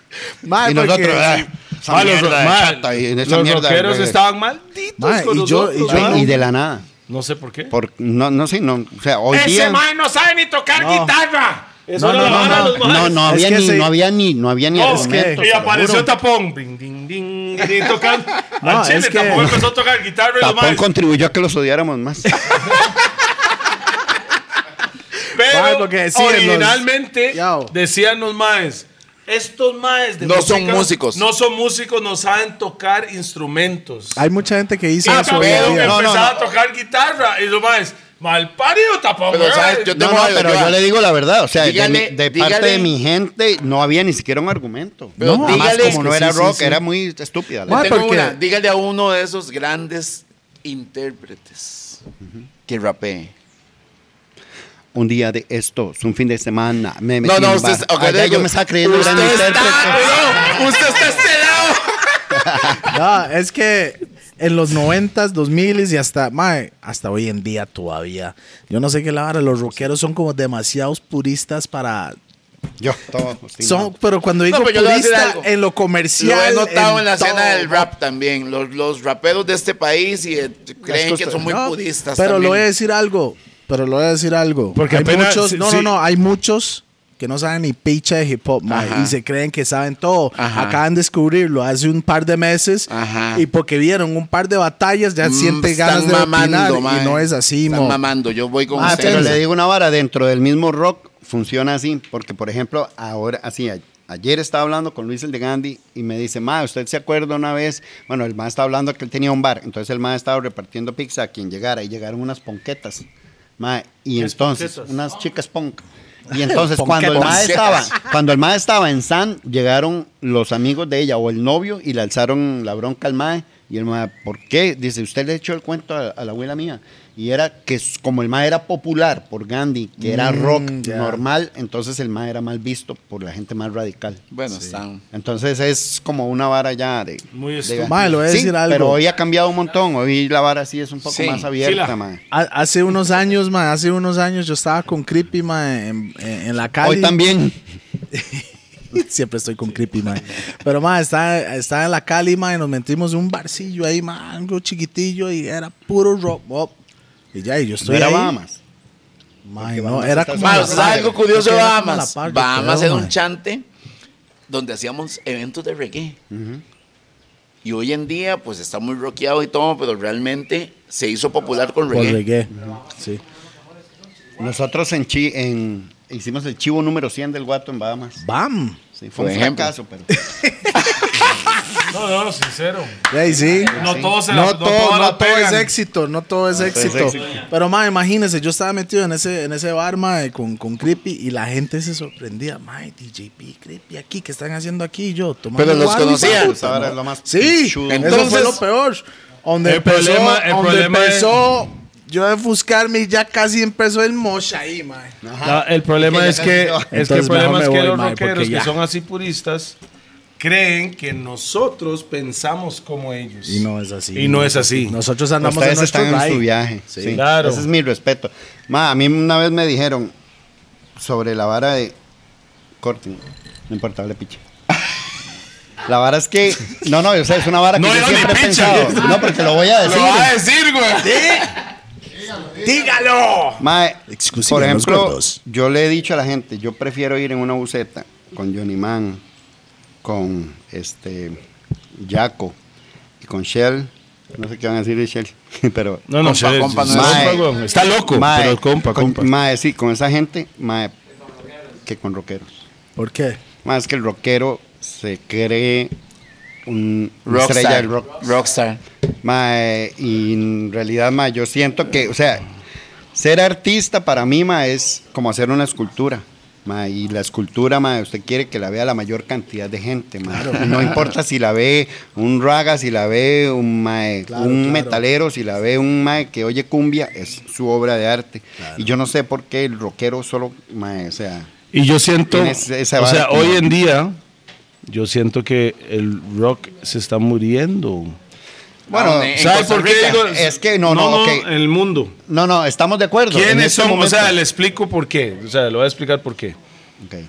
B: Mae,
D: Y
B: porque-
D: nosotros, ah, esa
E: Ah, los
D: mierda de
E: ma,
D: chata y esa
E: los
D: mierda de
E: rockeros
D: reggae.
E: estaban malditos
B: Ma,
E: con
B: y yo-
E: nosotros,
B: y yo-
E: ¿verdad?
D: Ay, Y de la nada.
E: No sé por qué.
D: Por, no, no sé, no, o sea, hoy
A: ¡Ese
D: día...
A: man no sabe ni tocar guitarra! Eso
B: No,
A: era
B: no,
A: la
B: no,
A: vara de los
D: No, no,
A: maes.
D: no
B: Es
D: había,
B: que
D: ni,
B: sí.
D: no había ni, no había ni
A: No,
D: argumentos,
A: Oh, y
D: te lo
A: apareció
D: juro.
A: Tapón. Ding, ding, ding, ding, tocando.
B: No,
A: Al chile,
B: es que-
A: Tapón empezó a tocar guitarra y lo
D: Tapón
A: más.
D: contribuyó a que los odiáramos más.
A: Pero
B: Mae, porque decían los-
A: originalmente
B: Yao.
A: decían los maes, estos maes de
C: No son músicos.
A: No son músicos, no saben tocar instrumentos.
B: Hay mucha gente que dice
A: Ah,
B: eso. hoy en
A: pero
C: pedo,
B: día.
A: empezaba
D: No, no,
A: a tocar guitarra y los maes, mal parido tapón.
C: Pero,
A: weón".
C: ¿sabes? Yo-
D: No, no, pero yo le digo la verdad, o sea, de
C: Dígale,
D: mi- de, parte
C: dígale.
D: de mi gente no había ni siquiera un argumento.
C: Pero
D: no, además,
C: dígale-
D: como no
B: Sí,
D: era
B: sí,
D: rock,
B: sí.
D: era muy estúpida. la
B: Ma,
D: gente.
C: Tengo
B: porque-
C: una. Dígale a uno de esos grandes intérpretes que rapee.
D: Un día de esto, un fin de semana, me metí
C: No, no,
D: en un
C: usted
D: bar.
C: está- ok,
D: Allá
C: le digo,
D: yo me estaba creyendo
C: usted
D: gran
C: está,
D: intérprete.
C: no, usted está este lado.
B: No, es que en los 90s, 2000 y hasta, mae, hasta hoy en día todavía. Yo no sé qué la vara, los rockeros son como demasiados puristas para.
D: Yo, todo pues, obstinado.
B: Son, pero cuando digo
C: No, pero yo le voy a decir
B: purista,
C: algo.
B: en lo comercial.
C: Lo he notado en, la
B: todo.
C: escena del rap también. Los, los raperos de este país y, eh, creen que
D: cosas-
C: son muy
B: No,
C: budistas.
B: Pero
C: también.
B: lo voy a decir algo. Pero lo voy a decir algo.
E: Porque
B: hay
E: apenas-
B: muchos.
E: sí,
B: No,
E: sí.
B: no, no. Hay muchos que no saben ni picha de hip hop, mae,
C: Ajá.
B: y se creen que saben todo.
C: Ajá.
B: Acaban de descubrirlo hace un par de meses
C: Ajá.
B: y porque vieron un par de batallas ya
C: Mm,
B: sienten
C: están
B: ganas de opinar
C: mae.
B: y no es así,
C: Están
B: mo.
C: mamando, yo voy con
D: Ah,
C: ustedes.
D: pero le digo una vara, dentro del mismo rock funciona así, porque por ejemplo, ahora, así, a- ayer estaba hablando con Luis el de Gandhi y me dice, ma, ¿usted se acuerda una vez? Bueno, el ma estaba hablando que él tenía un bar, entonces el ma estaba repartiendo pizza a quien llegara y llegaron unas ponquetas, ma, y entonces,
A: ponquetas?
D: unas chicas punk. Y entonces cuando el
B: Ponquetas.
D: ma estaba, cuando el ma estaba en San, llegaron los amigos de ella o el novio y le alzaron la bronca al mae. Y el mae, ¿por qué? Dice, usted le echó el cuento a, a la abuela mía. Y era que s- como el mae era popular por Gandhi, que era
B: Mm,
D: rock
B: ya.
D: normal, entonces el mae era mal visto por la gente más radical.
C: Bueno, están.
D: Entonces es como una vara ya de...
A: Muy
D: de-
A: estúpido.
B: Mae, le voy a
D: Sí,
B: decir algo.
D: Pero hoy ha cambiado un montón. Hoy la vara sí es un poco
C: Sí.
D: más abierta,
A: Sí, la-
D: mae.
B: Ha- Hace unos años, mae, hace unos años yo estaba con Creepy, mae, en, en- en la calle.
D: Hoy también.
B: Siempre estoy con creepy, man. Pero, man, está, está en la Cali, man, y nos metimos en un barcillo ahí, man, algo chiquitillo, y era puro rock. pop. Y ya, y yo estoy
D: Era
B: ahí.
D: Bahamas.
B: Man,
D: Porque
B: no,
D: Bahamas
B: era
D: está
B: como...
D: solo.
B: la
C: Más,
D: Mae,
B: par,
C: algo curioso de
B: creo que era como la
C: Bahamas.
B: par, yo
C: Bahamas
B: creo,
C: era un
B: man.
C: chante donde hacíamos eventos de reggae. Y hoy en día, pues está muy rockeado y todo, pero realmente se hizo popular con
B: Por
C: reggae.
B: reggae. Sí.
D: Nosotros en Chi, en, hicimos el chivo número 100 del guato en Bahamas.
B: ¡Bam!
D: Sí, fue
C: Por
D: un
C: ejemplo.
D: fracaso, pero.
A: No, no, sincero.
B: Y ahí sí.
A: No todos se la,
B: No, todo,
A: todas la
B: no todo es
A: pegan.
B: éxito, no todo es éxito. Pero, man, imagínese, yo estaba metido en ese, en ese bar, man, con, con Creepy y la gente se sorprendía. Man, DJP, Creepy aquí, ¿qué están haciendo aquí? Y yo, tomando
C: Pero los
B: guaro,
C: conocían.
B: puta,
D: Esa vara
B: ¿no?
D: es lo más
B: Sí,
D: pichudo.
B: eso fue
C: Entonces-
B: lo peor. Donde
E: El
B: empezó,
E: problema- el
B: donde
E: problema es-
B: empezó yo a buscarme y ya casi empezó el mosh ahí, mae.
E: La- el problema es que, es que el
B: Entonces, mejor
E: problema
B: me
E: es que
B: voy,
E: los
B: mae, porque
E: rockeros que
B: ya.
E: son así puristas creen que nosotros pensamos como ellos.
B: Y no es así.
E: Y no es así.
B: Nosotros andamos
D: Ustedes
B: en nuestro
D: están en
B: ride.
D: su viaje.
B: Sí.
D: sí.
E: Claro.
D: Ese es mi respeto. Ma, a mí una vez me dijeron sobre la vara de. Corten. No importa, le piche. La vara es que. No, no, o sea, es una vara que
E: No, yo
D: yo
E: le
D: siempre he
E: picha.
D: pensado. No, porque lo voy a decir.
C: decir, güey.
G: ¡Dígalo!
D: Mae,
H: Exclusiva
D: por
H: en los
D: ejemplo,
H: gordos.
D: yo le he dicho a la gente, yo prefiero ir en una buceta con Johnny Man, con este Jaco y con Shell. No sé qué van a decir de Shell, pero
A: No, no,
C: Compa,
A: Shell,
C: compa, no
A: sí,
C: es-
A: compa,
D: Mae.
A: weón. Está loco,
D: mae,
A: pero compa,
D: con-
A: compa.
D: mae, sí, con esa gente, mae, que con rockeros.
B: ¿Por qué?
D: Más que el rockero se cree un una
C: Rockstar.
D: estrella del rock.
C: Rockstar.
D: Mae, y en realidad, mae, yo siento que, o sea, ser artista para mí, mae, es como hacer una escultura. mae, y la escultura, mae, usted quiere que la vea la mayor cantidad de gente, mae. No importa si la ve un raga, si la ve un, mae,
B: Claro,
D: un
B: claro.
D: metalero, si la ve un mae que oye cumbia, es su obra de arte. Y yo no sé por qué el rockero solo, mae, o sea,
A: Y yo siento,
D: Tienes esa
A: o sea,
D: vara como-
A: hoy en día, yo siento que el rock se está muriendo.
D: bueno,
C: ¿Dónde? En
A: ¿Sabe
C: Costa
A: por qué
C: Rica.
A: digo?
D: Es que no, no, ok.
A: el mundo.
D: no, no, estamos de acuerdo. en
A: eh. ¿Quiénes
D: este
A: son? O sea,
D: momento.
A: le explico por qué. O sea, le voy a explicar por qué.
D: Ok.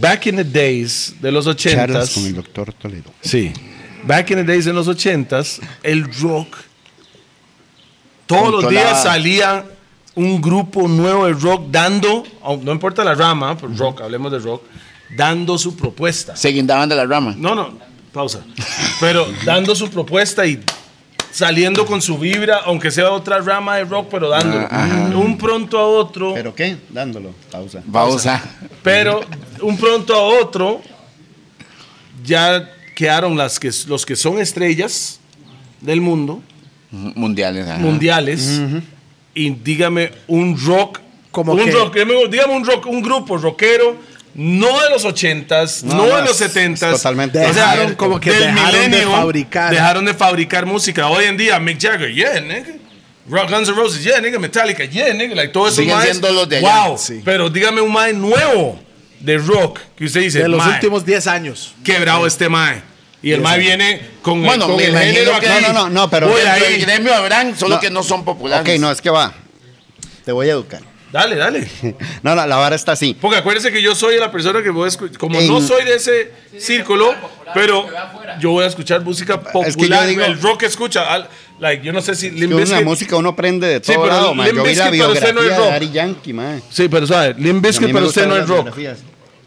A: Back in the days de los
D: Charlas
A: ochentas.
D: con el doctor Toledo.
A: Sí. Back in the days en los ochentas, el rock. Todos los
C: Controlaba.
A: días salía un grupo nuevo de rock dando, oh, no importa la rama, pues rock, hablemos de rock, dando su propuesta.
C: Se guindaban de la rama.
A: No, no, pausa. Pero dando su propuesta y saliendo con su vibra, aunque sea otra rama de rock, pero dándolo. un pronto a otro, pero,
D: ¿Pero qué? Dándolo. Pausa.
C: Pausa.
A: un pronto a otro, ya quedaron las que, los que son estrellas del mundo,
C: Mundiales. ajá.
A: mundiales, y dígame un rock.
B: Como
A: un
B: que-
A: rock, dígame- dígame un rock, un grupo rockero, no de los ochentas, no,
D: No, no,
A: de los
D: es-
A: setentas.
D: es totalmente
B: Dejaron como que
A: del
B: dejaron de
A: milenio,
B: fabricar.
A: Dejaron de fabricar música. Hoy en día, Mick Jagger, yeah, nigga. Rock Guns N' Roses, yeah, nigga. Metallica, yeah, nigga. Like, todos esos
C: Siguen
A: maes,
C: siendo los de allá.
A: Wow.
B: Sí.
A: Pero dígame un mae nuevo de rock que usted dice,
B: De los
A: "Mae,
B: últimos 10 años.
A: qué bravo este mae. Y el mae viene con el,
C: Bueno,
A: con
C: me
A: el
C: imagino
A: género
C: que-
A: aquí.
D: No, no, no, no, pero-
A: Voy
C: Dentro del
A: ahí.
C: gremio habrán, solo
D: No.
C: que no son populares.
D: Ok, no, es que va. Te voy a educar.
A: Dale, dale.
D: No, la, la vara está así.
A: Porque acuérdense que yo soy la persona que voy a escuchar. Como
D: En-
A: no soy de ese círculo, pero yo voy a escuchar música popular.
D: Es que yo digo-
A: el rock escucha. al- like, yo no sé si
D: Es
A: Limp
D: que una
A: Bizkit-
D: música uno aprende de
A: Sí,
D: todo
A: pero
D: lado, man.
A: Limp
D: Yo vi la
A: Bizkit para usted
D: biografía
A: no es
D: de
A: rock.
D: Ari Yankee, man.
A: Sí, pero sabe, Limp
D: Y a mí
A: Bizkit
D: me
A: para usted no
D: gustan
A: es
D: las
A: rock.
D: biografías.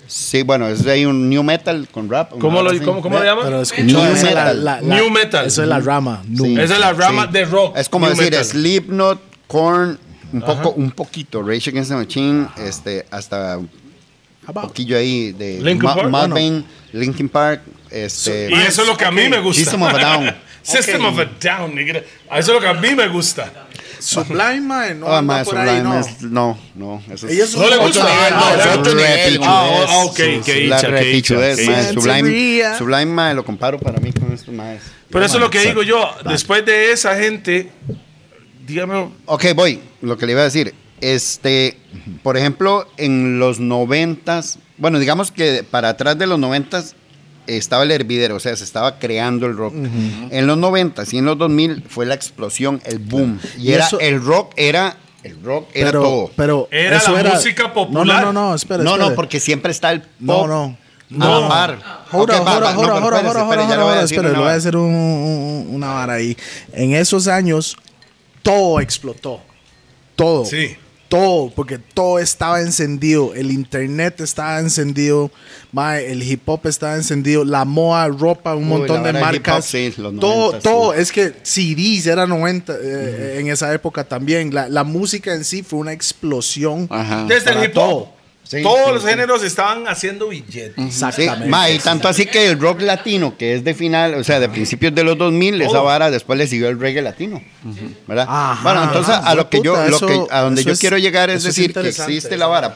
D: Sí, bueno, es de ahí un new metal con rap. una
A: ¿Cómo lo,
D: vara así.
A: cómo, cómo lo
D: Ve,
A: llama?
B: Pero escuchó
D: New
B: esa la-
D: metal.
B: la- la-
A: New metal.
B: Eso es la rama. nu-
D: Sí,
A: Esa es la rama de rock,
D: Es como
A: new
D: decir
A: metal.
D: Slipknot, Korn, un poco, un poquito, Rage Against the Machine,
A: Ah.
D: este, hasta un
B: Ah,
D: poquillo ahí de
A: Linkin
D: Ma-
A: Park,
D: Malvin, Linkin Park, este.
A: Y eso es lo que a mí me gusta.
D: System of a Down.
A: System of a Down, nigga. Eso es lo que a mí me gusta.
B: Sublime, mae, no
D: Ah,
B: anda
D: mae,
B: por ahí,
D: Sublime
B: no.
D: es- no, no, eso es-
B: Ella es
A: No le
B: una-
A: gusta.
B: otra-
C: nivel, no,
B: ah,
C: es
B: otra-
C: otro nivel,
D: Repitudez,
A: Ah, oh, ok,
D: sí,
A: que
D: sí,
A: hincha,
D: la
A: que
D: repitudez,
A: hincha,
D: mae,
B: sí.
D: Sublime,
B: Sensibría.
D: Sublime, mae, lo comparo para mí con este esto, mae.
A: Pero eso es lo que digo yo. Después de esa gente, dígame,
D: Ok, voy, lo que le iba a decir. Este, por ejemplo, en los noventas, bueno, digamos que para atrás de los noventas estaba el hervidero, o sea, se estaba creando el rock. En los noventas y en los 2000 fue la explosión, el boom. Y,
B: Y
D: era,
B: eso-
D: el rock era, el rock era
B: pero,
D: todo.
B: Pero
A: Era
B: eso
A: la música popular.
B: No, no, no, no, espera,
D: no, no,
B: espera.
D: porque siempre está el pop.
B: No, no.
D: No, par.
B: Jura,
D: Ok, va,
B: jura,
D: va,
B: jura,
D: no, pero
B: jura,
D: espérese,
B: jura,
D: espérese,
B: jura,
D: ya le voy a
B: jura,
D: decir
B: espera,
D: una
B: le voy a
D: vara.
B: decir un- un- un- una vara ahí. En esos años, todo explotó. Todo.
A: Sí.
B: Todo, porque todo estaba encendido. El internet estaba encendido. mae, el hip hop estaba encendido. La moda, ropa, un
D: Uy,
B: montón
D: la
B: de
D: vara del hip
B: marcas.
D: hop, sí, los
B: todo,
D: 90,
B: todo.
D: sí.
B: Es que CDs era 90 eh, en esa época también. La, la música en sí fue una explosión.
C: Ajá.
A: desde el
B: Para
A: hip hop,
B: todo.
D: Ah, Sí,
A: todos
D: sí,
A: los
D: sí.
A: géneros estaban haciendo billetes.
D: Sí,
B: Exactamente.
D: ma, y tanto así que el rock latino, que es de final, o sea, de principios de los 2000, esa
A: Todo.
D: vara después le siguió el reggae latino. ¿verdad?
B: Ajá.
D: bueno, entonces a lo que yo,
B: Puta,
D: lo
B: eso-
D: que, a donde
B: eso
D: yo
B: es-
D: quiero llegar es
B: eso es
D: decir que
B: interesante,
D: existe
B: eso.
D: la vara,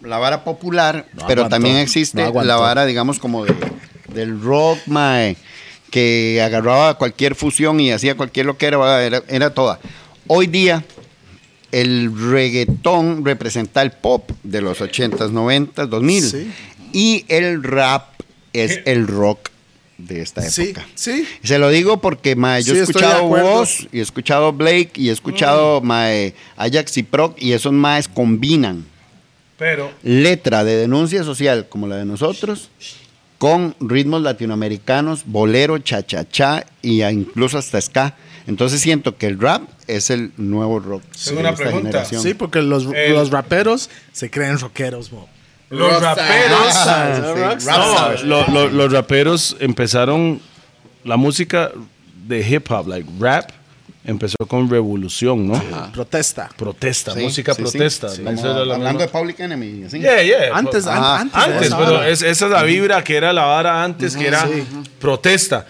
D: la vara popular,
B: No
D: pero
B: aguantó,
D: también existe
B: no aguantó.
D: la vara, digamos, como de- del rock, mae, que agarraba cualquier fusión y hacía cualquier lo que era, era, era toda. Hoy día, el reggaetón representa el pop de los 80s, 90s, 2000.
B: Sí. Eh.
D: Y el rap es el rock de esta
B: Sí,
D: época.
B: sí.
D: Se lo digo porque mae, yo
B: Sí,
D: he
B: estoy de
D: escuchado
B: acuerdo. Mm.
D: Woz y he escuchado Blake y he escuchado mae, Ajax y Proc y esos maes combinan
A: Pero
D: letra de denuncia social como la de nosotros con ritmos latinoamericanos, bolero, cha-cha-cha y a- incluso hasta ska. Entonces siento que el rap es el nuevo rock.
A: Tengo
D: de
A: una
D: esta
A: pregunta.
D: generación.
B: Sí, porque los,
E: Eh,
A: El-
B: los raperos se creen rockeros, mo.
A: Los
F: Rockstar.
A: raperos.
D: Ah, sí,
E: No,
D: rockstar.
E: lo- lo- los raperos empezaron la música de hip hop, like rap, empezó con revolución, ¿no?
D: Ah.
B: Protesta.
E: Protesta,
D: Sí,
E: música
D: sí, sí.
E: protesta.
D: Sí.
E: Esa
D: Como
E: era la
D: hablando de
E: misma-
D: Public Enemy. así.
E: Yeah, yeah.
B: Antes, an-
D: Ah,
B: antes, de
E: Antes,
B: esa
E: pero
B: hora.
E: es- esa es la vibra que era la vara antes, que era protesta.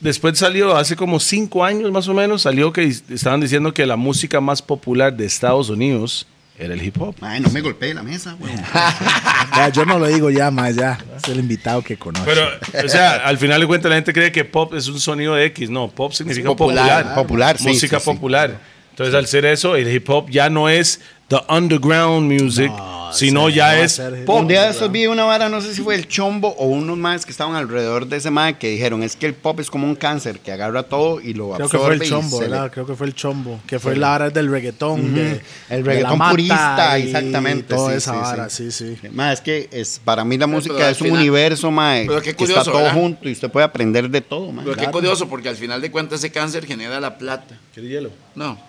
E: Después salió, hace como cinco años más o menos, salió que dis- estaban diciendo que la música más popular de Estados Unidos era el hip hop.
D: Ay, no me golpeé la mesa, güey.
B: Ya, yo no lo digo ya, más ya. Es el invitado que conoce.
E: Pero, o sea, al final de cuentas la gente cree que pop es un sonido de X. No, pop significa
C: popular,
E: popular.
D: popular, sí,
E: Música
D: sí, sí.
E: popular. Entonces, al ser eso, el hip hop ya no es the underground music, sino
B: Ah, sí,
E: ya
B: no va a
E: es
B: ser hip
E: pop.
D: Un día de estos vi una vara, no sé si fue el chombo o unos más que estaban alrededor de ese mae que dijeron es que el pop es como un cáncer que agarra todo y lo
B: Creo
D: absorbe.
B: que fue el
D: y
B: chombo,
D: se le-
B: ¿verdad? Creo que fue el chombo. Que fue la hora del reggaetón. de- de la
D: reggaetón
B: mata
D: purista, exactamente,
B: Toda
D: sí,
B: esa
D: sí,
B: vara,
D: sí.
B: sí, sí.
D: Mae, es que es, para mí la
C: pero
D: música
C: al
D: es un
C: final-
D: universo, mae,
C: Pero qué
D: que está
C: curioso,
D: todo
C: ¿verdad?
D: junto y usted puede aprender de todo, mae.
C: Pero qué curioso, porque al final de cuentas ese cáncer genera la plata.
E: hielo?
C: No.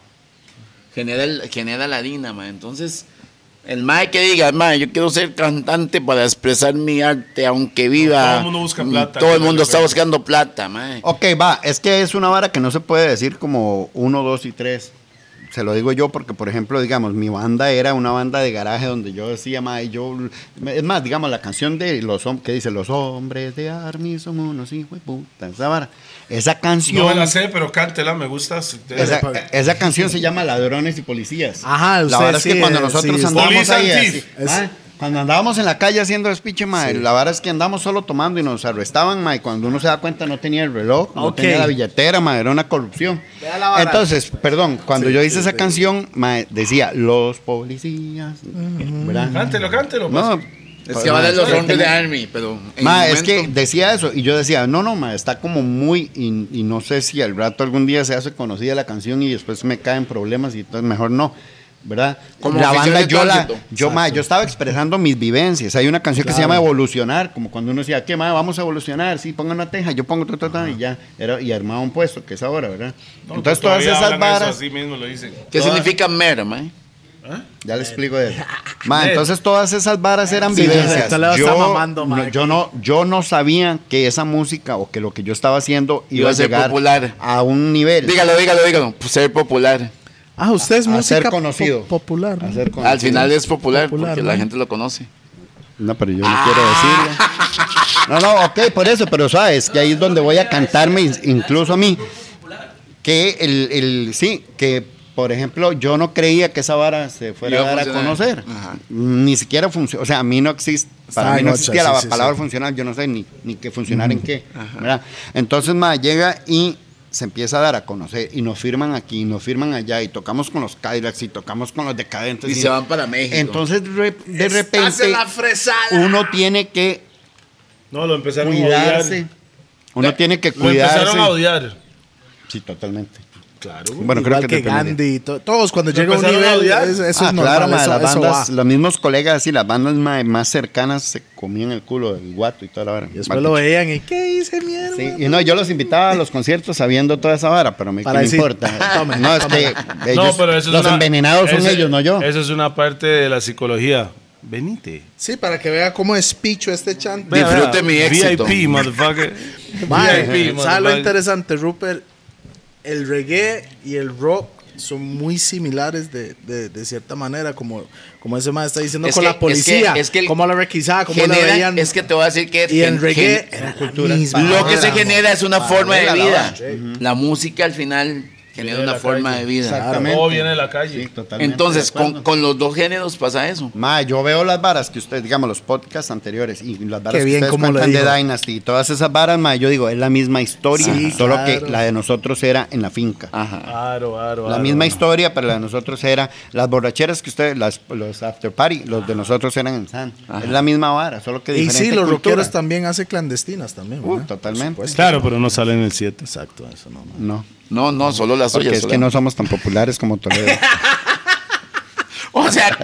C: Genera, el- genera la harina, ma. Entonces, el mae que diga, mae, yo quiero ser cantante para expresar mi arte, aunque
E: todo
C: viva. mm,
E: el mundo busca plata.
C: Todo el mundo está buscando plata, mae.
D: Ok, va, es que es una vara que no se puede decir como uno, dos y tres. Se lo digo yo porque, por ejemplo, digamos, mi banda era una banda de garaje donde yo decía, mae, yo... Es más, digamos, la canción de los hombres, que dice, los hombres de Army son unos hijos de puta, esa vara. Esa canción...
A: No me la sé, pero cántela, me gusta. Si te-
D: Esa, esa canción se llama Ladrones y Policías.
B: Ajá,
D: la
B: usted
D: verdad es
B: sí,
D: que cuando
B: eh,
D: nosotros
B: sí,
D: andábamos
A: Police
D: ahí,
A: and
D: así,
A: Thief.
B: Es-
D: ma, cuando andábamos en la calle haciendo despiche, ma, la verdad es que andamos solo tomando y nos arrestaban, ma, y cuando uno se da cuenta no tenía el reloj, no
B: Ok.
D: tenía la billetera, ma, era una corrupción. Entonces, perdón, cuando yo hice esa canción, ma, decía los policías, ¿verdad?
A: Cántelo, cántelo.
D: No,
C: Es
D: pues,
C: que
D: ma,
C: vale los
D: yo
C: hombres de
D: tenía-
C: Army, pero. en
D: Ma,
C: el
D: es que
C: momento-
D: decía eso y yo decía, no, no, ma, está como muy y, y no sé si al rato algún día se hace conocida la canción y después me caen problemas y entonces mejor no. ¿Verdad?
C: Como
D: la
C: oficial
D: banda
C: de
D: yo la-
C: tránsito.
D: yo, ma, yo estaba expresando mis vivencias. Hay una canción que se llama Evolucionar, como cuando uno decía, ¿qué ma, vamos a evolucionar? Sí, pongan una teja, yo pongo ta, ta, ta", y ya era y armaba un puesto, que es ahora, ¿verdad?
A: No, pues,
D: entonces
A: todavía
D: todas esas
A: hablan
D: varas
A: Eso, así mismo lo dicen.
C: ¿Qué
D: toda-
C: significa mera, mae?
D: ya le explico de eso. Ma, entonces todas esas varas eran
B: Eh. Sí,
D: vivencias.
B: te la
D: Yo,
B: está mamando, ma,
D: no, yo, no, yo no sabía que esa música o que lo que yo estaba haciendo iba,
C: Iba a
D: a
C: ser
D: llegar
C: popular.
D: a un nivel.
C: Dígalo, dígalo, dígalo. Pues, Ser popular.
B: Ah, usted es
D: a
B: música
D: ser conocido.
B: po- popular. ¿no?
D: A ser conocido.
C: Al final es popular,
B: Popular,
C: porque la
B: mae.
C: gente lo conoce.
D: No, pero yo no quiero decirlo. No, no, ok, por eso, pero sabes que ahí es donde voy a cantarme, in- incluso a mí. Que el, el- sí, que por ejemplo, yo no creía que esa vara se fuera
C: Iba a
D: a dar a
C: funcionar.
D: conocer.
C: Ajá.
D: Ni siquiera funciona. O sea, a mí no existe. Para
B: Ah,
D: mí no
B: no,
D: existía
B: sí,
D: la
B: sí,
D: palabra
B: sí.
D: funcional. Yo no sé ni, ni qué funcionar en qué. ¿verdad? Entonces, ma, llega y se empieza a dar a conocer. Y nos firman aquí, y nos firman allá. Y tocamos con los Cadillacs y tocamos con los Decadentes.
C: Y se van para México.
D: Entonces, re- de repente uno tiene que
E: No, lo empezaron
D: cuidarse. Uno tiene que
E: Lo empezaron a
D: cuidarse.
E: odiar.
D: Sí, totalmente.
E: Claro.
D: Bueno, creo
B: Igual que,
D: que, depende.
B: Gandhi, to- todos cuando llega a un
E: empezaron a
B: nivel,
E: odiar?
B: es- eso
D: Ah,
B: es normal,
D: claro, ma,
B: eso,
D: las
B: eso
D: bandas,
B: va.
D: los mismos colegas y las bandas ma, más cercanas se comían el culo del guato y toda la vara.
B: Y después lo veían y, ¿qué hice, mierda?
D: Sí, y no, yo los invitaba a los conciertos sabiendo toda esa vara, pero a mí que
B: Para
D: me
B: decir,
D: importa.
B: tomen,
D: no, es
B: tomen.
D: que ellos, los
E: una-
D: envenenados son
E: eso-
D: ellos, no yo.
E: Eso es una parte de la psicología. Venite.
B: Sí, para que vea cómo es picho este chante.
C: Vea, Disfrute mi éxito.
E: VIP, motherfucker.
B: Mae,
E: VIP,
B: ¿Sabes eh, lo
E: motherfucker.
B: interesante, Rupert? El reggae y el rock son muy similares de, de- de cierta manera, como, como ese man está diciendo
C: Es
B: con
C: que-
B: la policía,
C: es que- es que el-
B: cómo la requisaba, cómo la
C: Genera-
B: veían.
C: es que te voy a decir que.
B: y
C: gen-
B: en reggae
C: gen-
B: era
D: cultura
B: la misma
C: Lo que
B: vara,
C: se
B: mo.
C: genera es una forma de
B: Paralela,
C: vida.
B: la vara.
C: La música al final genera
E: de
C: una
E: la
C: forma
E: calle.
C: de vida.
D: Exactamente.
E: Todo viene de la calle.
D: Sí, totalmente
C: Entonces,
D: de acuerdo.
C: con, con los dos géneros pasa eso.
D: Ma, yo veo las varas que ustedes, digamos, los podcasts anteriores y las varas
B: Qué bien
D: que ustedes
B: como lo
D: cuentan
B: dijo.
D: de Dynasty y todas esas varas, ma, yo digo, es la misma historia,
B: Sí,
D: solo
B: claro.
D: que la de nosotros era en la finca.
A: Ah,
C: Ajá.
E: Aro, aro,
D: La
E: aro,
D: misma
E: aro.
D: historia, pero la de nosotros era las borracheras que ustedes, las, los after party, los de nosotros eran en San. Es la misma vara, solo que
B: Y
D: diferente.
B: sí, los
D: cultura.
B: rockeros también hacen clandestinas también,
D: Uh,
B: ¿verdad?
D: totalmente.
E: Claro, pero no sale en el 7. Exacto, eso no.
D: No,
C: No, no, solo las
D: porque
A: ¿eh?
C: suyas.
D: es que no somos tan populares como Toledo.
C: O sea,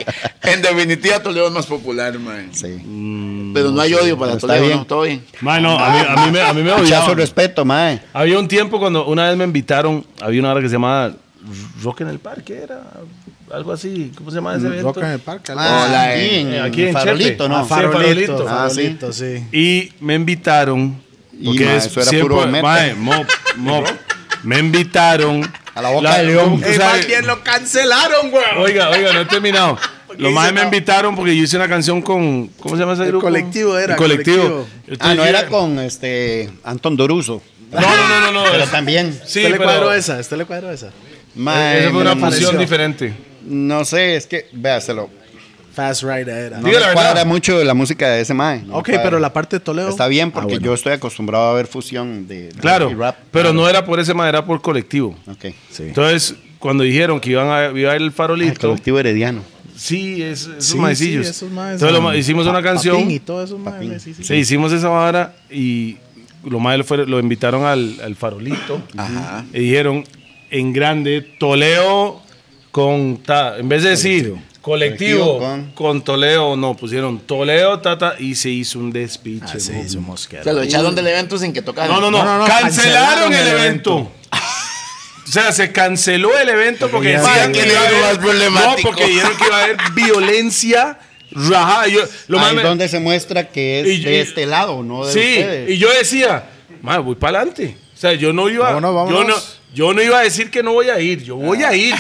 C: en definitiva, Toledo es más popular, man.
D: Mm, Sí.
C: Pero no hay odio para
D: pero está
C: Toledo,
D: bien.
C: no, todo bien.
A: Mae, no, a mí, a mí me, a mí me
D: Muchacho
A: odiaban.
D: respeto, mae.
A: Había un tiempo cuando una vez me invitaron, había una hora que se llamaba Rock en el Parque, era algo así, ¿cómo se llama ese evento?
B: Rock en el parque. algo
D: Ah,
B: así.
D: la-
C: aquí
D: en,
A: en- eh, aquí en
D: Farolito,
A: Chepe.
D: ¿no?
A: Ah,
B: Ah, farolito, farolito,
A: farolito.
D: Ah, sí.
B: sí.
A: Y me invitaron,
D: Y,
A: porque
D: mae,
A: es
D: eso era
A: siempre-
D: puro metal.
A: mae, mop, mop. me invitaron
D: A la boca del león.
A: o
I: Eh,
A: sea,
I: más bien lo cancelaron, güey.
A: Oiga, oiga, no he terminado. Los más me invitaron porque yo hice una canción con. ¿Cómo se llama ese
B: El
A: grupo?
B: Colectivo era,
A: El colectivo.
B: Colectivo.
A: Entonces
D: Ah, no,
A: yo-
D: era con este Anton Doruso.
A: No, no, no, no. no.
D: Pero también. eh,
A: Sí,
B: ¿Usted este le cuadró
A: pero. Esa
B: esa? ¿Usted le cuadró esa?
D: mae,
A: fue una
D: me
A: fusión
D: pareció.
A: diferente.
D: No sé, es que, véaselo.
B: Fast Rider era.
D: No
A: Diga
D: me
A: la
D: cuadra
A: verdad.
D: mucho la música de ese mae. no me
B: ok,
D: cuadra.
B: pero la parte de Toledo.
D: Está bien porque
B: Ah, bueno.
D: yo estoy acostumbrado a ver fusión de, de
A: Claro.
D: y rap.
A: Pero no era por ese manera, era por colectivo.
D: Ok.
B: Sí.
A: Entonces, cuando dijeron que iban a, iba a ir el
D: El
A: farolito,
D: colectivo herediano.
A: sí, es, esos
B: Ah, Sí,
A: maecillos.
B: sí, esos maes.
A: Entonces, lo ma- hicimos
B: Pa-
A: una canción.
B: Papín y todo eso, mae, sí, sí, sí.
A: Sí, hicimos esa vara y lo más fue, lo invitaron al, al farolito.
C: Ajá.
A: Y dijeron en grande, Toleo con ta. En vez de decir colectivo,
D: Colectivo
A: con...
D: con-
A: Toleo, no, pusieron Toleo, tata, y se hizo un despiche.
B: Ah, se
A: ¿no?
B: hizo
C: O
B: mosquero.
C: sea, lo echaron del evento sin que tocaran.
A: No, no, no,
B: No, no, no,
A: cancelaron,
B: cancelaron
A: el
B: el
A: evento. O sea, se canceló el evento porque
B: Ya,
A: decían
B: ya,
A: que
C: ya.
A: iba a
C: Algo
A: haber-
C: más problemático.
A: No, porque dijeron que iba a haber violencia. Rajá, yo, lo más
D: Ahí
A: me-
D: donde se muestra que es
A: Y-
D: de
A: y-
D: este lado, no de
A: sí,
D: ustedes.
A: y yo decía, "Mae, voy para adelante. O sea, yo no iba
B: Vámonos, vámonos.
A: Yo, no, yo no iba a decir que no voy a ir, yo voy a ir.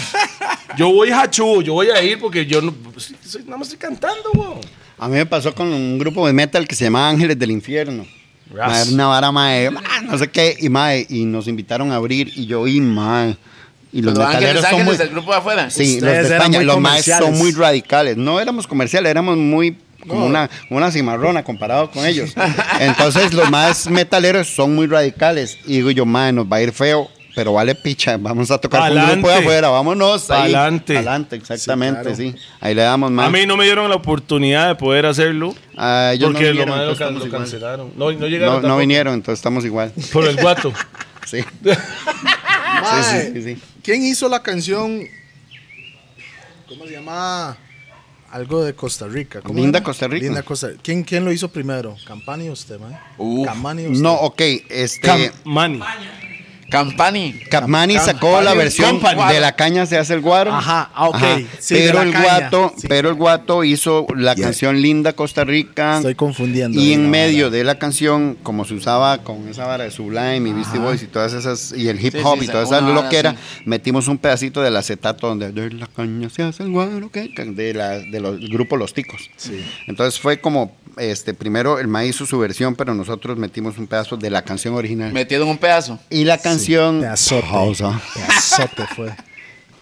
A: yo voy hachu, yo voy a ir porque yo no, pues, soy- nada más estoy cantando, weón.
D: A mí me pasó con un grupo de metal que se llamaba Ángeles del Infierno.
A: Ras.
D: Mae, Una vara, mae, ah, no sé qué, y mae, y nos invitaron a abrir, y yo, y mae. Y los
C: Los ángeles,
D: metaleros son muy...
C: ángeles del grupo de afuera.
D: Sí, los de
B: Ustedes eran
D: España,
B: muy
D: los maes son
B: comerciales.
D: muy radicales. No éramos comerciales, éramos muy como una, como una cimarrona comparado con ellos. Entonces, los más metaleros son muy radicales. Y digo yo, mae, nos va a ir feo, pero vale picha, vamos a tocar con un grupo de
A: Pa'lante.
D: afuera, vámonos. ahí.
A: Pa'lante.
D: Pa'lante, exactamente, sí. Ahí le damos más.
A: A mí no me dieron la oportunidad de poder hacerlo.
D: Ah, ellos no
A: porque lo
D: vinieron,
A: más lo,
D: entonces
A: can-
D: estamos
A: lo
D: igual.
A: cancelaron. No, no llegaron.
D: No, no
A: tampoco.
D: vinieron, entonces estamos igual.
A: Por el guato.
D: Sí.
B: Mae,
D: Sí, sí, sí, sí.
B: ¿Quién hizo la canción? ¿Cómo se llama? Algo de Costa Rica. ¿cómo
D: Linda
B: era?
D: Costa Rica.
B: Linda Costa Rica. ¿Quién, ¿Quién lo hizo primero? ¿Campani o usted, mae?
C: Uf.
B: ¿Campani o usted?
D: No, ok. Este,
A: Cam- Manny.
C: Campani.
D: Capmani sacó la versión
C: Company.
D: de la caña se hace el guaro.
B: Ajá, ah, ok. Sí, de
D: pero
B: la
D: el
B: caña,
D: guato,
B: sí.
D: pero el guato hizo la canción Linda Costa Rica.
B: Estoy confundiendo.
D: Y
B: ahí
D: en
B: la
D: medio
B: vara.
D: de la canción, como se usaba con esa vara de Sublime y Beastie Boys y todas esas, y el hip
C: Sí,
D: hop
C: sí,
D: y toda
C: sacó
D: esa
C: una vara
D: loquera,
C: así.
D: metimos un pedacito del acetato donde de la caña se hace el guaro, que can- de la, de los, del grupo Los Ticos. Entonces fue como, este, primero el maíz hizo su versión, pero nosotros metimos un pedazo de la canción original.
C: Metieron un pedazo.
D: y la canción
B: de azote.
D: pausa.
B: De azote fue.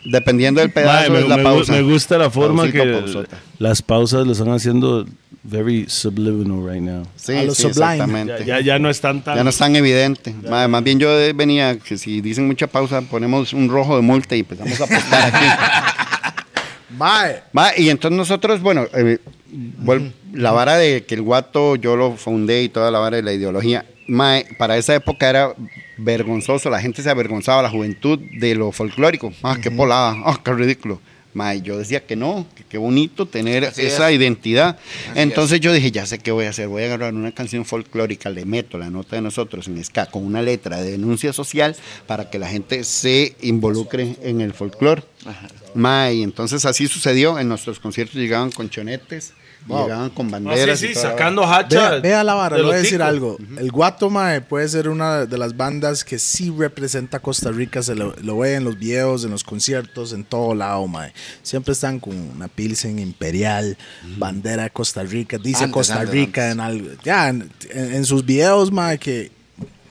D: Dependiendo del pedazo
A: Mae,
D: es la
A: gu-
D: pausa.
A: me gusta la forma
D: Pausita,
A: que
D: pausota.
A: las pausas lo están haciendo very subliminal right now.
D: Sí,
B: A lo
D: sí,
B: Sublime.
A: Ya,
D: exactamente.
A: ya, ya no están tan.
D: Ya no es tan evidente. Ma- Más bien yo de- venía, que si dicen mucha pausa, ponemos un rojo de multa y empezamos a apostar aquí.
B: Mae,
D: Ma, y entonces nosotros, bueno, eh, vuel- la vara de que el guato yo lo fundé y toda la vara de la ideología, ma, para esa época era vergonzoso, la gente se avergonzaba, la juventud de lo folclórico. Ah, qué polada, ah, qué ridículo. Ma, y yo decía que no, que qué bonito tener
C: Así
D: esa
C: es.
D: identidad.
C: Así
D: entonces yo dije, ya sé qué voy a hacer, voy a agarrar una canción folclórica, le meto la nota de nosotros en ska con una letra de denuncia social para que la gente se involucre en el folclore. Ma, y entonces así sucedió, en nuestros conciertos llegaban con chonetes, llegaban con
A: Ah, sí,
D: banderas. y
A: sí,
D: toda la
A: sacando
B: vea,
A: hacha.
B: vea la vara,
A: de
B: le voy a
A: los
B: decir
A: ticos.
B: algo. El Guato, mae, puede ser una de las bandas que sí representa a Costa Rica. Se lo, lo ve en los videos, en los conciertos, en todo lado, mae. Siempre están con una pilsen imperial, bandera de Costa Rica. Dice
C: Antes,
B: Costa
C: antes,
B: Rica
C: antes.
B: en algo. Ya, en, en- en sus videos, mae, que...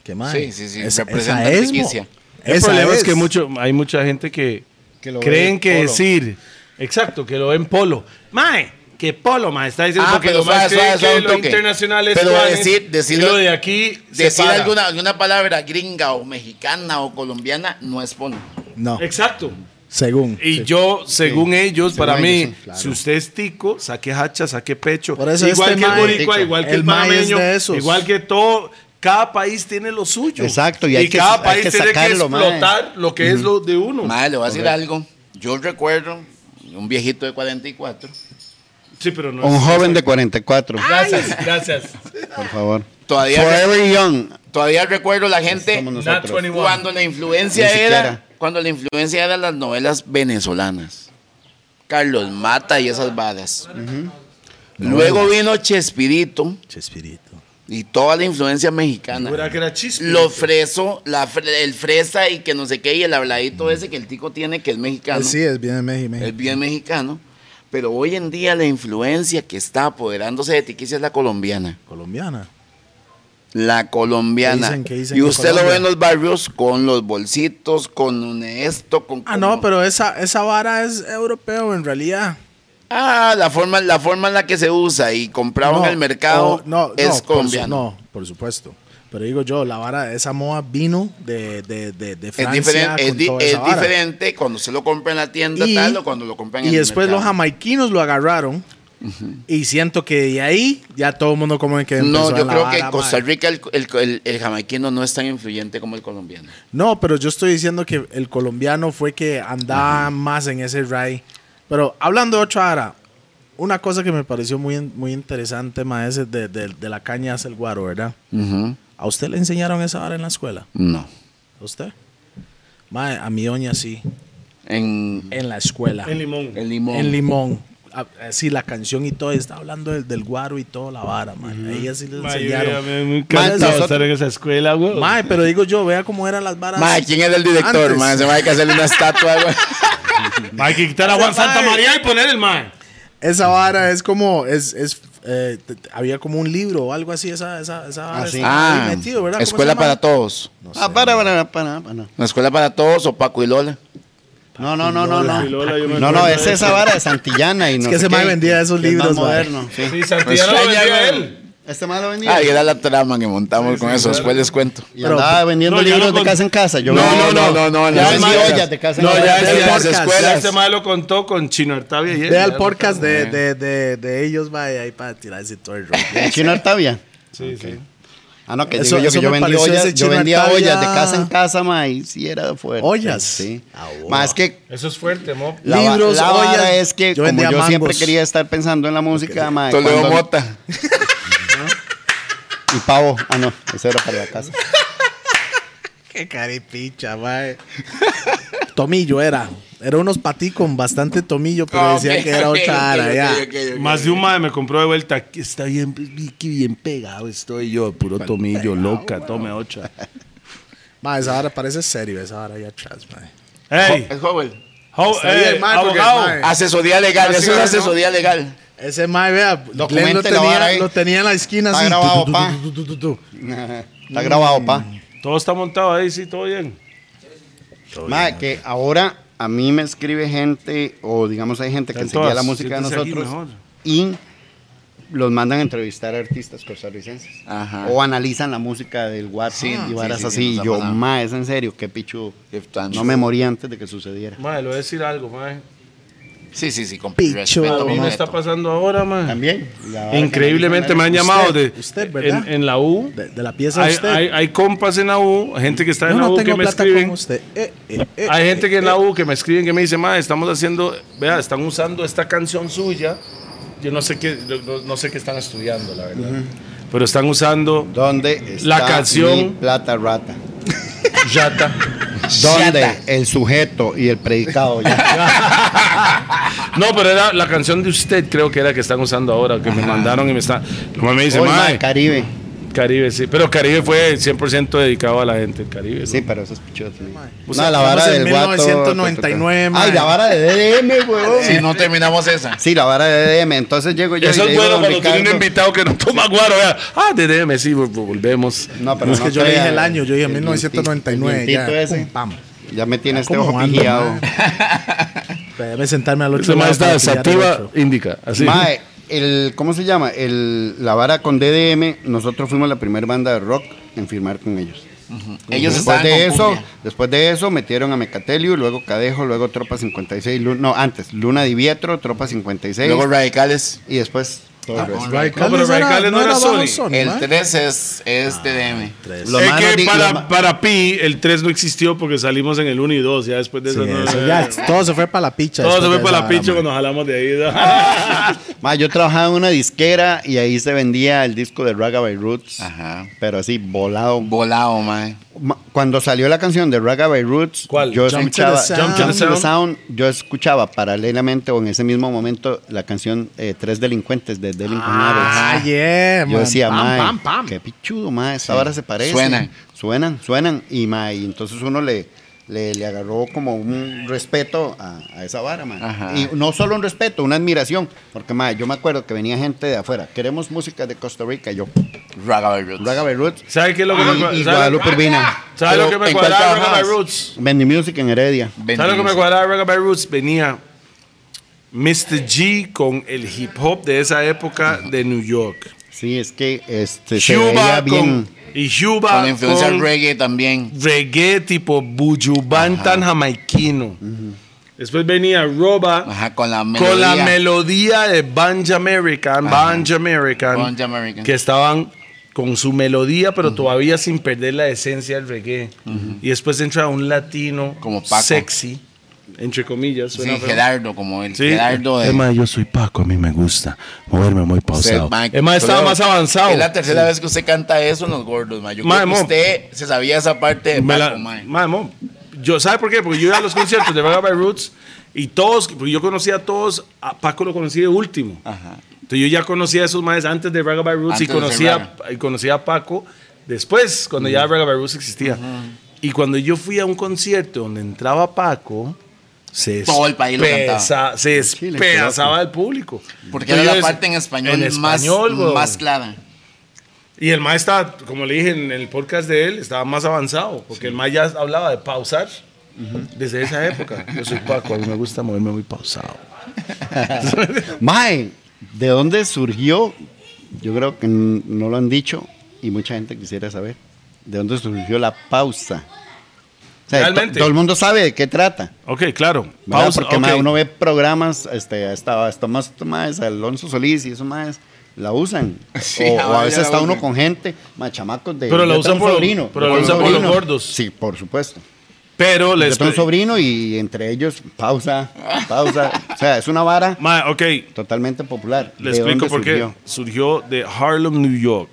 B: que mae,
C: Sí, sí, sí,
B: esa-
C: representa
B: esa es,
C: Tiquicia.
B: mo.
A: El
B: Esa
A: problema es,
B: es.
A: que mucho, hay mucha gente que,
D: Que lo
A: creen
D: ve
A: que
D: polo.
A: decir. Exacto, que lo ven polo. Mae, que polo, mae. Está diciendo
C: Ah,
A: porque
C: pero
A: lo más
C: suave,
A: creen
C: suave,
A: que
C: suave, un
A: lo
C: toque.
A: internacional es
C: Pero
A: suave,
C: decir- decir-
A: y lo de aquí. se
C: Decir
A: para.
C: alguna, alguna palabra gringa o mexicana o colombiana no es polo.
B: No,
A: Exacto.
B: según.
A: Y yo, según ellos, para
D: Según
A: mí,
D: ellos, sí, claro.
A: si usted es tico, saque hacha, saque pecho.
B: Por eso
A: igual
B: este
A: que el
B: mae,
A: boricua,
D: tico.
A: igual que el,
B: El mae es
A: panameño,
B: de esos.
A: igual que todo. Cada país tiene lo suyo.
D: Exacto, y hay que-
A: cada
D: hay
A: país
D: que
A: tiene que
D: sacarlo, mae.
A: explotar lo que es lo de uno.
C: Madre, le voy a decir algo. Yo recuerdo, un viejito de 44.
A: Sí, pero no.
D: Un
A: es-
D: joven de 44.
C: Gracias.
E: Gracias.
D: Por favor.
C: Todavía,
D: Forever young.
C: todavía recuerdo la gente
D: Somos
E: Not
D: nosotros.
E: 21.
C: cuando la influencia
D: Ni
C: era
D: siquiera.
C: cuando la influencia eran las novelas venezolanas. Carlos Mata y esas balas. Luego vino Chespirito
B: Chespirito.
C: y toda la influencia mexicana.
A: Era que era chispa.
C: Lo freso, la fre- el fresa y que no sé qué, y el habladito ese que el tico tiene que es mexicano.
B: Eh,
D: Pues
B: Sí, es bien de México. México.
C: es bien mexicano. Pero hoy en día la influencia que está apoderándose de Tiquicia es la colombiana.
B: Colombiana.
C: La colombiana.
B: ¿Qué dicen? ¿Qué dicen
C: y
B: de
C: usted lo
B: Colombia?
C: ve en los barrios con los bolsitos, con un esto, con...
B: Ah,
C: con-
B: no, pero esa, esa vara es europeo en realidad.
C: Ah, la forma, la forma en la que se usa y comprado
B: No,
C: en el mercado
B: o- no, no,
C: es
B: por
C: colombiana.
B: su- no, por supuesto. Pero digo yo, la vara de esa moda vino de, de, de, de
C: Es,
B: Francia.
C: diferente, es,
B: con
C: di-
B: toda
C: es
B: esa vara.
C: diferente cuando se lo compra en la tienda
B: Y-
C: tal o cuando lo compran en
B: Y
C: el
B: después los
C: mercado.
B: jamaiquinos lo agarraron. Y siento que de ahí ya todo el mundo como que empezó
C: No, yo
B: en la
C: creo que
B: vara,
C: en Costa
B: mae.
C: Rica el, el, el- el jamaiquino no es tan influyente como el colombiano.
B: No, pero yo estoy diciendo que el colombiano fue que andaba más en ese ray. Pero hablando de otra vara, una cosa que me pareció muy, in- muy interesante, maese, de, de, de la caña hacia el guaro, ¿verdad? ¿A usted le enseñaron esa vara en la escuela?
C: No.
B: ¿A usted? Mae, a mi doña sí.
C: En
B: En la escuela.
A: En limón.
C: el limón.
B: En Limón. Ah, eh, Sí, la canción y todo. Está hablando del, del guaro y todo, la vara, mae. Ahí así le
A: Ay, yo, yo,
B: enseñaron.
A: me- me
D: Ma,
A: encanta
D: nosotros-
A: estar en esa escuela, güey.
B: Mae, pero digo yo, vea cómo eran las varas.
C: Ma, ¿quién es el director?
B: Antes.
C: Ma, se me hay que hacerle una estatua. güey.
A: Hay que quitar a Juan Santa María y poner el mae.
B: Esa vara es como, es, es, eh, t- t- había como un libro o algo así, esa, esa, esa vara.
D: Ah, sí.
B: estaba
C: Ah,
B: ahí metido, ¿verdad? ¿Cómo se
C: escuela
B: llama?
C: para todos.
D: Ah, para, para, para, para.
C: La escuela para todos o Paco y Lola.
D: No, no, no, no, no.
A: Lola, yo me
D: No, no,
A: acuerdo
D: es
A: de
D: esa vara de Santillana y no
B: que ese
D: sé
B: mae
D: qué,
B: vendía esos
D: que es más
B: libros, mae.
D: moderno, sí.
A: Sí, Santiago
C: Pues,
A: lo vendía
C: ya,
A: él.
D: Este mae lo vendía.
C: Ay, Ah, era la trama que montamos con eso. Después les cuento.
D: y andaba vendiendo
A: No, ya
D: libros
A: no
D: de
A: con-
D: casa en casa. Yo
C: No,
D: vendía-
C: no, no, no, no, en
D: Yo
C: las
D: vendía
C: escuelas.
D: ollas de casa en
C: No,
D: casa.
C: ya,
B: del
C: ya, las
B: podcast,
A: Ya
C: escuelas.
A: este mae lo contó con Chino Artavia y él.
B: Vea el
A: Ya
B: podcast
A: lo-
B: de, de, de, de ellos, mae, ahí para tirar ese todo el rollo.
D: Chino Artavia.
A: Sí, sí.
D: Ah, no, que
B: Eso-
D: digo yo
B: eso
D: que yo
B: me
D: vendía
B: pareció
D: ollas,
B: ese
D: yo
B: Chino
D: vendía
B: Artavia.
D: ollas de casa en casa, ma, y sí era fuerte.
B: ¿Ollas?
D: Sí.
B: Ah, wow.
D: Más que
A: Eso es fuerte, mo.
D: la,
B: Libros,
D: libros, la vara
B: ollas.
D: es que
B: Yo
D: como
B: vendía
D: yo siempre
B: mangos.
D: quería estar pensando en la música, ma,
C: Toledo
D: cuando-
C: Mota.
D: y pavo. Ah, no, eso era para la casa.
B: Qué caripicha, mae. tomillo era. Era unos patí con bastante tomillo, pero
C: Ah,
B: decían
C: ok,
B: que era
C: ok,
B: otra
C: ok,
B: ara,
C: ok,
B: ya.
C: ok, ok.
A: Más de un mae me compró de vuelta. Aquí está bien,
E: Qué bien pegado estoy yo, puro tomillo, loca, tome ocha.
B: Mae, esa vara parece serio, esa vara ya atrás, mae.
A: Ey,
C: Es joven.
A: how-
B: Está bien,
A: ey,
B: mae, porque,
A: abogado.
B: mae.
C: Asesoría legal. Eso es asesoría legal.
B: Ese mae, vea, Glenn lo
D: Documente la vara
B: tenía,
D: ahí.
B: lo tenía en la esquina
D: Está
B: así.
D: grabado, pa.
B: tu, tu, tu, tu, tu.
D: Está grabado, pa.
A: Todo está montado ahí, sí, todo bien.
D: Madre, que ahora a mí me escribe gente, o digamos hay gente que
A: Están
D: seguía
A: todas.
D: la música de
A: Siéntese aquí
D: nosotros
A: mejor.
D: y los mandan a entrevistar a artistas costarricenses.
C: Ajá.
D: O analizan la música del WhatsApp
C: Ah. Sí,
D: y varas
C: sí, sí,
D: así.
C: nos
D: Y
C: ha
D: yo,
C: pasado.
D: ma, es en serio, qué pichu.
C: Qué tancho.
D: No me morí antes de que sucediera.
A: Mae, le voy a decir algo, mae.
C: Sí, sí, sí. Con
B: Picho.
C: respeto,
A: A mí me
C: con
A: está
C: respeto.
A: pasando ahora, mae.
D: También. la vara
A: Increíblemente
D: que
A: me han llamado de,
B: usted, ¿verdad?
A: en, en la U.
B: De, de la pieza de
A: Hay,
B: usted.
A: hay, hay compas en la U, gente que está
B: Yo
A: en la
B: no
A: U que
B: tengo
A: me
B: plata
A: escriben.
B: con usted. Eh, eh, eh,
A: Hay
B: eh,
A: gente que en
B: eh.
A: la U que me escriben que me dice, ma, estamos haciendo, vea, están usando esta canción suya. Yo no sé qué, no- no, no sé qué están estudiando, la verdad. Pero están usando
D: ¿Dónde está
A: La canción-
D: mi Plata Rata?
A: Yata.
D: ¿Dónde el sujeto y el predicado? Ya.
A: No, pero era la canción de usted, creo que era que están usando ahora, que me mandaron y me están. Lo más me dice,
D: Hoy, ma,
A: ma,
D: Caribe.
A: Caribe, sí. Pero Caribe fue 100% dedicado a la gente, el Caribe.
D: Sí,
A: ¿no?
D: pero esos pichotes. man.
B: O
D: no,
B: sea,
D: la
B: estamos
D: vara
B: en
D: del guato.
B: 1999,
D: Ay,
B: man.
D: la vara de DDM, weón.
C: Si no terminamos esa.
D: Sí, la vara de DDM. Entonces llego yo. y
A: Eso
D: le
A: es
D: digo a
A: bueno
D: don
A: cuando tiene un
D: Ricardo-
A: invitado que no toma guaro. vea. Ah, DDM, sí, vol- vol- volvemos.
D: No, pero
B: No, es que
D: no
B: yo le
D: crea,
B: dije el año, yo dije
D: el
B: 1999.
D: dientito
B: Ya,
D: ese.
B: pum, pam.
D: Ya me tiene este
B: ¿Cómo
D: ojo
B: anda,
D: pijado.
B: Pero Déjame sentarme al otro
A: Ese
B: lado
A: ma está
B: para pillar el
A: desativa,
B: otro.
A: indica. Así.
D: Mae, el, ¿cómo se llama? El, la vara con DDM, nosotros fuimos la primera banda de rock en firmar con ellos.
C: Ellos
D: después
C: estaban
D: de
C: con
D: eso,
C: cumbia.
D: después de eso metieron a Mecatelio, luego Cadejo, luego Tropa 56, Lu- no, antes Luna Di Vietro, Tropa 56
C: Luego radicales.
D: y después
C: Ah,
D: Torres.
C: con
A: No, pero Radicales no era
B: Sony.
A: Sony.
C: El 3 es, es
D: Ah,
C: TDM.
D: Lo
A: es
D: más
A: que
D: radi- lo
A: para,
D: ma-
A: para Pi el 3 no existió porque salimos en el 1 y 2. Ya después de
B: Sí,
A: eso, no-
B: eso ya, todo se fue para la picha.
A: todo se
B: después
A: fue
B: de
A: para
B: esa
A: la
B: vara,
A: pinche
B: mae.
A: cuando jalamos de ahí. ¿no?
D: Ma, yo trabajaba en una disquera y ahí se vendía el disco de Ragabay Roots.
C: Ajá.
D: Pero así, volado.
C: Volado, mae.
D: Ma- Cuando salió la canción de Ragabay Roots,
A: ¿Cuál?
D: yo
B: Jump to the
D: escuchaba
B: Sound.
D: Jump to the
A: Jump to the
D: Sound, yo escuchaba paralelamente o en ese mismo momento la canción eh, Tres Delincuentes de Delinquent
B: Ah,
D: Habits.
B: yeah,
D: Yo
B: man.
A: Ah,
D: decía,
B: Pam,
D: mae,
B: pam, pam.
D: qué pichudo, mae, esta hora se parece.
C: Suenan.
D: Suenan, suenan. Y, mae, y entonces uno le, le, le agarró como un respeto a, a esa vara, mae.
C: Ajá.
D: Y no solo un respeto, una admiración. Porque, mae, yo me acuerdo que venía gente de afuera. Queremos música de Costa Rica. y Yo,
C: Ragabay Roots.
D: Ragabay Roots.
A: ¿Sabe qué es lo que me
D: Y, y
A: cuadra- sabe-
D: Guadalupe Urbina.
A: ¿Sabe lo
C: Pero,
A: que me
C: ¿en cuál
A: cuadraba Rock
C: trabajabas?
A: by Roots?
D: Bendy Music en Heredia.
A: ¿Sabe lo que me
C: Bendiciones.
A: cuadraba Rock by Roots? Venía Mr. G con el hip hop de esa época de New York.
D: Sí, es que este, se veía
A: Cuba
D: bien.
A: con, y Cuba
C: Con influencia
A: con
C: reggae también.
A: reggae tipo Bujubantan jamaiquino. Después venía Roba
C: Ajá, con la melodía.
A: con la melodía de Banja American, Banja American,
C: Banja American.
A: que estaban con su melodía, pero todavía sin perder la esencia del reggae. Y después entra un latino
C: Como Paco.
A: sexy, entre comillas. Suena
C: Sí,
A: feo.
C: Gerardo, como el
A: Sí.
C: Gerardo de...
E: Emma, yo soy Paco, a mí me gusta moverme muy pausado.
C: Mae,
A: El mae estaba
C: creo-
A: más avanzado.
C: Es la tercera vez que usted canta eso en los gordos, mae. Yo
A: Mae,
C: creo que
A: mo.
C: usted se sabía esa parte de
A: Me la-
C: Paco, mae.
A: Mae, mo, yo, ¿sabe por qué? Porque yo iba a los conciertos de Raga by Roots y todos, porque yo conocía a todos, a Paco lo conocí de último.
C: Ajá.
A: Entonces yo ya conocía a esos maes antes de Raga by Roots y
C: Antes de
A: conocía, y conocía a Paco después, cuando ya Raga by Roots existía. Y cuando yo fui a un concierto donde entraba Paco, se
C: Todo el país lo
A: espesa-
C: cantaba.
A: se
D: Chile,
A: espesaba el público. Entonces,
C: Porque era
A: yo
C: la
A: es-
C: parte en español,
A: en
C: más,
A: español, weón.
C: más clara.
A: Y el mae está, como le dije en el podcast de él, estaba más avanzado, porque el mae ya hablaba de pausar desde esa época.
E: Yo soy Paco, a mí me gusta moverme muy pausado.
D: Mae, ¿de dónde surgió? Yo creo que n- no lo han dicho y mucha gente quisiera saber. ¿De dónde surgió la pausa? O sea, to-
A: Realmente.
D: todo el mundo sabe de qué trata.
A: ok, claro.
D: ¿verdad?
A: Pausa,
D: Porque
A: ok.
D: mae, uno ve programas, este, hasta, hasta más, más Alonso Solís y eso más la usan.
C: Sí,
D: o, o
C: ahora
D: a
C: ya
D: veces
C: la
D: está uno
C: usan.
D: con gente, más chamacos de.
A: Pero la
D: yo
A: usan
D: tengo un
A: por-
D: sobrino,
A: pero
D: yo
A: la
D: tengo
A: usan
D: un
A: por los
D: sobrino.
A: gordos.
D: Sí, por supuesto.
A: Pero
D: Yo
A: les...
D: tengo un sobrino y entre ellos pausa, pausa. o sea, es una vara
A: Mae, ok,
D: totalmente popular.
A: Le
D: ¿De
A: explico
D: dónde
A: por qué.
D: surgió?
A: Surgió de Harlem, New York.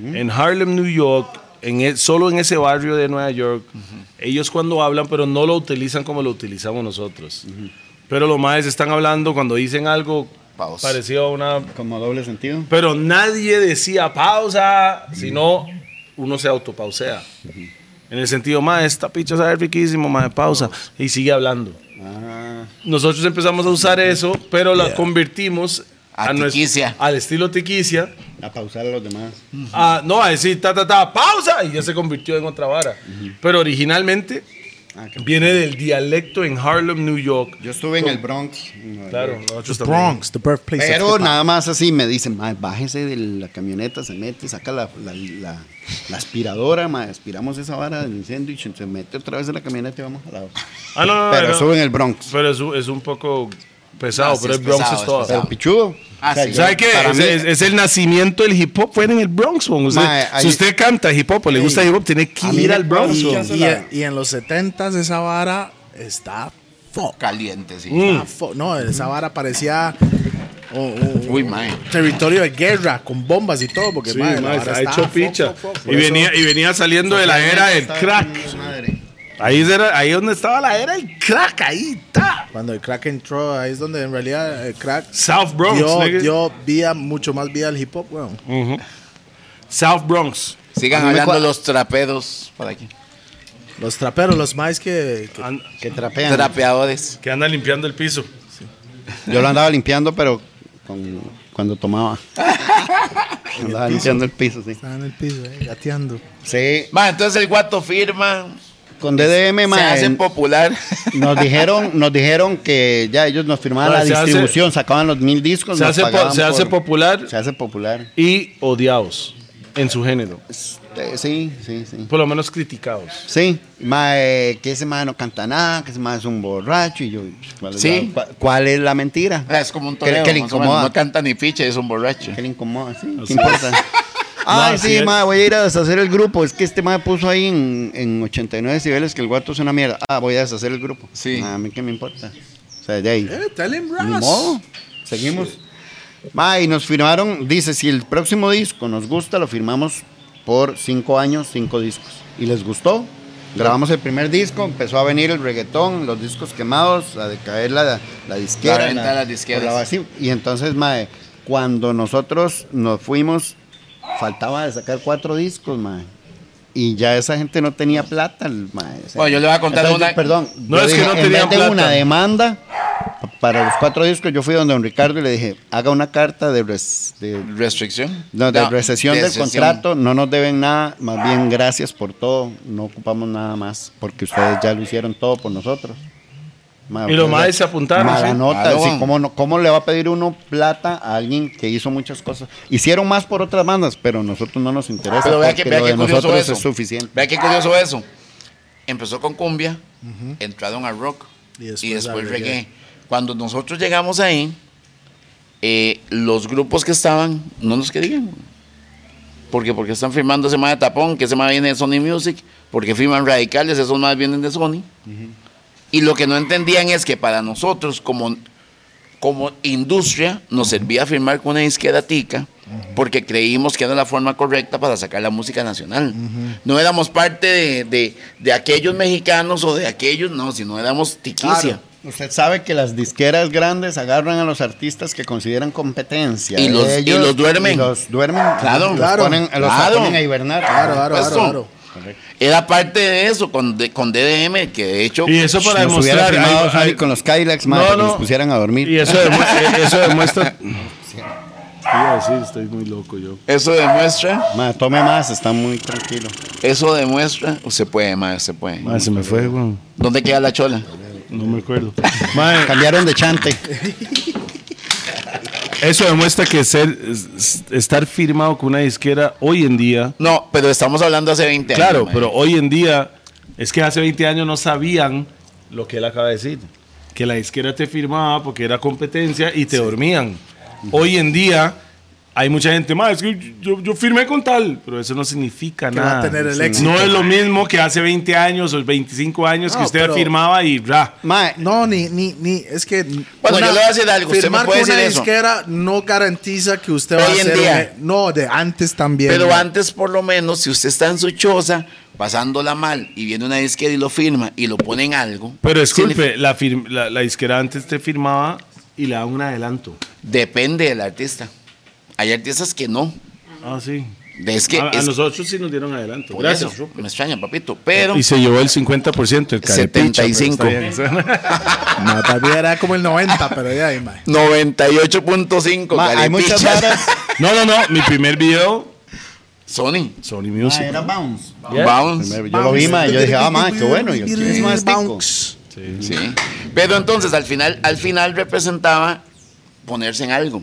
A: En Harlem, New York, en e- solo en ese barrio de Nueva York, ellos cuando hablan, pero no lo utilizan como lo utilizamos nosotros. Pero los maes están hablando cuando dicen algo
C: Pausa.
A: parecido a una...
D: Como doble sentido.
A: Pero nadie decía pausa, sino uno se autopausea. En el sentido, más esta picha sabe riquísimo, más pausa. Y sigue hablando.
D: Ah,
A: Nosotros empezamos a usar eso, pero la convertimos
C: A
A: nues-
C: tiquicia.
A: al estilo tiquicia.
D: A pausar a los demás.
A: a- no, a decir ta, ta, ta, pausa, y ya se convirtió en otra vara. Pero originalmente
D: Ah, qué-
A: viene del dialecto en Harlem, New York.
D: Yo estuve en el Bronx. en Nueva
A: Claro,
D: York.
A: nosotros también.
B: Bronx, the birthplace of
D: Pero
B: hip-hop.
D: nada más así me dicen, "Mae, bájese de la camioneta, se mete, saca la, la- la- la aspiradora, mae, aspiramos esa vara del incendio y se mete otra vez en la camioneta y vamos a la
A: Ah, no, no, no,
D: Pero
A: no.
D: estuve en el Bronx.
A: Pero es, un- es un poco pesado,
C: No, sí
A: pero
C: es
A: el Bronx
C: pesado,
A: es
C: es
A: todo.
C: pesado.
D: Pero pichudo.
C: Ah, sí.
D: yo-
A: ¿Sabe qué?
D: para
A: Es,
D: mí-
A: es- es el nacimiento del hip hop, fue en el Bronx. weón. Usted-
D: Mae, ahí-
A: si usted canta hip hop o le gusta
D: Sí.
A: hip hop, tiene que
D: A mí
A: ir
D: me
A: al Bronx.
D: parece-
A: weón.
D: Eso
B: Y,
D: la-
B: y en los 70 esa vara está fuck.
C: Caliente, sí.
A: Mm.
B: Ah, fuck. No, esa vara parecía oh, oh,
C: Uy, mae.
B: territorio de guerra con bombas y todo. Porque
A: Sí,
B: madre, la
A: mae,
B: vara
A: ha
B: está
A: hecho
B: fuck,
A: picha.
B: fuck, fuck.
A: Y venía, y venía saliendo de la era del crack.
D: Madre.
A: Ahí era, ahí donde estaba la era del crack, ahí está.
B: Cuando el crack entró, ahí es donde en realidad el crack
A: South Bronx,
B: dio,
A: nigga.
B: dio vida, mucho más vida al hip hop, weón.
A: South Bronx.
C: Sigan
D: A mí me
C: hablando
D: cua-
C: los trapedos. Por aquí.
B: Los traperos, los más que, que-
A: An-
D: Que trapean.
C: Trapeadores.
A: que anda limpiando el piso.
D: Yo lo andaba limpiando, pero con- cuando tomaba. andaba limpiando el piso, sí.
B: están en el piso, eh, gateando.
D: Sí,
C: Mae, entonces el guato firma.
D: con DDM,
C: se
D: mae,
C: hacen popular.
D: nos dijeron, nos dijeron que ya ellos nos firmaban
A: Ah,
D: la
A: se hace-
D: distribución, sacaban los mil discos,
A: Se
D: nos
A: hace, po-
D: pagaban
A: se hace
D: por-
A: popular
D: se hace popular.
A: y odiados.
E: en su género.
D: Este, sí, sí, sí.
E: Por lo menos criticados.
D: Sí, mae, que ese mae no canta nada, que ese mae es un borracho. Y yo, ¿cuál es,
C: Sí.
D: la, cua- cuál es la mentira?
C: Ah, Es como un
D: Que-
C: torero.
D: que le
C: más o menos.
D: incomoda.
C: No canta ni piche, es un borracho.
D: Que le incomoda, sí. ¿Qué importa? Ay,
E: No, sí
D: sí,
E: es.
D: mae, voy a ir a deshacer el grupo. Es que este mae puso ahí en, en 89 decibeles que el guato es una mierda. Ah, voy a deshacer el grupo.
C: Sí.
D: Ah, a mí qué me importa. O sea, de ahí.
B: Eh, tell him,
D: Ni
B: Ross.
D: modo. Seguimos. Ma, y nos firmaron, dice, si el próximo disco nos gusta, lo firmamos por cinco años, cinco discos. Y les gustó. Grabamos el primer disco, empezó a venir el reggaetón, los discos quemados, a decaer la, la disquera.
C: La venta de las disqueras.
D: por la vacío. y entonces, mae, cuando nosotros nos fuimos, faltaba de sacar cuatro discos, mae. Y ya esa gente no tenía plata, el mae. o sea,
C: Bueno, yo le voy a contar
D: entonces,
C: una-
D: Perdón.
E: No,
D: yo
E: es que no
D: en
E: tenían
D: vez de una
E: plata.
D: demanda para los cuatro discos, yo fui donde don Ricardo y le dije, haga una carta de, res- de-
C: Restricción.
D: no, de
C: No,
D: recesión del
C: recesión.
D: contrato, no nos deben nada, más bien gracias por todo, no ocupamos nada más, porque ustedes ya lo hicieron todo por nosotros. Ma-
E: Y los
D: ma-
E: maes se apuntaron,
D: Mala
E: sí.
D: nota,
C: Claro.
D: sí, ¿cómo, no- ¿cómo le va a pedir uno plata a alguien que hizo muchas cosas? Hicieron más por otras bandas, pero a nosotros no nos interesa,
C: Pero vea que,
D: porque
C: vea
D: lo
C: que
D: de
C: curioso
D: nosotros
C: eso.
D: es suficiente.
C: Vea qué curioso eso. Empezó con cumbia, entraron al rock
B: Y
C: y
B: después
C: después,
B: al
C: reggae.
B: reggae.
C: Cuando nosotros llegamos ahí, eh, los grupos que estaban no nos querían. Porque porque están firmando ese más de tapón, que ese más viene de Sony Music, porque firman radicales, esos más vienen de Sony. Y lo que no entendían es que para nosotros como como industria nos servía firmar con una disquera tica porque creímos que era la forma correcta para sacar la música nacional. No éramos parte de, de- de aquellos mexicanos o de aquellos, no, sino éramos tiquicia.
D: Claro. Usted sabe que las disqueras grandes agarran a los artistas que consideran competencia.
C: Y los- y
D: Ellos-
C: los duermen.
D: y los duermen.
C: Claro.
D: Los,
C: Claro.
D: ponen, los
C: Claro.
D: ponen a hibernar.
B: Claro, claro,
C: Pues,
B: claro, claro.
C: Era parte de eso con, de- con DDM, que de hecho...
E: Y eso para
D: Para nos hubiera
E: demostrar.
D: firmado
E: ay,
D: Sony
E: ay,
D: con los Kylax, madre,
E: No,
D: que
E: no.
D: nos pusieran a dormir.
E: y eso demuestra. eso demuestra
A: estoy muy loco yo.
C: Eso demuestra,
D: Madre, tome más, está muy tranquilo.
C: eso demuestra... Se puede, madre, se puede.
E: Ah, se me fue, weón.
C: ¿Dónde queda la chola?
E: No me acuerdo. Mae,
D: Cambiaron de chante.
E: eso demuestra que ser, es- es- estar firmado con una disquera hoy en día.
C: No, pero estamos hablando hace 20 años.
E: Claro,
C: madre.
E: pero hoy en día es que hace 20 años no sabían lo que él acaba de decir. Que la disquera te firmaba porque era competencia y te dormían. Hoy en día hay mucha gente más. Es que yo, yo firmé con tal, pero eso no significa
B: Que va a
E: nada.
B: tener el
E: Sí.
B: éxito.
E: No es lo mismo que hace 20 años o 25 años que
B: No,
E: usted
B: pero-
E: firmaba y ra.
D: Madre,
B: No, ni, ni, ni, es que.
C: Bueno, yo le voy a decir algo, usted me
B: Firmar
C: puede
B: con una
C: decir eso.
B: disquera no garantiza que usted
C: Hoy
B: va a
C: en
B: ser.
C: día.
B: un- no, de antes también.
C: Pero antes, por lo menos, si usted está en su choza, pasándola mal, y viene una disquera y lo firma y lo ponen algo.
E: Pero disculpe,
C: significa-
E: la, fir- la, la disquera antes te firmaba y le daba un adelanto.
C: Depende del artista. Hay artistas que no.
E: Ah, sí.
C: Es que.
E: a, a
C: es-
E: nosotros sí nos dieron adelanto.
C: por
E: Gracias. Eh,
C: eso, me extraña, papito. Pero.
E: Y se llevó el 50%, el carepicha, pero está
C: 75.
E: bien.
B: No, todavía era como el 90, pero ya, ahí, mae.
C: 98.5.
D: ma, hay
C: carepichas.
D: muchas varas.
E: No, no, no. Mi primer video,
C: Sony.
E: Sony
D: Ah,
E: Music.
D: era Bounce.
C: Bounce.
D: Yo lo vi, madre, yo dije, ah, madre, qué bueno. Y aquí es más tico.
B: Bounce.
C: Sí. Pero entonces, al final, al final representaba ponerse en algo.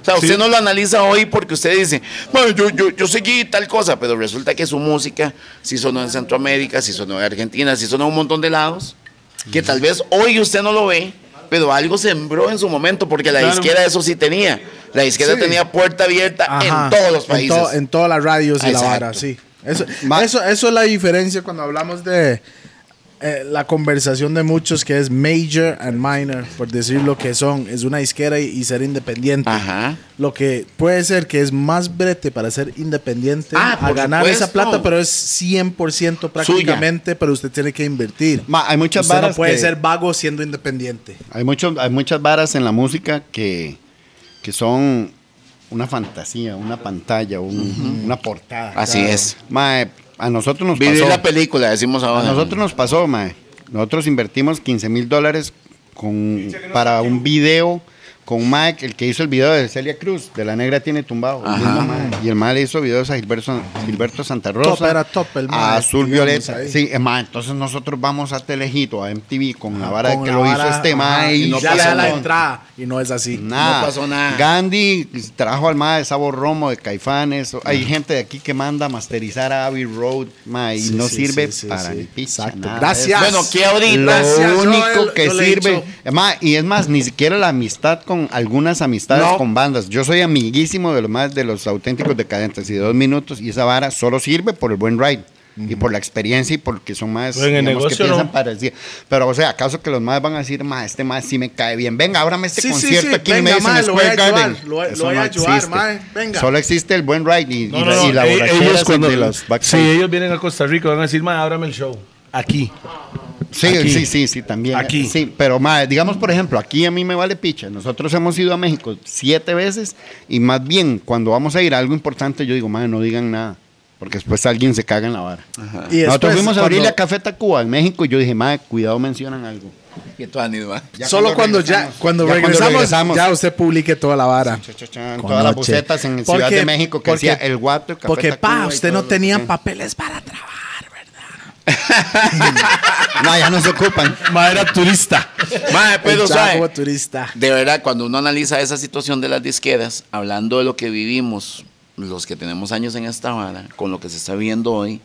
C: O sea, usted no lo analiza hoy porque usted dice, bueno, yo, yo, yo seguí tal cosa, pero resulta que su música sí sonó en Centroamérica, sí sonó en Argentina, sí sonó en un montón de lados, que tal vez hoy usted no lo ve, pero algo sembró en su momento, porque la
E: Claro.
C: izquierda eso sí tenía. La izquierda
B: Sí.
C: tenía puerta abierta
B: Ajá,
C: en todos los
B: en
C: países.
B: to- en todas las radios y
C: Exacto.
B: la vara, sí. Eso,
D: Ma-
B: eso, eso es la diferencia cuando hablamos de eh, la conversación de muchos que es major and minor, por decir lo que son. Es una disquera y, y ser independiente.
C: Ajá.
B: Lo que puede ser que es más brete para ser independiente
C: Ah,
B: a
C: por
B: ganar esa
C: supuesto.
B: plata, pero es 100% prácticamente, pero usted tiene que invertir.
D: Ma, hay muchas
B: usted
D: varas
B: no puede
D: que-
B: ser vago siendo independiente.
D: Hay, muchos, hay muchas varas en la música que, que son una fantasía, una pantalla, un- una portada.
C: Así es.
D: Mae, a nosotros nos
C: Vivir
D: pasó.
C: la película, decimos
D: a
C: ahora.
D: nosotros nos pasó, mae. Nosotros invertimos 15 mil dólares con, para un video con Mike, el que hizo el video de Celia Cruz, de La Negra Tiene Tumbado. el mismo mae. Y el mal le hizo videos a Gilberto, Gilberto Santa Rosa.
B: Top, era top el mae,
D: A Azul
B: digamos,
D: Violeta.
B: ahí.
D: Sí, es más, entonces nosotros vamos a Telejito, a MTV, con la vara
B: Ah, Con
D: que
B: la
D: lo hizo
B: vara,
D: este
B: ajá,
D: mae.
B: Y
D: Y,
B: no
D: ya
B: pasa
D: le
B: la
D: no-
B: entrada. Y no es así.
D: Nada.
C: No pasó nada.
D: Gandhi trajo al mae de Sabor Romo, de Caifanes. o- Hay gente de aquí que manda a masterizar a Abbey Road, mae, y
B: Sí,
D: no
B: sí,
D: sirve
B: sí, sí,
D: para
B: sí.
D: ni pizza,
B: Exacto.
D: nada.
B: Gracias.
C: Bueno, ¿qué ahorita?
D: Lo
B: Gracias, yo
D: único
B: el-
D: que
B: yo le he
D: sirve.
B: dicho.
D: Es más, y es más, ni siquiera la amistad con algunas amistades
C: No.
D: con bandas. Yo soy amiguísimo de los más de los auténticos decadentes y dos minutos. Y esa vara solo sirve por el buen ride. Y por la experiencia y porque son más
A: Pero Pues en el
D: que
A: negocio
D: piensan
A: no.
D: para el día. Pero, o sea, ¿acaso que los más van a decir, más este más sí me cae bien? Venga, ábrame este
B: Sí, sí,
D: concierto
B: sí,
D: aquí
B: venga,
D: en Madison
B: mae, lo voy a
D: Square Garden.
B: ayudar, lo voy- lo
D: Eso
B: voy a
D: no
B: ayudar,
D: existe.
B: mae, venga.
D: Solo existe el buen ride y, y-
A: No, no, no,
D: y la
A: e-
D: borrachera
A: ellos cuando-
D: de los
A: Si
D: backstage.
A: ellos vienen a Costa Rica, van a decir, ma, ábrame el show. Aquí.
D: Sí,
A: Aquí.
D: sí, sí, sí, también.
A: Aquí.
D: Sí, pero mae, digamos, por ejemplo, aquí a mí me vale picha. Nosotros hemos ido a México siete veces y más bien cuando vamos a ir a algo importante, yo digo, madre, no digan nada. Porque después alguien se caga en la vara.
B: Y
D: Nosotros
B: después,
D: fuimos a abrirle
B: cuando-
D: a Café Tacuba en México y yo dije, madre, cuidado, mencionan algo.
C: Que tú anís, ma.
D: Ya
B: Solo cuando, ya,
D: regresamos-
B: cuando,
D: ya
B: regresamos,
D: regresamos,
B: ya usted publique toda la vara.
D: cha, cha, cha, en
B: Con
D: todas las
B: noche.
D: bucetas en Ciudad de México que decía El Guato, Café
B: Porque,
D: Tacuba
B: pa,
D: y
B: usted
D: todo ¿eh?
B: no
D: lo
B: tenía
D: que-
B: papeles para trabajar, ¿verdad?
D: No, ya no se ocupan.
A: Madera turista.
C: Ma, pero,
B: El chavo
C: ¿sabe?
B: turista.
C: De verdad, cuando uno analiza esa situación de las disqueras, hablando de lo que vivimos, los que tenemos años en esta vara, con lo que se está viendo hoy,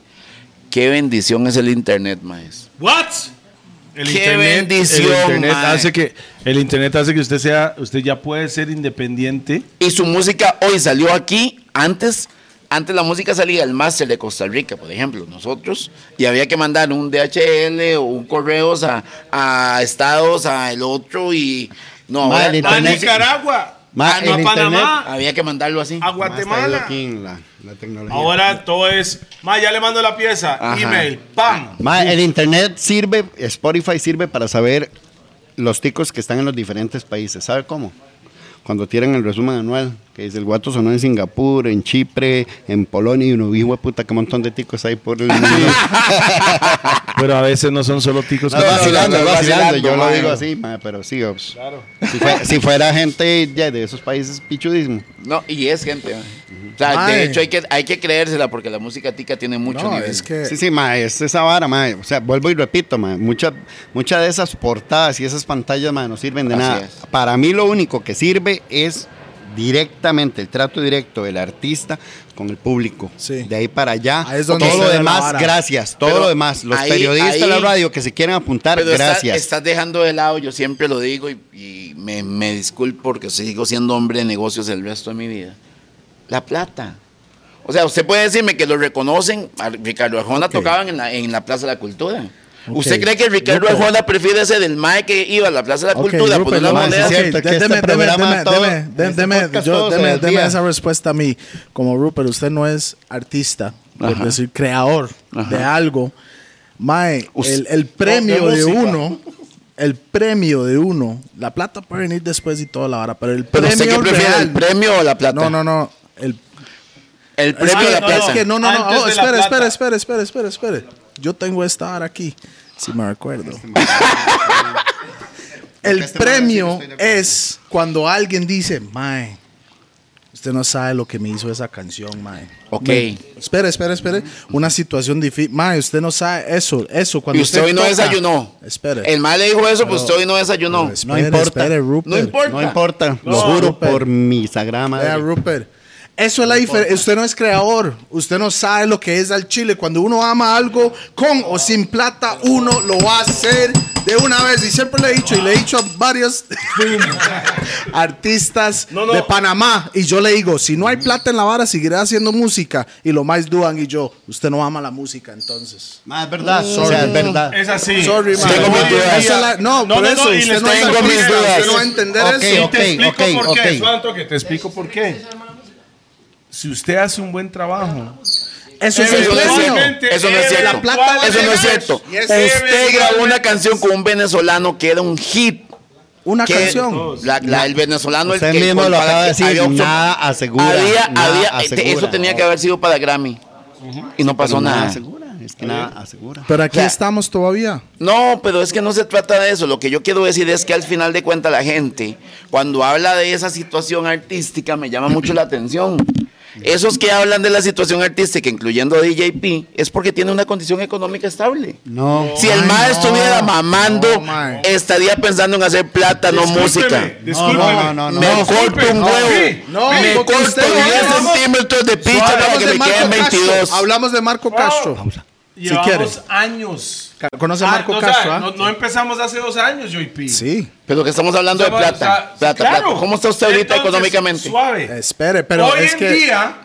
C: qué bendición es el internet, maestro.
A: What? El
C: Qué bendición,
A: el internet
C: mae.
A: hace que el internet hace que usted sea, usted ya puede ser independiente.
C: Y su música hoy salió aquí. Antes, antes la música salía del máster de Costa Rica, por ejemplo, nosotros. Y había que mandar un DHL o un correos a, a estados, a el otro y... No,
D: Ma,
C: ahora-
D: el
A: A
D: internet-
A: Nicaragua,
D: Ma,
A: Ah, no,
D: el
A: a Panamá,
C: había que mandarlo así.
A: a
D: Ma, está
A: Guatemala.
D: aquí en la- la tecnología.
A: Ahora todo es, ma, ya le mando la pieza,
C: Ajá.
A: email, pam.
D: Ma, el internet sirve, Spotify sirve para saber los ticos que están en los diferentes países. ¿Sabe cómo? Cuando tiran el resumen anual, que dice el guato sonó en Singapur, en Chipre, en Polonia, y uno dijo, puta, qué montón de ticos hay por el mundo.
A: Pero a veces no son solo ticos.
D: No, vacilando,
C: no,
D: vacilando, yo lo
C: ma.
D: digo así, ma, pero sí, ops. si, fue- si fuera gente ya de esos países, pichudismo.
C: No, y es gente. ma. O sea,
B: Mae.
C: de hecho hay que, hay que creérsela porque la música tica tiene mucho
B: no,
C: nivel.
B: es que...
D: Sí, sí, ma, es esa vara, ma. O sea, vuelvo y repito, ma. Muchas mucha de esas portadas y esas pantallas, ma, no sirven de
C: Así
D: nada.
C: es.
D: Para mí lo único que sirve es directamente, el trato directo del artista con el público.
B: Sí.
D: De ahí para allá.
B: Ahí es donde
D: todo lo
B: se ve la
D: demás,
B: vara.
D: gracias. Todo
C: Pero
D: lo demás. Los
C: ahí-
D: periodistas de la
C: ahí-
D: radio que se quieren apuntar,
C: Pero estás-
D: gracias.
C: estás dejando de lado, yo siempre lo digo y, y me, me disculpo porque sigo siendo hombre de negocios el resto de mi vida. La plata. O sea, usted puede decirme que lo reconocen. a Ricardo Arjona tocaban en la, en la Plaza de la Cultura. ¿Usted cree que Ricardo
B: Lupe.
C: Arjona prefiere ese del MAE que iba a la Plaza de la
B: Ok,
C: Cultura pues, a
B: Rupert, ah,
C: poner la
B: no,
D: mae,
C: moneda?
B: ok,
D: sí, cierto, que
B: dé-
D: este
B: deme-
D: programa
B: deme-
D: todo-
B: deme- deme-
D: este
B: deme-
D: podcast
B: yo-
D: todo se
B: deme-
D: desvía.
B: deme esa respuesta a mí. Como Rupert, usted no es artista, por
C: Ajá.
B: decir, creador de algo. Mae,
C: Us-
B: el, el premio
C: no, de
B: de
C: música.
B: uno, el premio de uno, la plata puede venir después y toda la vara, pero el
C: ¿Pero
B: premio
C: usted qué prefiere,
B: real-
C: el premio o la plata?
B: No, no, no. El
C: El
B: es
C: premio o
B: que-
C: la
B: es
C: plata.
B: que no, no, no.
A: Antes de
B: oh,
A: la
B: espera, espera,
A: plata.
B: espera, espera, espera, espera. Yo tengo esta hora aquí, si me recuerdo. El
D: Este man
B: premio
D: sí, yo estoy de acuerdo.
B: es cuando alguien dice, Mae, usted no sabe lo que me hizo esa canción, Mae.
C: Ok.
B: Me- espere, espere, espere. Una situación difícil. Mae, usted no sabe eso, eso. Cuando
C: y usted hoy no
B: toca-
C: desayunó.
B: Espere.
C: El MAE le dijo eso,
B: Pero-
C: pues usted hoy no
B: Pero
C: desayunó.
B: espere,
D: importa.
B: espere,
C: No
B: Rupert.
C: importa.
D: No importa, lo
B: No,
D: juro
B: Rupert.
D: por mi sagrada madre.
B: Vea, Rupert. Eso es la diferencia. Usted no es creador. Usted no sabe lo que es al chile. Cuando uno ama algo, con o sin plata, uno lo va a hacer de una vez. Y siempre le he dicho, y le he dicho a varios artistas
A: No, no.
B: de Panamá. Y yo le digo, si no hay plata en la vara, seguirá haciendo música. Y lo más dudan y yo, usted no ama la música, entonces.
D: Ma, es verdad, sorry, es verdad.
A: Es así.
B: Sorry, man.
C: Tengo mis dudas.
B: Esa es la- no, por eso,
A: y
B: usted
A: les
B: no es
A: tengo mis
B: artista,
A: dudas.
B: usted no va a entender
D: Ok,
B: eso.
A: Y te explico
D: ok,
A: por qué.
D: ok.
A: suave un toque, te explico por qué. Si usted hace un buen trabajo,
B: Eso es el premio.
A: eventualmente,
C: Eso no es cierto.
B: La plata
C: Eso no es cierto.
A: Y es que
C: Usted grabó una canción con un venezolano que era un hit.
B: Una
C: que-
B: canción.
C: La, la- el venezolano el
D: Usted
C: que-
D: mismo
C: con-
D: lo
C: para
D: acaba de
C: que
D: decir,
C: había opción-
D: nada asegura,
C: Había, eh,
D: nada
C: había-
D: asegura.
C: eso tenía que haber sido para Grammy. Y no pasó
D: Pero
C: nada.
D: segura. Es que nada asegura.
B: Pero aquí
C: O sea,
B: estamos todavía.
C: No, pero es que no se trata de eso. Lo que yo quiero decir es que al final de cuentas la gente, cuando habla de esa situación artística, me llama mucho la atención. Esos que hablan de la situación artística, incluyendo a DJP, es porque tiene una condición económica estable.
D: No.
C: Si el
B: Ay,
C: mae
B: no,
C: estuviera mamando,
B: no, mae.
C: estaría pensando en hacer plata, no música.
A: Discúlpeme,
D: No,
A: discúlpeme.
D: no, no, no.
C: me
D: no.
C: corto un
A: no, sí,
C: huevo,
B: no,
C: me
B: porque
C: corto
B: usted-
C: 10
B: hablamos-
C: centímetros de pizza para que me queden 22.
B: Hablamos de Marco Castro.
A: Llevamos
B: Si quieres.
A: años.
B: Ca- Conoce a
A: Ah,
B: Marco
A: no, o sea,
B: Castro, ¿ah?
A: no, no empezamos hace dos años, JP.
B: Sí.
C: Pero que estamos hablando de
A: O sea,
C: plata,
A: o sea,
C: plata,
A: claro.
C: plata. ¿Cómo está usted ahorita
A: Entonces,
C: económicamente?
A: Suave.
B: Espere, pero
A: Hoy
B: es
A: en
B: que.
A: día,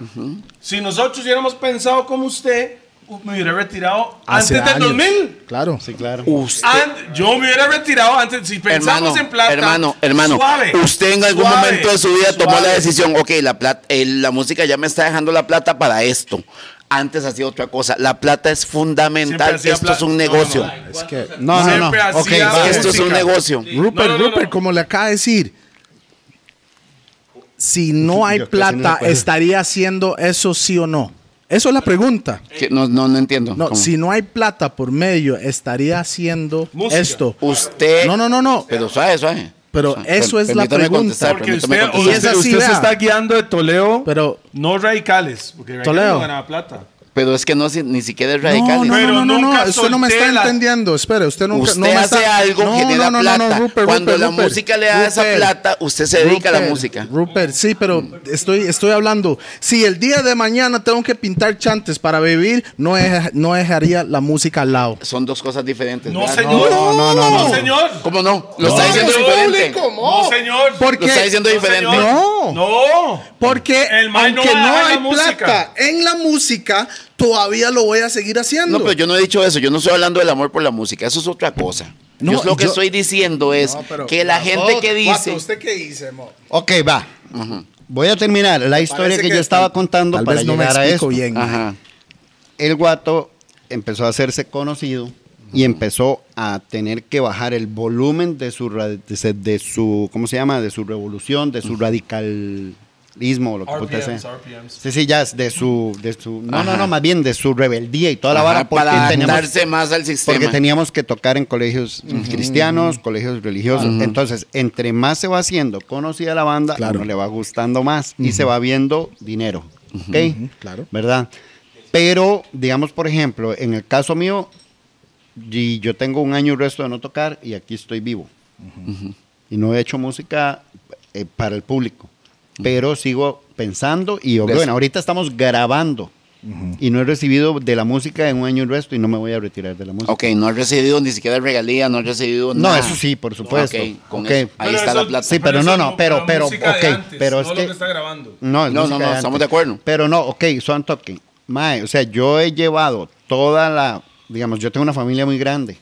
A: si nosotros hubiéramos pensado como usted, me hubiera retirado
B: hace
A: antes del
B: años.
A: 2000.
B: Claro.
D: Sí, claro.
C: Usted-
A: And- yo me hubiera retirado antes. Si pensamos
C: hermano,
A: en plata,
C: hermano, hermano,
A: suave,
C: usted en algún
A: suave,
C: momento de su vida tomó
A: suave.
C: la decisión, ok, la, plata, eh, la música ya me está dejando la plata para esto. Antes hacía otra cosa. La plata es fundamental.
A: Siempre hacía
C: Esto
A: plata.
C: es un
A: No, no,
C: negocio.
B: Es que.
D: No, no, no.
A: Siempre
D: Ok,
A: hacía
D: va.
A: música.
C: Esto es un negocio.
B: Rupert,
A: No, no, no,
B: Rupert,
A: no.
B: como le acaba de decir. Si no hay
D: Yo casi no
B: plata,
D: puedo.
B: ¿estaría haciendo eso sí o no? Eso es la pregunta.
C: Que No, no, no entiendo.
B: No,
C: Pues, ¿Cómo?
B: si no hay plata por medio, estaría haciendo
A: Música.
B: esto.
C: Usted.
B: No, no, no, no.
C: Pero suave, suave.
B: Pero
C: Suave.
B: eso es la
C: Permítame
B: pregunta.
C: contestar,
A: Porque
C: permítame
A: usted,
C: contestar.
B: Y es
A: usted-
B: así,
A: usted se
B: vea.
A: está guiando de Toleo,
B: Pero
A: no radicales. Porque radicales
B: Toleo.
A: no ganaba plata.
C: Pero es que no si- ni siquiera es
B: No,
C: radical.
B: no,
A: Pero
B: no, no, no,
A: nunca
B: usted no me está
A: solté la-
B: entendiendo. Espere, usted nunca.
C: usted
B: no me
C: hace
B: está-
C: algo
B: No,
C: que le
B: no, no,
C: da
B: no,
C: plata.
B: no, Rupert,
C: Cuando
B: Rupert,
C: la
B: Rupert.
C: música le da esa
B: Rupert,
C: plata, usted se dedica a la
B: Rupert,
C: música.
B: Rupert, sí, pero estoy, estoy hablando. Si el día de mañana tengo que pintar chantes para vivir, no, deja- no dejaría la música al lado.
C: Son dos cosas diferentes.
A: No,
C: ¿verdad?
A: señor.
D: No, no, no, no.
A: señor.
C: ¿Cómo no? Lo está diciendo
B: no,
C: diferente.
B: público.
A: No, señor.
B: ¿Por
C: Lo está
B: qué?
C: diciendo diferente.
B: No.
A: No.
B: Porque
A: El man no
B: aunque
A: va a
B: no,
A: dejar
B: hay
A: la música.
B: plata en la música, todavía lo voy a seguir haciendo.
C: No, pero yo no he dicho eso. Yo no estoy hablando del amor por la música. Eso es otra cosa.
B: No,
C: yo lo que
B: yo-
C: estoy diciendo es
B: No, pero-
C: que la gente
B: Oh,
C: que
B: guato,
C: dice.
B: ¿Usted qué dice, mo?
D: Ok, va. Voy a terminar la historia
B: Parece
D: que,
B: que
D: yo estaba
B: tal-
D: contando
B: Tal
D: para
B: vez no me
D: llegar a
B: explico
D: eso.
B: bien.
C: Ajá.
D: El guato empezó a hacerse conocido y empezó a tener que bajar el volumen de su, ra- de se- de su ¿cómo se llama? De su revolución, de su radicalismo, o lo que puta sea.
A: RPMs, RPMs.
D: Sí, sí, ya, es de su, de su, no, no,
C: Ajá.
D: no, más bien de su rebeldía y toda la
C: Ajá,
D: vara porque
C: para
D: teníamos
C: adaptarse más al sistema.
D: porque teníamos que tocar en colegios cristianos, colegios religiosos. Entonces, entre más se va haciendo conocida la banda,
B: Claro.
D: uno le va gustando más y se va viendo dinero. ¿Ok?
B: Mm, claro.
D: ¿Verdad? Pero, digamos, por ejemplo, en el caso mío, y yo tengo un año y resto de no tocar y aquí estoy vivo. Y no he hecho música eh, para el público. Pero sigo pensando y,
C: Des-
D: bueno, ahorita estamos grabando. Y no he recibido de la música en un año y resto y no me voy a retirar de la música.
C: Ok, no has recibido ni siquiera regalía, no has recibido
D: No,
C: nada.
D: eso sí, por supuesto.
C: Ok, con
D: Ok.
C: eso. Ahí
A: Pero
C: está
A: eso-
C: la plata.
D: Sí, pero no,
A: eso
D: no, pero-
A: la
D: pero,
A: música de
D: ok,
A: antes,
D: pero es
A: no
D: que-
A: lo que está grabando.
D: No, es
C: No, no,
D: música
C: no,
D: antes.
C: estamos de acuerdo.
D: Pero no, ok, son talking. Mae, o sea, yo he llevado toda la, digamos, yo tengo una familia muy grande.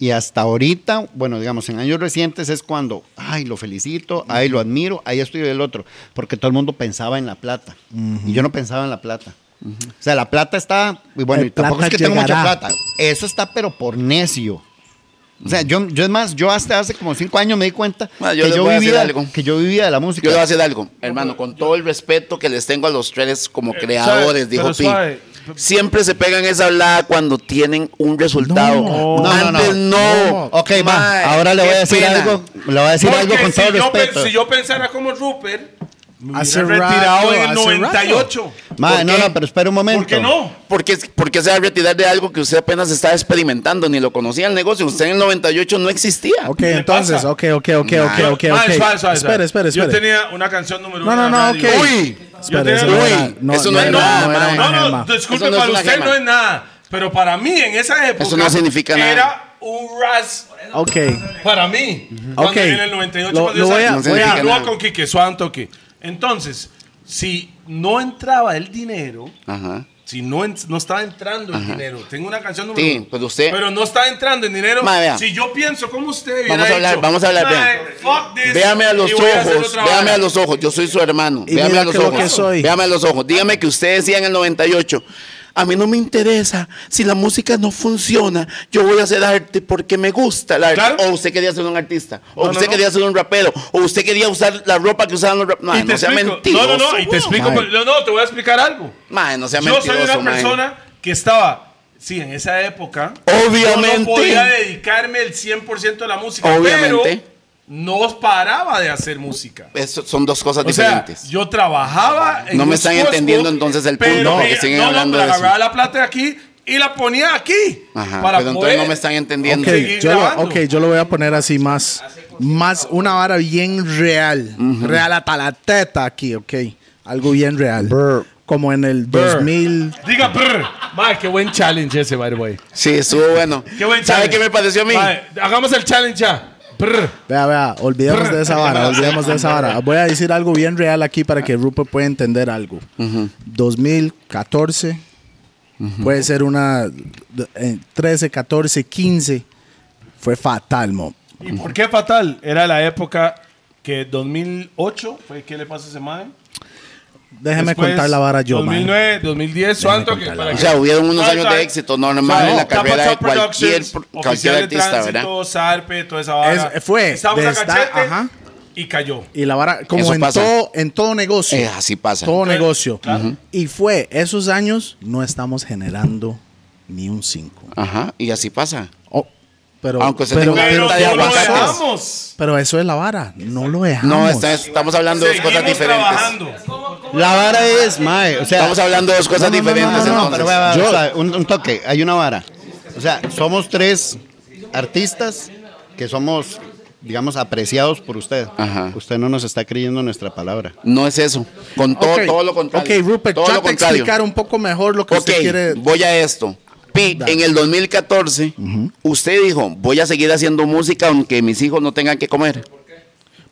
D: Y hasta ahorita, bueno, digamos, en años recientes es cuando, ay, lo felicito, ay, lo admiro, ahí estoy del otro. Porque todo el mundo pensaba en la plata. Y yo no pensaba en la plata. O sea, la plata está, y bueno,
B: El
D: y tampoco es
B: plata
D: que tengo mucha
B: llegará.
D: plata. Eso está, pero por necio. O sea, yo, yo es más, yo hasta hace como cinco años me di cuenta
C: Ma, yo
D: que,
C: les
D: yo
C: voy a decir
D: vivía,
C: algo.
D: que yo vivía de la música.
C: Yo le voy a decir algo, hermano, con todo el respeto que les tengo a los tres como creadores,
A: suave,
C: dijo
A: pero
C: Pi.
A: suave.
C: Siempre se pegan esa hablada cuando tienen un resultado.
B: No,
D: no, no,
C: Antes no.
B: no.
D: Ok, va.
C: Mae,
D: Ahora le voy
C: qué
D: a decir
C: pena.
D: algo. Le voy a decir
A: Porque
D: algo con todo
A: si yo, pe-
D: respeto.
A: si yo pensara como Rupert, me
B: Hace
A: hubiera retirado
B: rato,
A: en el
B: hace
A: 98.
D: Mae,
C: ¿Por
D: no,
C: qué?
D: no, pero espera un momento.
A: ¿Por qué no?
C: Porque, porque se va a retirar de algo que usted apenas está experimentando, ni lo conocía el negocio. Usted en el 98 no existía.
B: Ok,
A: le
B: entonces,
A: pasa?
B: ok, ok, ok, ok, ok,
A: Mae,
B: ok.
A: Ah, suave, suave,
B: Espere,
A: suave.
B: espere, espere.
A: Yo tenía una canción número
B: No,
A: uno.
B: no,
A: en
B: no,
A: la radio.
B: ok.
C: Uy.
B: Espere,
A: Yo
B: eso
A: tengo-
B: no
A: Uy,
B: era- no,
C: eso
B: no
C: no es
B: era-
C: nada,
B: no era
C: mae.
B: una
A: No, no,
B: gema.
A: disculpe,
C: Eso no es
A: para
C: una
A: usted
C: gema.
A: no es nada. Pero para mí, en esa época.
C: Eso no significa nada.
A: Era un ras.
B: Ok.
A: Para mí.
B: Ok.
A: Cuando en el 98,
B: Lo-
A: cuando
B: lo
A: yo
B: voy a-
A: salí,
C: No significa
A: habló
C: nada.
A: con Quique, Suan Toque. Entonces, si no entraba el dinero.
C: Ajá.
A: Si no, en- no está entrando el dinero, tengo una canción número
C: Sí,
A: uno,
C: pero usted-
A: Pero no está entrando el dinero.
C: Ma, vea.
A: si yo pienso como usted,
C: Vamos a
A: hubiera
C: hablar,
A: dicho,
C: vamos a hablar,
A: "Ma,
C: vean.
A: fuck this",
C: Véame a los
A: y voy a hacer
C: ojos,
A: otra
C: véame
A: vara.
C: a los ojos, yo soy su hermano.
B: Y
C: véame
B: mira
C: a los
B: que lo
C: ojos.
B: que soy.
C: Véame a los ojos. Dígame que usted decía en el 98. A mí no me interesa si la música no funciona. Yo voy a hacer arte porque me gusta el arte.
A: Claro.
C: O usted quería ser un artista. O
A: No, no,
C: usted
A: no.
C: quería ser un rapero. O usted quería usar la ropa que usaban los raperos.
A: Y te
C: no sea
A: explico.
C: mentiroso.
A: No, no, no, y te
C: weón.
A: explico.
B: Mae.
A: No, no, te voy a explicar algo.
C: Mae, no sea
A: Yo soy
C: mentiroso,
A: una
C: mae.
A: persona que estaba sí, en esa época, yo no podía
C: Obviamente.
A: dedicarme el 100% a la música.
C: Obviamente.
A: Pero no paraba de hacer música.
C: Eso son dos cosas
A: O sea,
C: diferentes.
A: yo trabajaba en
C: No me
A: un
C: están
A: kiosco,
C: entendiendo entonces el punto
A: pero
C: que
A: mira,
C: siguen
A: no, no,
C: hablando
A: pero
C: de eso.
A: agarraba la plata de aquí y la ponía aquí
C: Ajá,
A: para
C: pero entonces
A: poder
C: no me están entendiendo.
A: Ok. seguir
B: Ok, yo lo,
A: grabando.
B: ok, yo lo voy a poner así más. Más una vara bien real. Real hasta la teta aquí, ok. Algo bien real. Como en el 2000.
A: Diga, brr. Mae, qué buen challenge ese, by the way.
C: Sí, estuvo bueno.
A: Qué buen
C: ¿Sabe
A: challenge.
C: qué me pareció a mí?
A: Mae, hagamos el challenge ya. Brr.
B: Vea, vea, olvidemos de esa vara, olvidemos de esa vara. Voy a decir algo bien real aquí para que Rupert pueda entender algo. 2014, puede ser una eh, 13, 14, 15, fue fatal, mo.
A: ¿Y por qué fatal? Era la época que 2008 fue ¿Qué le pasa a ese mae?
B: Déjeme
A: Después,
B: contar la vara yo, man.
A: 2009, man. 2010, ¿cuánto? Que
B: contar la
A: para
C: O
A: que-
C: sea, hubieron unos
A: Southside,
C: años de éxito normal
A: Southside,
C: en la
A: Tapa
C: carrera de
A: Top
C: cualquier,
A: Productions,
C: cualquier
A: Oficial de
C: artista, ¿verdad?
A: Tránsito, Sarpe, toda esa vara.
B: Es- fue,
A: Estamos
B: de
A: a
B: esta-
A: cachete
B: ajá.
A: y cayó.
B: Y la vara, como
C: Eso
B: en
C: pasa.
B: todo, en todo negocio.
C: Eh, así pasa.
B: Todo
A: Claro,
B: negocio.
A: claro. Ujú.
B: Y fue, esos años no estamos generando ni un 5.
C: Ajá, y así pasa.
B: pero,
C: Oh. Aunque se
B: pero,
C: tenga
B: pero,
C: venta de
B: pero-
C: aguacates.
A: dejamos.
B: pero eso es la vara. No lo dejamos.
C: No, está- estamos hablando de dos cosas
A: Seguimos
C: diferentes.
A: trabajando.
D: La vara es, mae, o sea...
C: Estamos hablando de dos cosas
B: No, no, no, no,
C: diferentes.
B: no,
C: entonces.
D: pero vea, vea,
B: Yo-
D: o sea, un, un toque, hay una vara. O sea, somos tres artistas que somos, digamos, apreciados por usted.
C: Ajá.
D: Usted no nos está creyendo nuestra palabra.
C: No es eso. Con todo,
B: Ok.
C: todo lo contrario.
B: Ok, Rupert,
C: todo
B: trata de explicar un poco mejor lo que
C: Ok,
B: usted quiere.
C: voy a esto. Pi,
B: Dale.
C: en el 2014, usted dijo, voy a seguir haciendo música aunque mis hijos no tengan que comer.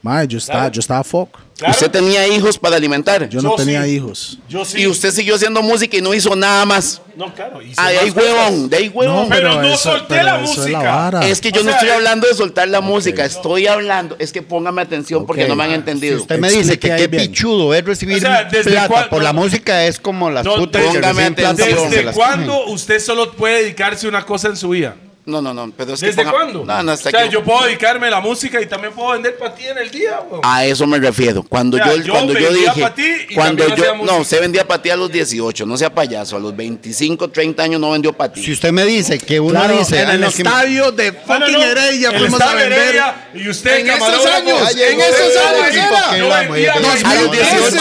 B: Mae, yo estaba, yo estaba fuck.
A: Claro.
C: Usted tenía hijos para alimentar.
B: Yo
A: Yo
B: no tenía
A: sí.
B: hijos.
A: Yo sí.
C: Y usted siguió haciendo música y no hizo nada más.
A: No, claro. hice
C: Ah, de ahí
A: más cosas.
C: huevón, de ahí huevón.
A: pero no solté la
B: eso es la
A: música.
B: vara.
D: Ah.
C: es que yo
A: O
C: no
A: sea, eh,
C: estoy
A: es-
C: hablando de soltar la música, estoy hablando, es que póngame atención porque
D: Ok.
C: no me han entendido.
D: Usted me dice
B: Explique
D: que
B: ahí
D: qué
B: bien.
D: pichudo es recibir
A: O sea, ¿desde
D: plata
A: cuál-
D: por la
A: no-
D: música es como las
A: No,
D: putas que
C: póngame
D: reciben plata
C: atención.
D: porque se
A: ¿Desde
D: las
A: cuándo
D: cogen.
A: usted solo puede dedicarse a una cosa en su vida?
C: No, no, no, pero es que
A: ¿Desde
C: ponga-
A: cuándo?
C: No, no,
A: o
C: está
A: sea,
C: aquí.
A: yo puedo dedicarme a la música y también puedo vender para ti en el día, weón.
B: Ah,
C: A eso me refiero. Cuando
A: O sea,
C: yo,
A: yo
C: cuando yo
A: vendía
C: dije,
A: pa' ti y
C: cuando
A: también
C: yo
A: hacía música.
C: no, se vendía para ti a los 18, no sea payaso, a los 25, 30 años no vendió para ti.
D: Si usted me dice que uno
B: Claro,
D: dice...
B: en
D: "Ay,
B: el
D: no, que me-
B: estadio
A: No,
B: de
A: no,
B: fucking
A: no.
B: Heredia
A: El
B: fuimos a
A: Estado
B: vender.
A: Heredia y usted,
B: En esos
A: camarógrafo,
B: años,
A: llegó
B: en esos
A: usted,
B: años
A: equipo,
B: era.
A: que la vendía
D: No,
A: bien.
D: a los
B: 2013,
D: 18.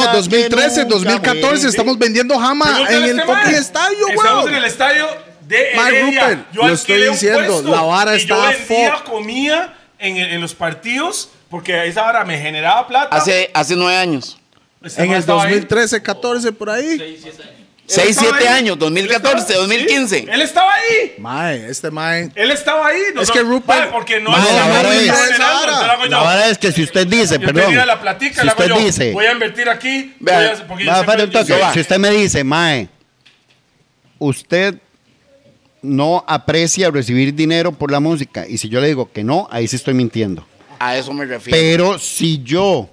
B: no, 2013,
D: Nunca
B: 2014,
D: muere.
B: estamos vendiendo jama
A: Pregúntale
B: en
A: a
B: el
A: este
B: fucking
A: man.
B: estadio,
A: Estamos en
B: weón.
A: el estadio de
B: Mike
A: Heredia.
B: Rupert,
A: Yo
B: lo
A: alquilé
B: estoy
A: un
B: diciendo,
A: puesto
B: la vara
A: y
B: está
A: Yo vendía
B: fuck.
A: comida en, en los partidos porque esa vara me generaba plata.
C: Hace hace 9 años.
A: Este
B: En
A: man
B: el
A: estaba ahí.
B: 2013, 14, por ahí.
A: Él
C: 6,
A: estaba
C: 7
A: ahí.
C: años, 2014,
A: Él estaba-
C: 2015.
A: sí, Él estaba ahí.
B: Mae, este mae.
A: Él estaba ahí. No,
B: Es
A: no,
B: que Rupert-
A: vale, porque no
D: Mae,
A: no,
D: la
A: no,
D: vara
A: no,
D: es-
A: no, no,
B: esa
A: no,
B: vara.
A: se la hago yo.
D: La vara es que si usted dice,
A: Yo
D: perdón.
A: tenía la platica,
D: si
A: la hago
D: usted
A: yo.
D: dice...
A: Voy a invertir aquí.
C: Vea,
A: voy a- porque yo
D: Va,
A: siempre-
D: espere un toque.
A: yo-
C: va.
D: Si usted me dice, Mae, usted no aprecia recibir dinero por la música, y si yo le digo que no, ahí sí estoy mintiendo.
C: A eso me refiero.
D: Pero si yo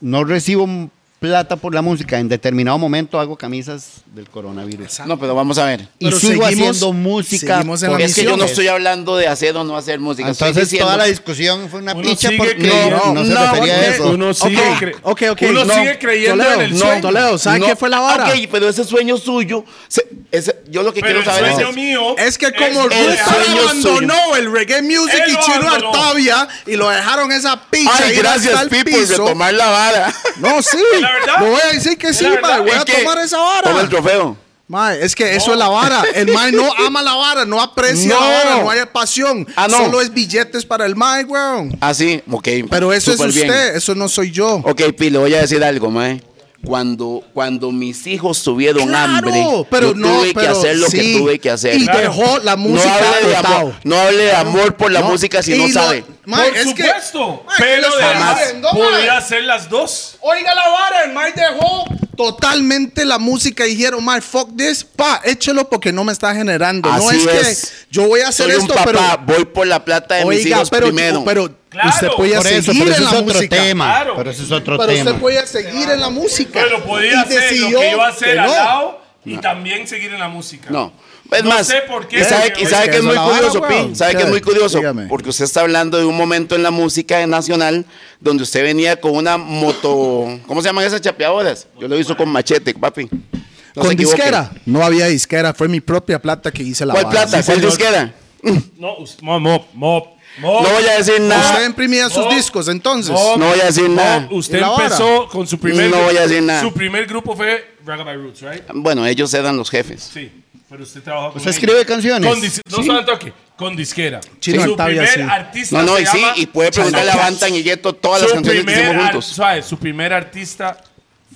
D: no recibo plata por la música, en determinado momento hago camisas del coronavirus.
C: no, pero vamos a ver.
D: Y
B: Pero
D: sigo
B: seguimos-
D: haciendo música.
B: seguimos en la
D: por-
C: Es que yo no
B: misiones.
C: estoy hablando de hacer o no hacer música. estoy
D: Entonces
C: diciendo-
D: toda la discusión fue una
A: Uno
D: picha
A: sigue
D: porque
A: creyendo.
D: no, no se
B: No,
D: refería
B: porque
D: a eso.
A: uno sigue,
B: Ok,
A: cre-
B: ok, ok,
A: uno
B: no.
A: sigue creyendo
B: Toledo,
A: en el
B: no,
A: sueño.
B: Toledo, ¿sabe
C: No,
B: qué fue la vara?
C: Ok, pero ese sueño suyo, se- ese- yo lo que
A: Pero el
C: quiero saber
A: sueño
C: es...
A: mío
B: Es que como
A: es
C: el
B: Rupert
C: sueño
B: abandonó el reggae music
A: Él
B: y
A: lo
B: Chino
A: abandonó.
B: Artavia y lo dejaron esa picha
C: Ay,
B: ir
C: gracias,
B: hasta el
C: Pipo, por
B: piso.
C: retomar la vara.
B: No, sí.
A: la verdad.
B: Lo voy a decir que sí,
A: la verdad.
B: mae. Voy
A: Es
B: a
C: que-
B: tomar esa
C: Toma el
B: vara.
C: trofeo.
B: Mae, es que eso es la vara. El mae no ama la vara, no aprecia
C: No.
B: la vara, no hay pasión.
C: Ah, no.
B: Solo es billetes para el mae, weón.
C: Ah, sí, ok.
B: Pero eso
C: súper
B: es
C: bien.
B: usted, eso no soy yo.
C: Ok, Pi, le voy a decir algo, mae. Cuando, cuando mis hijos tuvieron
B: Claro,
C: hambre,
B: pero
C: yo
B: no,
C: tuve que
B: pero
C: hacer lo
B: sí.
C: que tuve que hacer.
B: Y dejó la música
C: no hable, de
B: botado.
C: amor, no hable de amor por la música si
B: Y
C: no
B: lo-
C: sabe.
B: mae,
A: Por
B: es que-
A: supuesto,
B: mae, ¿qué le
A: pero
B: está
A: de
C: jamás
B: haciendo, mae?
A: podía hacer las dos.
B: Oiga la vara, el Mike dejó totalmente la música y dijeron, Mike, fuck this, pa, échelo porque no me está generando. no
C: Así
B: es,
C: es.
B: que yo voy a hacer
C: Soy
B: esto,
C: un papá,
B: pero.
C: voy por la plata de mis
B: Oiga,
C: hijos
B: pero,
C: primero.
B: pero
A: Claro,
B: usted podía
D: Por eso,
B: seguir
D: pero eso
B: en
D: es
B: la
D: otro
B: música.
D: tema.
A: Claro.
D: Pero eso es otro
B: Pero
D: tema.
B: usted podía seguir en la música.
A: Pero podía
B: Y
A: hacer lo
B: decidió
A: que iba a hacer
B: que
A: al
B: no.
A: lado y también seguir en la música.
C: No. Es
A: No
C: más,
A: sé por qué,
C: y sabe,
A: pero
C: y
A: es
C: sabe
B: que
C: que es
B: eso
C: muy
B: la vara,
C: curioso, Pi,
B: weón.
C: sabe que es muy
B: ¿Qué?
C: curioso,
B: Dígame.
C: porque usted está hablando de un momento en la música nacional donde usted venía con una moto, ¿cómo se llaman esas chapeadoras? Yo lo hice con machete, papi. No se
J: Con
C: equivoquen.
J: disquera. No había disquera. Fue mi propia plata que hice la
B: Ah,
C: ¿Cuál
J: vara.
C: plata?
J: Sí,
C: ¿Cuál
J: señor.
C: disquera?
A: No, us- mop, mop, mop, mop.
C: No voy a decir
J: Usted
C: nada.
J: imprimía sus discos entonces.
A: no,
C: No voy a decir nada.
A: Usted
J: ¿Y la vara?
A: empezó con su primer
C: No voy a decir nada.
A: Su primer grupo fue Ragabay Roots, ¿right?
C: Bueno, ellos eran los jefes.
A: Sí. Pero usted trabajó con
D: ¿Usted
A: ellos.
D: escribe canciones?
A: Con dis- no solo toque, con disquera.
J: Chino
A: su
J: Octavia,
A: primer
J: sí.
A: artista
C: No, no,
A: se
C: y sí,
A: llama-
C: y puede preguntarle a Bantan y Yeto todas las
A: su
C: canciones que
A: primer
C: hicimos
A: ar-
C: juntos.
A: suave, su primer artista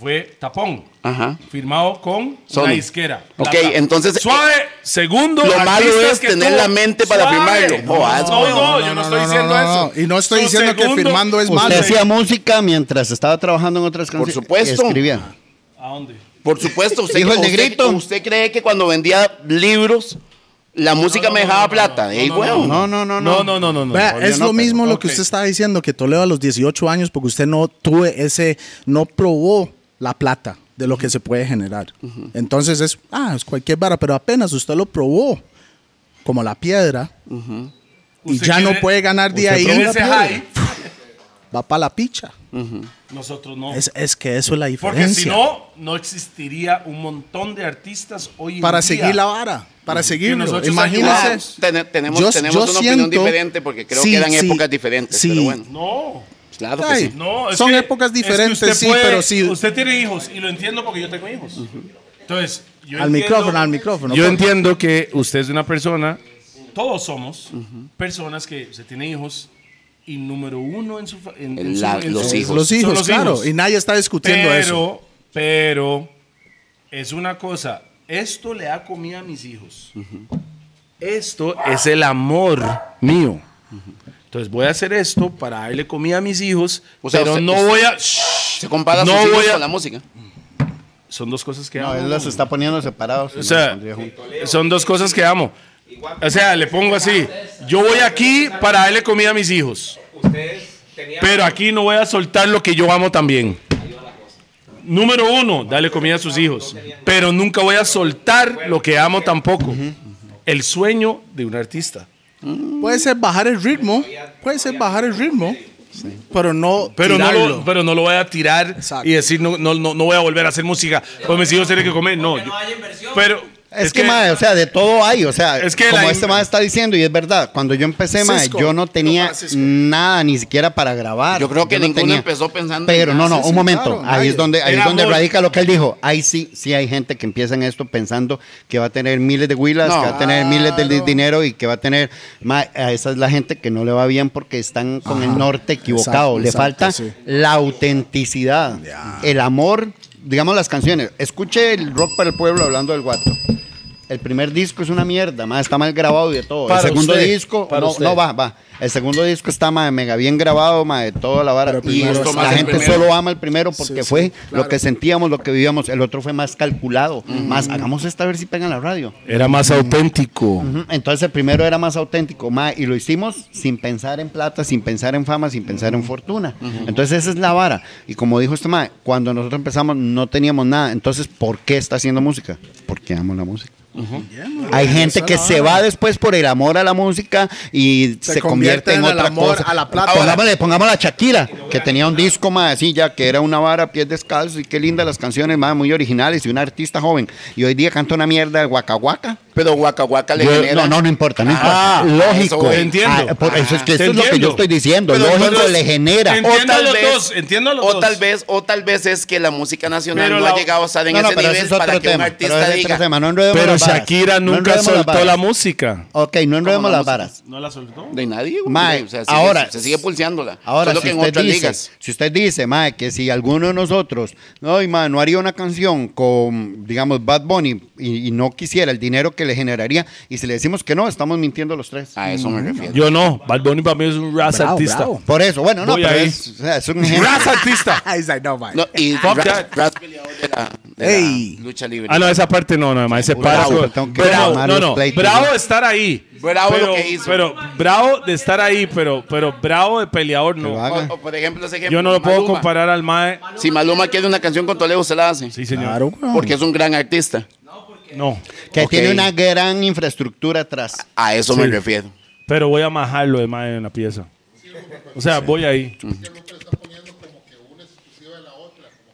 A: fue Tapón.
C: Ajá.
A: Firmado con
C: Sony.
A: una disquera.
C: Ok,
A: Plata.
C: entonces,
A: Suave, segundo.
C: lo
A: artista
C: malo es
A: que
C: tener
A: tuvo-
C: la mente para
A: Suave.
C: firmarlo.
A: No,
C: Jodas,
A: no,
C: güey.
A: no, yo no estoy diciendo eso.
J: Y no estoy
A: Su
J: diciendo que
A: segundo-
J: firmando es malo.
D: Usted hacía música mientras estaba trabajando en otras canciones.
C: supuesto.
D: Escribía.
A: ¿A dónde?
C: Por supuesto, usted,
D: Dijo el
C: usted-
D: negrito.
C: usted cree que cuando vendía libros, la música me dejaba plata. Ey, huevón.
D: No, no, no,
A: No,
D: no.
A: no, no, no. no.
J: Vea,
A: Obvio
J: es
A: no,
J: lo
A: pero-
J: mismo lo que
A: ok.
J: usted estaba diciendo, que Toledo a los 18 años, porque usted no tuvo ese, no probó la plata de lo que se puede generar. Entonces es, ah, es cualquier vara, pero apenas usted lo probó, como la piedra, y
A: Usted
J: ya no
A: quiere-
J: puede ganar de
A: usted
J: ahí,
A: quiere
J: la
A: ese
J: piedra.
A: high,
J: va para la picha.
A: Nosotros no.
J: Es, es que eso es la diferencia.
A: Porque si no, no existiría un montón de artistas hoy en
J: para
A: día.
J: seguir la vara, para seguirlo.
A: nosotros
J: Imagínese.
A: ayudamos.
C: Tene- tenemos
J: Yo-
C: tenemos
J: yo
C: una opinión
J: siento-
C: diferente porque creo
J: sí,
C: que eran
J: sí,
C: épocas diferentes.
J: sí.
C: Pero bueno,
A: No.
C: claro que
J: Ay,
C: sí.
A: No, es
J: Son
A: que-
J: épocas
A: es que
J: diferentes,
A: usted
J: sí,
A: puede-
J: pero sí.
A: Usted tiene hijos y lo entiendo porque yo tengo hijos. Entonces, yo
J: Al
A: entiendo-
J: micrófono, al micrófono.
A: Yo
J: por-
A: entiendo que usted es una persona, todos somos personas que se tienen hijos y número uno en su fa- en, en su-
C: La-
A: en
C: los
A: su-
C: hijos.
J: Los
A: son
J: hijos,
A: los
J: claro.
A: hijos.
J: Y nadie está discutiendo
A: pero,
J: eso.
A: Pero es una cosa, esto le da comida a mis hijos. Esto es el amor mío. Entonces voy a hacer esto para darle comida a mis hijos,
C: O sea,
A: pero
C: usted-
A: no
C: usted-
A: voy a...
C: Se compara
A: No
C: sus hijos
A: voy a-
C: con la música.
A: Son dos cosas que
D: No,
A: amo.
D: él los está poniendo separados.
A: O sea, son dos cosas que amo. O sea, le pongo así. Yo voy aquí para darle comida a mis hijos. Pero aquí no voy a soltar lo que yo amo también. Número uno, darle comida a sus hijos. Pero nunca voy a soltar lo que amo tampoco. El sueño de un artista.
J: Puede ser bajar el ritmo, puede ser bajar el ritmo, pero no
A: Pero no,
J: tirarlo.
A: lo, pero no lo voy a tirar
J: Exacto.
A: y decir, no, no, no, no voy a volver a hacer música. Pues mis hijos tienen que comer. No, yo- pero
D: Es, que, mae, o sea, de todo hay, o sea,
A: Es que
D: como
A: la-
D: este mae está diciendo, y es verdad, cuando yo empecé, mae,
J: Cisco.
D: yo no tenía
J: Tomás Cisco.
D: nada, ni siquiera para grabar.
C: Yo creo que
D: no
C: ninguno
D: tenía.
C: empezó pensando en
D: Pero no,
C: nada,
J: sí,
D: no, un
J: sí,
D: momento,
J: claro,
D: ahí
J: nadie.
D: es donde, ahí
A: Era
D: es donde
A: amor.
D: radica lo que él dijo. Ahí sí, sí hay gente que empieza en esto pensando que va a tener miles de huilas,
C: No.
D: que va a tener miles de di- dinero y que va a tener, mae, a esa es la gente que no le va bien porque están con el norte
J: Exacto,
D: equivocado. le
J: exacto,
D: falta
J: sí.
D: la autenticidad, el amor, digamos las canciones. Escuche el rock para el pueblo hablando del guato. El primer disco es una mierda, ma, está mal grabado y de todo.
A: Para
D: el segundo
A: usted,
D: disco,
A: para
D: no,
A: usted.
D: no, va, va. El segundo disco está ma, mega bien grabado, ma, de toda la vara.
J: Pero
D: y
J: primero
D: la
J: está mal
D: gente
C: primero.
D: solo ama el primero porque
J: Sí, sí,
D: fue
J: claro.
D: lo que sentíamos, lo que vivíamos. El otro fue más calculado, más hagamos esta a ver si pega en la radio.
A: era más auténtico.
D: Ujú, Entonces el primero era más auténtico, ma, y lo hicimos sin pensar en plata, sin pensar en fama, sin pensar en fortuna. Entonces esa es la vara. Y como dijo este ma, cuando nosotros empezamos no teníamos nada. Entonces, ¿por qué está haciendo música? Porque amo la música. Hay gente que se va después por el amor a la música y se,
J: Se
D: convierte
J: convierte
D: en
J: en el
D: otra
J: amor
D: cosa.
J: a la plata.
D: Pongámosle, pongámosle a Shakira, que tenía un disco más así ya, que era una vara, pies descalzos y qué lindas las canciones, más muy originales y una artista joven. Y hoy día canta una mierda del guacahuaca.
C: Pero Waka Waka le
D: Yo-
C: genera.
D: no, no, no importa, no importa.
C: Ah, eso
D: lógico.
C: voy.
A: Entiendo.
D: Ah, por eso es que
A: Te
D: eso es lo que
A: entiendo.
D: yo estoy diciendo.
A: Pero
D: lógico
A: entonces,
D: le genera.
A: entiendo
C: O tal
A: los
C: vez,
A: dos, entiendo los
C: o
A: dos.
C: tal vez, o tal vez es que la música nacional
A: Pero
C: no
A: la-
C: ha llegado a estar en
D: No, no,
C: ese
D: pero
C: nivel
D: ese es
C: para
D: otro
C: que un
D: tema.
C: artista
D: pero ese es
C: diga.
D: otro tema, no enredemos
A: Pero
D: las varas.
A: Shakira
D: No
A: nunca
D: enredemos las
A: soltó la
D: varas.
A: música.
D: Ok, no enredemos
C: la
D: las
C: música?
D: varas.
A: ¿No la soltó?
C: De nadie, güey.
D: Mae,
C: O sea, sigue-
D: ahora-
C: se sigue pulseándola.
D: Ahora,
C: Solo
D: si
C: que en
D: usted,
C: otras
D: dice,
C: ligas.
D: si usted dice, mae, que si alguno de nosotros, no, mae, no haría una canción con, digamos, Bad Bunny y, y no quisiera el dinero que le generaría, y si le decimos que no, estamos mintiendo los tres.
C: A eso me refiero.
A: Yo no. Bad Bunny para mí es un raza
J: Bravo,
A: artista.
J: bravo.
D: Por eso, bueno, no,
A: Voy
D: pero
A: ahí.
D: es, o sea, es un ejemplo.
A: Raza artista.
J: Ah, he's like, no, man.
C: No, y
A: Fuck
C: Ras-
A: that.
C: Ras peleador de la, de la
J: Ey.
C: lucha libre.
A: Ah, no, esa parte no, no, más ese
D: Bravo,
A: párrafo.
D: tengo que
A: Bravo,
D: llamar
A: no,
D: los
A: no.
D: pleitos,
A: Bravo
D: ¿no?
A: de estar ahí.
C: Bravo
A: pero,
C: lo que hizo.
A: Pero bravo de estar ahí, pero, pero bravo de peleador no.
D: lo haga.
C: O- o por ejemplo, ese ejemplo,
A: Yo no lo puedo
C: Maluma.
A: comparar al Mae.
C: Si Maluma quiere una canción con Toledo, se la hace.
A: Sí, señor.
J: Claro, weón.
C: Porque es un gran artista.
A: No.
D: Que
C: Ok.
D: tiene una gran infraestructura atrás.
C: A eso me refiero.
A: Pero voy a majarlo de Mae en la pieza. O sea, voy ahí.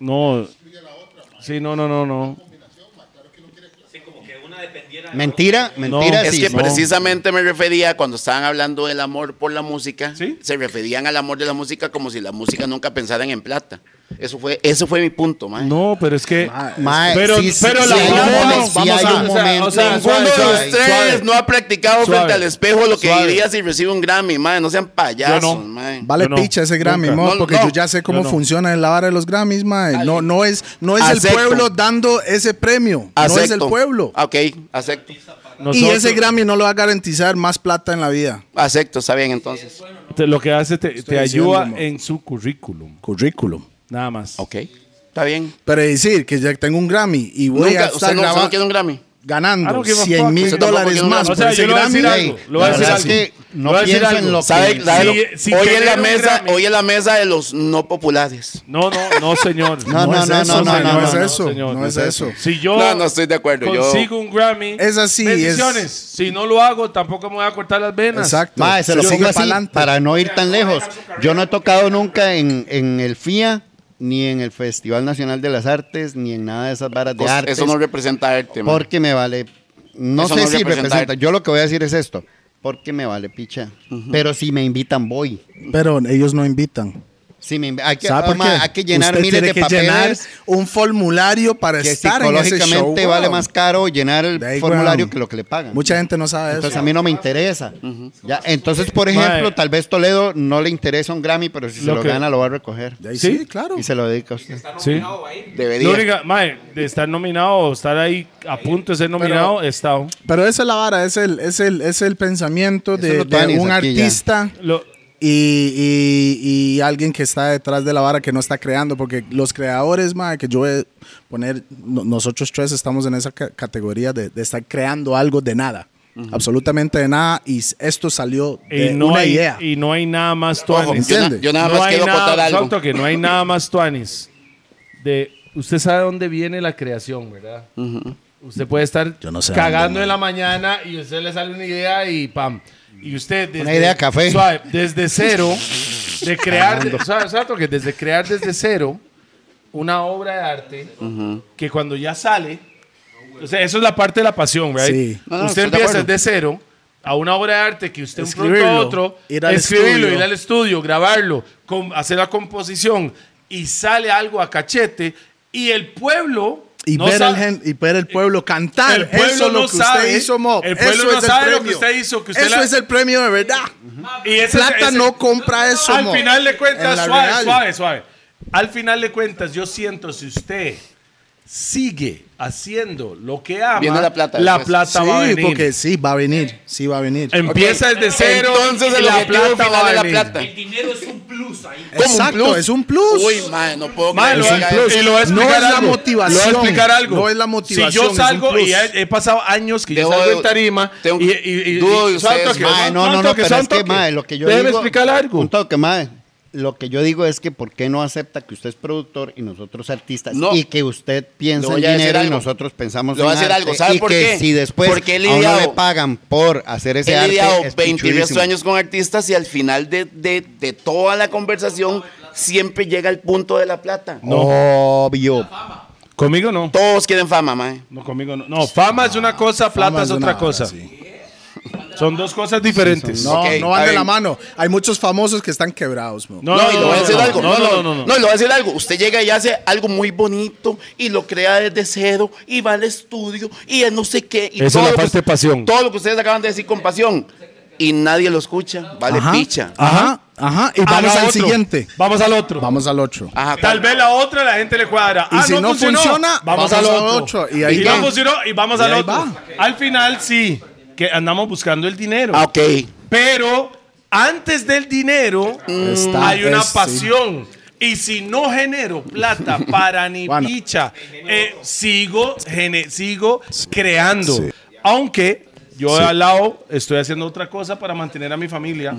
A: No. Sí, no, no, no, no.
D: Mentira, mentira.
C: Es
D: sí,
C: que
D: no.
C: precisamente me refería cuando estaban hablando del amor por la música,
K: Sí.
C: se referían al amor de la música como si la música nunca pensaran en plata. Eso fue, ese fue mi punto, mae.
A: No, pero es que.
D: Mae,
K: Pero-
D: sí, sí,
K: pero
D: sí
K: la
D: hay un
K: plata-
D: momento, sí
K: vamos
D: hay
K: a-
D: un
K: o sea,
D: momento.
K: o sea,
C: Ninguno de
K: suave,
C: los
K: suave,
C: tres
K: suave.
C: no ha practicado
K: Suave.
C: frente al espejo lo que
K: Suave.
C: diría si recibe un Grammy, mae. No sean payasos,
K: Yo no.
C: mae.
B: Vale
K: Yo no,
B: picha ese Grammy,
K: nunca.
B: mo,
C: No,
B: porque
C: no,
B: yo ya sé cómo
K: no.
B: funciona el lavar de los Grammys, mae. No, no es, no es el
C: Acepto.
B: pueblo dando ese premio. No es el
C: Acepto.
B: pueblo.
C: Ah, Ok, acepto.
B: Y
A: Nosotros-
B: ese Grammy no lo va a garantizar más plata en la vida.
C: Acepto, está bien entonces.
A: te- lo que hace te, te
B: diciendo,
A: ayuda
B: ma.
A: en su currículum.
B: Currículum.
A: Nada más.
C: Ok, está bien.
B: Pero decir que ya tengo un Grammy y voy a
C: Nunca,
B: estar
C: usted, no, usted
B: graba-
C: no quiere un Grammy.
A: I
B: ganando
A: don't give a
B: 100
A: fuck.
B: mil
C: Usted tampoco
B: dólares
C: quiere un
B: más.
C: Grammy.
A: O
B: por
A: sea,
D: Pues
B: ese
A: yo le voy a decir
B: Grammy.
A: algo. Le voy a
D: la
A: decir
D: verdad es
A: algo.
D: que no
A: Le voy a decir
D: pienso en
A: algo.
D: lo
C: ¿Sabe?
D: que-
C: la de
A: Si-
C: lo-
A: si
C: hoy es
A: querer
C: la
A: un
C: mesa,
A: Grammy.
C: hoy es la mesa de los no populares.
A: No, no, no, señor.
D: No, no, no, no,
B: eso,
D: no,
B: mae,
D: no,
B: es
D: no,
B: eso,
A: señor,
B: no es eso.
A: Si yo
C: No, no estoy de acuerdo, yo-
A: consigo un Grammy,
B: Es así, es-
A: bendiciones. Si no lo hago, tampoco me voy a cortar las venas.
B: Exacto.
D: Mae, se lo
B: Sigue
D: pongo así
B: pa'lante.
D: para no ir tan lejos. Yo no he tocado nunca en, en el FIA, ni en el Festival Nacional de las Artes, ni en nada de esas varas de
C: Cos-
D: arte.
C: Eso no representa arte, mae.
D: Porque me vale. No
C: Eso
D: sé
C: no
D: si
C: representa
D: representa.
C: arte.
D: Yo lo que voy a decir es esto. Porque me vale picha. Pero si me invitan, voy.
B: Pero ellos no invitan.
D: Si me invi- hay, que,
B: ¿Sabe por
D: ama-
B: qué?
D: hay que llenar
B: Usted
D: miles
B: tiene
D: de
B: que
D: papeles.
B: llenar un formulario para
D: que
B: estar en ese show.
D: psicológicamente
B: weón.
D: vale más caro llenar el
B: De ahí,
D: formulario
B: weón.
D: que lo que le pagan.
B: Mucha gente no sabe
D: Entonces
B: eso.
D: a mí no me interesa. ya, entonces, por
A: Mae.
D: ejemplo, tal vez Toledo no le interesa un Grammy, pero si se
A: Lo
D: lo,
A: que-
D: gana lo va a recoger.
B: De ahí
A: ¿Sí?
B: sí, claro.
D: Y se lo dedica a usted.
A: Sí.
C: Debería.
A: Lo única, mae, de estar nominado o estar ahí a punto de ser nominado, he estado.
B: Pero esa es la vara, es el, es el, es el pensamiento
D: Eso
B: de,
D: lo
B: de
D: tanis
B: un
D: aquí ya.
B: artista
A: Lo-
B: y, y- y alguien que está detrás de la vara que no está creando, porque los creadores, mae, que yo voy a poner, no- nosotros tres estamos en esa ca- categoría de, de estar creando algo de nada, absolutamente de nada, y s- esto salió de
A: y, no
B: una
A: hay,
B: idea.
A: y no hay nada más
C: Ojo,
A: tuanis.
C: yo, na-
B: ¿Entiende?
C: yo nada más
A: hay
C: quiero
A: nada-
C: contar algo.
A: exacto, que no hay nada más tuanis. De, usted sabe dónde viene la creación, ¿verdad? Usted puede estar
B: Yo no sé
A: cagando
B: dónde,
A: en la mañana y usted le sale una idea y pam. Y usted desde,
D: Una idea café.
A: suave, desde cero, de crear, de- suave, exacto, que desde crear desde cero una obra de arte que cuando ya sale, o sea, eso es la parte de la pasión, ¿verdad?
B: Sí.
C: No, no,
A: usted
C: estoy de
A: empieza
C: acuerdo.
A: desde cero a una obra de arte que usted un pronto a
B: Escribirlo,
A: otro,
B: ir al
A: escribirlo,
B: estudio.
A: ir al estudio, grabarlo, com- hacer la composición y sale algo a cachete y el pueblo
B: Y,
A: no
B: ver el
A: sabe-
B: gen- y ver el pueblo cantar.
A: el pueblo
B: eso es lo
A: no
B: que
A: sabe,
B: usted hizo, Mob.
A: el pueblo
B: eso
A: no
B: es el
A: sabe lo
B: premio.
A: que usted hizo, que usted
B: eso
A: la-
B: es el premio de verdad.
A: Ah, y ese-
B: Plata
A: ese-
B: no compra eso,
A: Al
B: Mob.
A: final de
B: En
A: cuentas,
B: la
A: suave,
B: real.
A: suave, suave. Al final de cuentas, yo siento si usted sigue haciendo lo que ama,
C: Viene la plata
A: la
C: después.
A: plata va a
B: Sí,
A: venir.
B: porque sí, va a venir. Sí, va a venir.
A: Empieza desde cero.
C: Entonces
A: y
C: el
A: la
C: objetivo
A: plata
C: final
A: va a
C: es la
A: venir.
C: plata.
L: dinero es un plus ahí.
C: ¿Cómo un
B: Exacto,
C: plus?
B: es un plus.
C: Uy, mae, no puedo
A: Mae,
C: creer
A: lo
C: que
A: voy
C: diga
A: a-
C: eso.
A: y lo voy a
B: No
A: explicar
B: es la
A: algo.
B: motivación.
A: Lo voy a explicar algo.
B: No es la motivación,
A: Si yo
B: es un
A: salgo
B: plus.
A: y he, he pasado años que
C: Debo
A: yo salgo
C: de-
A: en tarima
C: tengo-
A: y, y, y-
C: dudo de
A: y- santo
C: ustedes,
A: que-
C: mae,
D: Mae, no,
A: santo
D: no, no,
A: que
D: pero es
A: santo
D: que, mae, lo que yo
A: Déjeme
D: digo...
A: explicar algo.
D: Un toque, mae. Lo que yo digo es que ¿por qué no acepta que usted es productor y nosotros artistas?
C: No.
D: Y que usted
C: Le
D: piensa en
C: voy a decir
D: dinero y
C: algo.
D: nosotros pensamos
C: Le voy a
D: en
C: decir
D: arte,
C: algo, ¿sabe
D: y
C: por
D: que
C: qué?
D: si después
C: Porque he
D: a uno
C: lidiado-
D: le pagan por hacer ese
C: He
D: arte
C: lidiado
D: es
C: 20 y resto
D: pichurísimo.
C: de años con artistas y al final de, de, de toda la conversación siempre llega el punto de la plata.
D: Obvio.
A: Conmigo no.
C: Todos quieren fama, mae.
A: No, conmigo no. No, fama es una cosa, plata
B: Fama
A: es
B: es
A: otra
B: una
A: cosa.
B: vara, sí.
A: Son dos cosas diferentes.
B: No,
C: Ok,
B: no van
C: está
B: de la
C: bien.
B: mano. Hay muchos famosos que están quebrados, mo.
C: No, y le voy a decir algo. No, no, no,
A: no.
C: y le voy a decir algo. Usted llega y hace algo muy bonito y lo crea desde cero y va al estudio y el no sé qué. y
A: Esa es
C: todo
A: la
C: lo que-
A: parte de pasión.
C: Todo lo que ustedes acaban de decir con pasión. Y nadie lo escucha. Vale
B: Ajá, Ah.
C: picha.
B: Ajá, ajá. Y
A: Haga
B: vamos al
A: otro.
B: siguiente.
A: Vamos al otro.
B: Vamos al otro.
C: Ajá,
A: Tal vez la otra la gente le cuadra.
B: Y
A: ah,
B: si
A: no,
B: no
A: funcionó,
B: funciona,
A: vamos,
B: vamos
A: al
B: al
A: otro.
B: otro, y ahí
A: Y
B: va.
A: no funcionó, y vamos
B: Y
A: al
B: ahí
A: otro.
B: va.
A: Al final sí, que andamos buscando el dinero.
C: Ah, ok.
A: Pero antes del dinero
B: Está-
A: hay una
B: es- sí.
A: pasión. Y si no genero plata para ni
B: Bueno.
A: picha, eh, sigo, gene- sigo creando. Aunque yo al lado estoy haciendo otra cosa para mantener a mi familia.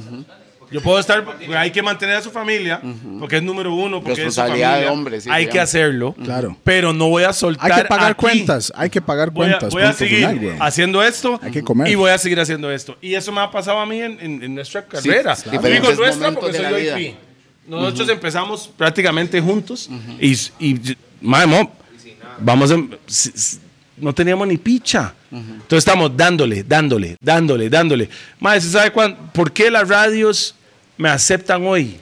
A: Yo puedo estar, porque hay que mantener a su familia, porque es número uno, porque es su
C: Responsabilidad
A: familia.
C: de hombre, sí,
A: hay
C: se
A: que
C: llama.
A: hacerlo.
B: Claro.
A: Pero no voy a soltar.
B: Hay que pagar
A: aquí.
B: cuentas. Hay que pagar
A: Voy a,
B: cuentas.
A: voy a
B: punto
A: seguir
B: final, güey.
A: haciendo esto
B: Hay que comer.
A: y voy a seguir haciendo esto. Y eso me ha pasado a mí en, en- en nuestra carrera.
C: claro.
A: Digo
C: Diferentes
A: nuestra
C: momentos
A: porque soy
C: de la
A: yo
C: vida.
A: IP. Nosotros empezamos prácticamente juntos y, y, y- madre, mo, vamos a, si- si- no teníamos ni picha. Entonces estamos dándole, dándole, dándole, dándole. Mae, ¿se sabe cuán- por qué las radios me aceptan hoy?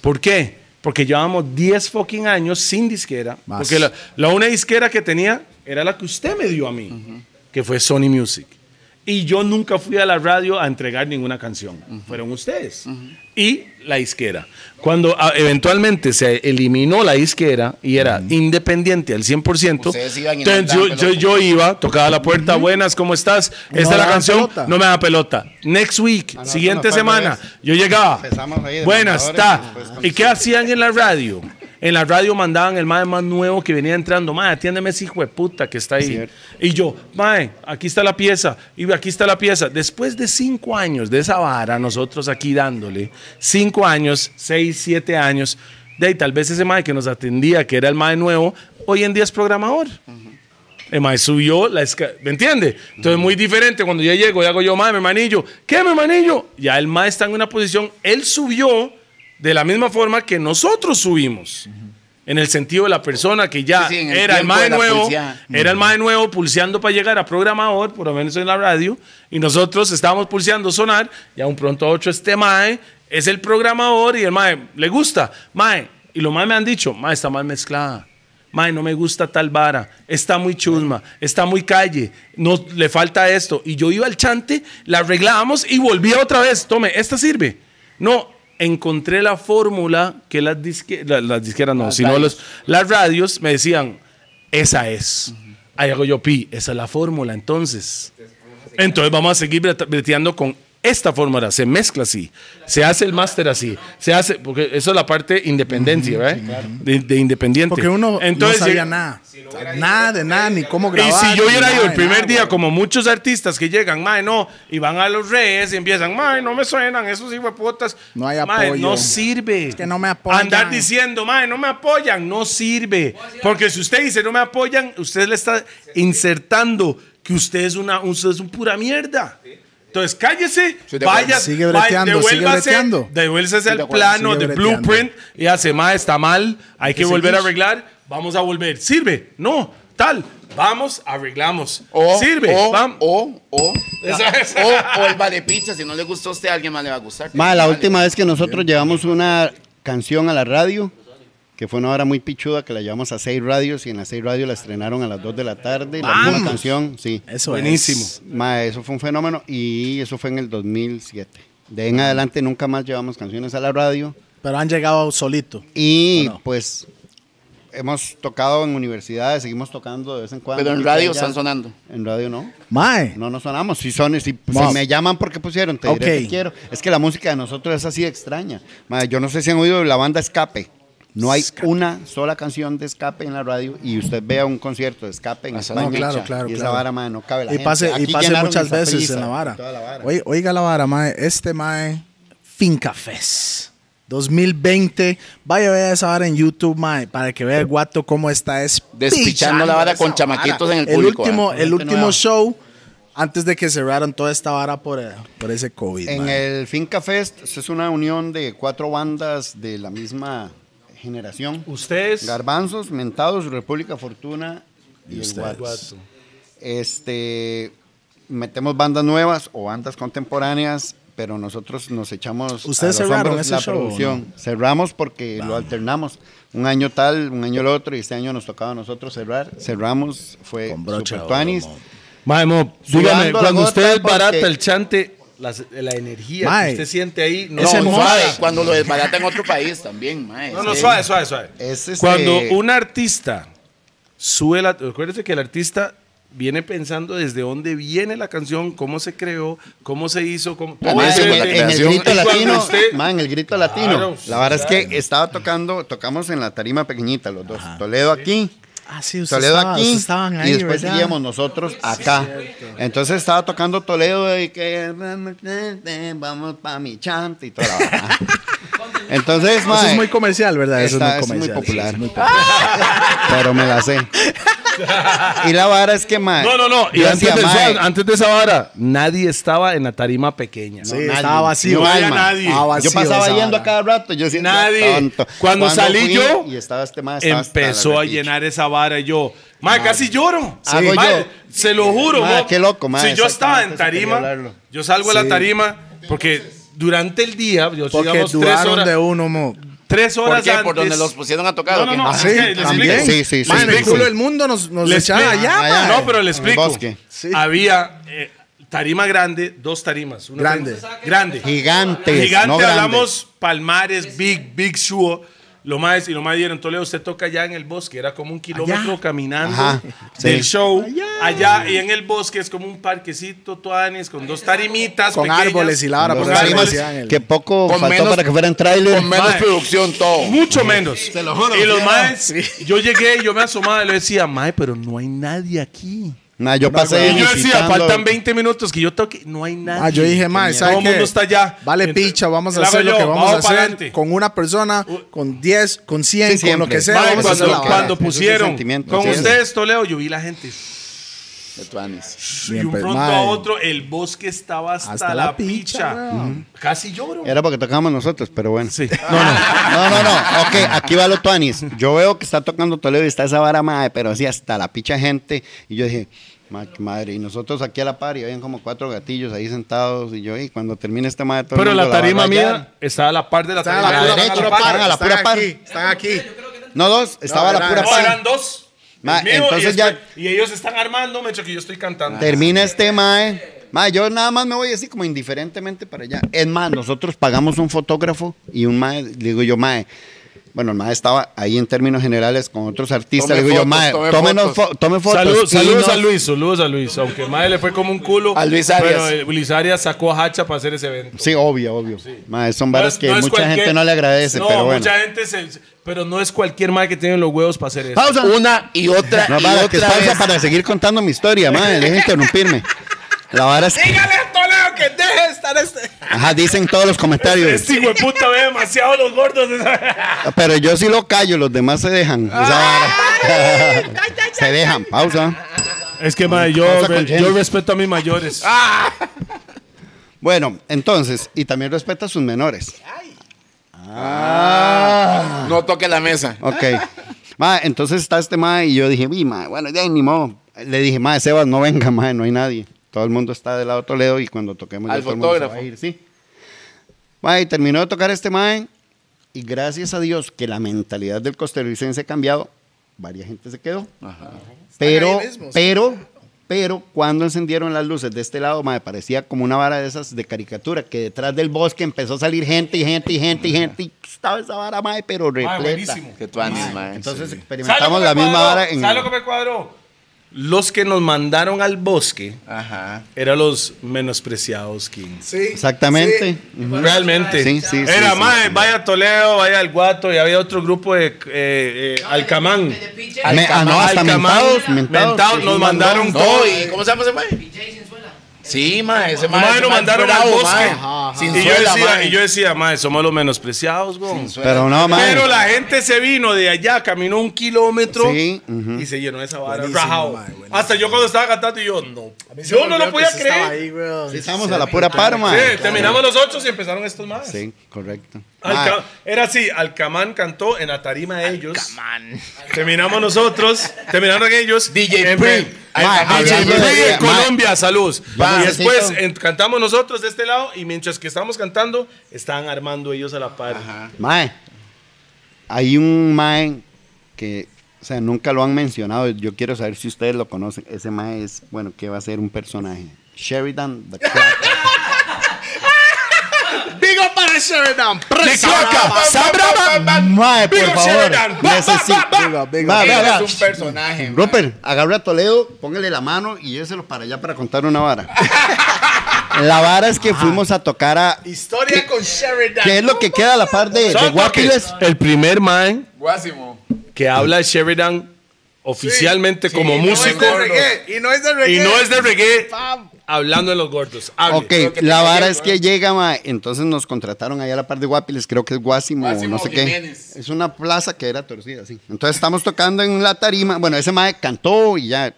A: ¿Por qué? Porque llevábamos 10 fucking años sin disquera.
M: Más.
A: Porque la, la una disquera que tenía era la que usted me dio a mí, que fue Sony Music. Y yo nunca fui a la radio a entregar ninguna canción. Fueron ustedes. Y la disquera. Cuando ah, eventualmente se eliminó la disquera y era independiente al 100%,
C: Ustedes iban y
A: entonces
C: no
A: yo,
C: daban
A: yo,
C: pelota.
A: yo iba, tocaba la puerta, buenas, ¿cómo estás?
M: No
A: Esta es la
M: daban
A: canción,
M: pelota.
A: no me da pelota. Next week,
D: no,
A: siguiente
D: eso no fue al
A: semana,
D: revés.
A: yo llegaba.
D: Empezamos ahí de
A: Buenas,
D: mandadores
A: está.
D: y después con-
A: ¿Y qué hacían en la radio? En la radio mandaban el mae más nuevo que venía entrando. Mae, atiéndeme ese hijo de puta que está ahí. Y yo, mae, aquí está la pieza. Y aquí está la pieza. Después de cinco años de esa vara, nosotros aquí dándole, cinco años, seis, siete años, de ahí tal vez ese mae que nos atendía, que era el mae nuevo, hoy en día es programador. El mae subió la escala. ¿Me entiende? Entonces, muy diferente. Cuando yo llego y hago yo, mae, mi manillo. ¿Qué, mi manillo? Ya el mae está en una posición. Él subió de la misma forma que nosotros subimos. En el sentido de la persona que ya
C: Sí, sí, en el
A: era el
C: tiempo
A: mae
C: de la
A: nuevo.
C: publicidad.
A: Era el mae nuevo pulseando para llegar a programador, por lo menos en la radio. Y nosotros estábamos pulseando sonar. Y a un pronto a otro, este mae es el programador y el mae le gusta. Mae. Y los mae me han dicho, mae, está mal mezclada. Mae, no me gusta tal vara, está muy chusma, está muy calle, no, le falta esto. Y yo iba al chante, la arreglábamos y volvía otra vez. Tome, ¿esta sirve? No, encontré la fórmula que las, disque- la- las disqueras, no, sino
C: radios.
A: los- las radios me decían, esa es. Ahí hago yo, pi, esa es la fórmula, entonces. Entonces vamos a seguir breta- breteando con esta fórmula. Se mezcla así. Se hace el máster así. Se hace, porque eso es la parte independencia, ¿verdad? de, de independiente.
B: Porque uno
A: Entonces, eh,
B: no sabía
A: lleg-
B: nada. nada de nada, ni cómo
A: Y
B: grabar.
A: si yo
B: ni
A: hubiera ido
B: nada
A: el
B: de
A: primer
B: nada,
A: día,
B: güey.
A: como muchos artistas que llegan, mae, no, y van a los redes y empiezan, mae, no me suenan, esos hijueputas.
B: No hay
A: Mae,
B: apoyo.
A: no sirve.
B: que no me apoyan.
A: Andar diciendo, mae, no me apoyan, no sirve. Porque si usted dice no me apoyan, usted le está insertando que usted es una, usted es un pura mierda. Entonces cállese,
C: de acuerdo.
A: vaya,
B: Sigue
A: vaya,
B: breteando, sigue
A: devuélvase,
B: breteando.
A: devuélvase al
B: de acuerdo,
A: plano
B: sigue
A: de
B: breteando.
A: blueprint y hace, mae, está mal, hay que volver a arreglar, vamos a volver. ¿Sirve? No, tal. Vamos, arreglamos.
C: O,
A: Sirve.
C: O,
A: vam-
C: o, o,
A: Esa es.
C: o, o el vale pizza. Si no le gustó a usted, a alguien más le va a gustar.
D: Ma, la
C: Vale.
D: última vez que nosotros llevamos una canción a la radio, que fue una hora muy pichuda, que la llevamos a seis radios y en las seis radios la estrenaron a las dos de la tarde. La misma canción, sí.
B: Eso es.
A: Buenísimo.
D: Ma, eso fue un fenómeno y eso fue en el 2007. De ahí en adelante nunca más llevamos canciones a la radio
B: Pero han llegado solito.
D: y pues hemos tocado en universidades, seguimos tocando de vez en cuando.
C: Pero en
D: Aquí, allá.
C: radio están sonando.
D: En radio no.
B: Mae.
D: No nos sonamos, si son, si, si
B: Wow.
D: me llaman porque pusieron, te
B: Ok.
D: diré que quiero. Es que la música de nosotros es así de extraña. Ma, yo no sé si han oído la banda Escape. No hay una sola canción de Escape en la radio y usted vea un concierto de Escape en España.
B: No, claro, claro,
D: Y esa
B: claro.
D: vara, ma, no cabe la
B: y
D: gente.
B: pase, y
D: Aquí
B: pase
D: llenaron
B: muchas
D: esa
B: veces
D: prisa,
B: en la vara.
D: toda la vara.
B: Oye, Oiga la vara, mae. Este mae, Finca Fest 2020. Vaya a ver esa vara en YouTube, mae, para que vea el guato cómo está es
C: Despichando la vara con
B: esa
C: chamaquitos en el público,
B: último,
D: ah,
B: el
D: gente
B: último
D: nueva.
B: show antes de que cerraran toda esta vara por, eh, por ese COVID.
D: En
B: mae.
D: el Finca Fest es una unión de cuatro bandas de la misma generación.
A: Ustedes.
D: Garbanzos, Mentados, República Fortuna y, el
B: ustedes.
D: Guats. Este, metemos bandas nuevas o bandas contemporáneas, pero nosotros nos echamos
B: ¿Ustedes
D: a los
B: cerraron
D: hombros
B: ese
D: la
B: show o no?
D: producción. Cerramos porque lo alternamos. Un año tal, un año el otro, y este año nos tocaba a nosotros cerrar. Cerramos, fue
B: Con broche
D: Super
B: de oro,
D: Tuanis.
B: mo.
A: Mae, mo,
D: Sudando
A: dígame,
D: la
A: cuando
D: gota
A: usted
D: porque-
A: barata el chante, las- la energía
B: Mae,
A: que usted siente ahí. No,
C: No,
B: Es hermoso.
C: suave, cuando lo desbarata en otro país también, mae.
A: no, no,
C: Sí.
A: suave, suave, suave.
D: Es, este,
A: Cuando un artista sube la. Acuérdese que el artista viene pensando desde dónde viene la canción, cómo se creó, cómo se hizo, cómo.
C: Mae,
A: todo
D: Ma,
A: eso
C: ese
D: en,
C: con
D: Ah, el,
C: la
A: viene-
D: en el
C: creación.
D: grito
A: Y cuando
D: latino,
A: usted-
D: ma, en el grito latino.
A: Claro,
D: la verdad es que estaba tocando, tocamos en la tarima pequeñita los dos. Toledo aquí,
B: ah, sí, ustedes
D: Toledo
B: estaban-
D: aquí
B: ustedes estaban ahí,
D: y después
B: ¿verdad?
D: seguíamos nosotros acá. Entonces estaba tocando Toledo y que vamos pa mi chante y toda la vaina. Entonces,
B: Eso
D: mae,
B: es muy comercial, ¿verdad? Eso
D: esta
B: es muy
D: es muy
B: comercial.
D: popular.
B: Sí,
D: Pero me la sé. y la vara es que, mae.
A: No, no, no. Y
D: yo
A: antes,
D: decía,
A: de,
D: mae,
A: eso, antes de esa vara, nadie estaba en la tarima pequeña.
B: Sí,
D: nadie,
B: estaba vacío.
D: no
B: Estaba
D: hay, mae.
B: nadie.
D: Yo pasaba yendo a cada rato. Yo decía,
A: Nadie.
D: "Tonto".
A: Cuando salí
D: fui
A: yo,
D: y estaba este mae, estaba hasta la
A: Empezó a
D: repicha.
A: llenar esa vara y yo, mae, casi lloro.
D: Hago
A: Mae,
D: yo.
A: Se lo juro,
D: Mae,
A: mo-
D: qué loco, mae,
A: Si yo estaba en
D: exactamente, eso quería
A: tarima,
D: hablarlo.
A: yo salgo a la tarima porque durante el día, yo
B: Porque
A: digamos tres
B: dudaron
A: horas,
B: de uno, mo.
A: tres horas
C: ¿Por qué? ¿Por
A: antes-
C: donde los pusieron a tocar?
A: No,
C: o
A: no,
C: qué?
A: no,
C: Ah,
A: es
B: Sí,
A: que les
B: también.
A: explico.
D: Sí, sí, sí.
B: Mae, en el
D: sí,
B: culo
D: sí.
B: del mundo nos, nos
A: Les
B: echaban
A: explico.
B: allá,
D: Ah,
B: mae.
D: ya.
A: No, pero le
D: En el
A: explico.
D: bosque.
B: Sí.
A: Había eh, tarima grande, dos tarimas. Una
B: Grande.
A: tarima- grande.
D: Gigantes.
A: Gigante,
D: no grandes.
A: hablamos Palmares, Big, Big Show. Lo más, y lo más dieron, Toledo, usted toca allá en el bosque, era como un kilómetro caminando
D: Ajá,
A: del
D: sí.
A: show. Allá. y en el bosque es como un parquecito, tuanes, con dos tarimitas.
B: Con
A: pequeñas.
B: árboles y la vara,
A: Con
B: por eso
A: árboles.
B: le decían el-
D: Que poco
C: Con
D: faltó
C: menos-
D: para que fueran trailer.
C: Con menos
A: Mae.
C: producción, todo.
A: Mucho menos.
D: lo juro,
A: Y los
D: ya.
A: más, yo llegué, yo me asomaba y le decía, Mae, pero no hay nadie aquí.
D: Nah, yo pasé.
A: Y yo decía,
D: visitando-
A: faltan 20 minutos que yo toque, no hay nadie.
B: Ah, yo dije, mae,
A: Todo
B: ¿sabes
A: el mundo
B: qué?
A: está allá.
B: Vale
A: Entonces,
B: picha, vamos a
A: la
B: hacer
A: hago
B: lo que
A: yo,
B: vamos a
A: vamos
B: hacer
A: para adelante.
B: con una persona, con 10, con 100,
D: Sí,
B: con lo
D: siempre.
B: que sea.
D: Mae,
A: Mae,
B: vamos a hacer
A: cuando,
B: la vara.
A: cuando
D: Eso es el
A: pusieron
D: sentimiento,
A: con
D: ¿entiendes?
A: ustedes Toledo, yo vi la gente
C: De
A: y
C: tuanis.
A: un
D: pues,
B: Bien,
A: pronto
B: mae.
A: a otro el bosque estaba hasta,
B: Hasta
A: la,
B: la
A: picha.
B: picha,
A: Casi lloro.
D: Era porque tocábamos nosotros, pero bueno.
A: Sí.
D: No, no, no, no, no. Ok, aquí va lo tuanis. Yo veo que está tocando Toledo y está esa vara madre, pero así hasta la picha gente. Y yo dije, "Ma- qué madre, y nosotros aquí a la par y habían como cuatro gatillos ahí sentados. Y yo, y cuando termine esta madre, todo el
A: Pero
D: mundo
A: la
D: va a
A: tarima
D: rayar".
A: mía estaba a la par de la
B: Están
A: tarima.
B: a la
D: la
B: pura,
D: derecha,
B: pura par,
D: están a la
B: están
D: pura par.
B: aquí, Están aquí.
D: No, dos, estaba
B: No, eran-
D: la pura
A: No,
D: par.
A: eran dos. el
D: Mae,
A: mío,
D: entonces
A: y,
D: ya-
A: este- y ellos están armando mientras que yo estoy cantando.
C: Ah,
D: Termina este mae. Mae, yo nada más me voy así como indiferentemente para allá. Es más, nosotros pagamos un fotógrafo y un mae, le digo yo, mae. Bueno, el mae estaba ahí en términos generales con otros artistas.
C: Tome
D: le digo yo,
C: fotos,
D: mae,
C: tome
D: tómenos
C: fotos.
D: fo- tome fotos.
A: Salud-
D: Y
A: saludos
D: nos-
A: a Luis, saludos a Luis. Aunque Mae le fue como un culo.
C: A Luis Arias.
A: Pero eh, Luis Arias sacó a Hacha para hacer ese evento.
D: Sí, obvio, obvio. Mae, son
A: No
D: varas
A: es-
D: que
A: no es
D: mucha
A: cualquier-
D: gente no le agradece,
A: No,
D: pero bueno.
A: mucha gente se- Pero no es cualquier Mae que tiene los huevos para hacer eso.
D: Pausa.
C: Una y otra
D: No,
C: y
D: para, que es
C: otra
D: pausa
C: vez.
D: para seguir contando mi historia, mae. Dejen interrumpirme. La vara es que,
A: Dígale a Toledo que deje de estar este.
D: ajá, dicen todos los comentarios.
A: Este hijo de puta ve demasiado los gordos.
D: Pero yo sí lo callo, los demás se dejan. Esa vara. se dejan, pausa.
A: Es que, mae, yo,
D: Pausa con Jenny.
A: yo respeto a mis mayores.
D: Bueno, entonces, y también respeta a sus menores.
C: No toque la mesa.
D: Ok. Ma, entonces está este mae y yo dije, "Uy, mae, bueno, ya ni modo". Le dije, mae, Sebas, no venga, mae, no hay nadie. Todo el mundo está del lado de Toledo y cuando toquemos ya
C: Al
D: todo el mundo se va
C: fotógrafo.
D: a ir, sí. Mae, y terminó de tocar este mae y gracias a Dios que la mentalidad del costarricense ha cambiado, varias gente se quedó. Pero,
B: ahí mismos.
D: pero, pero cuando encendieron las luces de este lado, me parecía como una vara de esas de caricatura, que detrás del bosque empezó a salir gente y gente y gente y gente, y estaba esa vara, mae, pero repleta.
A: buenísimo.
C: Que tuanis, mae.
D: Entonces
C: Sí.
D: experimentamos la misma vara en...
A: ¿Sabes lo que me cuadró? Los que nos mandaron al bosque
C: Ajá.
A: eran los menospreciados Kings.
B: Sí,
D: Exactamente. Ujú.
A: Realmente.
D: Sí, sí, sí,
A: Era
D: sí,
A: mae,
D: sí.
A: vaya Toledo, vaya el Guato y había otro grupo de eh, eh, Alcamán.
D: Me- ah, no, hasta mentados, mentados, sí,
A: nos
D: sí,
A: mandaron
D: mandó.
A: todo.
C: No, ¿y ¿Cómo se llama ese mae? Sí, mae, ese mae.
A: Mae,
C: ese
A: lo
C: mae
A: mandaron
C: fue
A: al
C: bravo,
A: bosque.
C: mae.
A: Ajá,
C: Sin
A: Y yo
C: suelda,
A: decía,
C: mae.
A: y yo decía, mae, somos los menospreciados, güey.
D: Pero no, mae.
A: Pero la gente se vino de allá, caminó un kilómetro
D: Sí, ujú.
A: y se llenó esa vara.
B: Buenísimo,
A: rajao.
B: mae, buenísimo.
A: Hasta yo cuando estaba cantando, y yo no. Yo no lo podía creer.
D: Sí, Estamos a la pura par, mae.
A: Sí, terminamos los ocho y empezaron estos más.
D: Sí, correcto.
A: Alca-
D: Mae,
A: Era así, Alcamán cantó en la tarima de ellos. Terminamos nosotros, terminaron ellos.
C: DJ
A: En-
C: Prim.
A: Ay,
D: Mae,
A: DJ
D: hablando
A: Prim
D: de-
A: en Colombia, saludos.
D: Mae,
A: Y después
D: necesito-
A: en- cantamos nosotros de este lado y mientras que estábamos cantando, estaban armando ellos a la par.
D: Mae, hay un mae que, o sea, nunca lo han mencionado. Yo quiero saber si ustedes lo conocen. Ese mae es, bueno, que va a ser un personaje. Sheridan the Crack.
B: Vigo para Sheridan.
C: ¡De cloaca! ¡Sabraba!
D: mae, por
A: Vigo
D: favor.
A: Sheridan, va,
D: Necesito.
A: va, va,
B: Vigo, Vigo.
D: Mae, vea, vea.
C: Es un personaje, mae.
D: Rupert, agarra a Toledo, póngale la mano y lléveselo para allá para contar una vara. la vara es
A: Ah.
D: que fuimos a tocar a.
B: Historia con Sheridan.
D: ¿Qué es lo que queda a la par de, de
A: Son
D: Guapiles?
A: toques. El primer man
C: Guásimo.
A: que habla de Sheridan oficialmente como
B: No es
A: músico
B: de reggae. Y no es de reggae.
A: y no es de reggae,
B: Pam.
A: Hablando de los gordos. hable.
D: Ok, la vara es que llega, ma, entonces nos contrataron allá a la par de Guapiles, creo que es Guasimo, o
C: Guásimo
D: no sé qué.
C: Jiménez.
D: Es una plaza que era torcida, sí. Entonces estamos tocando en la tarima. Bueno, ese mae cantó y ya,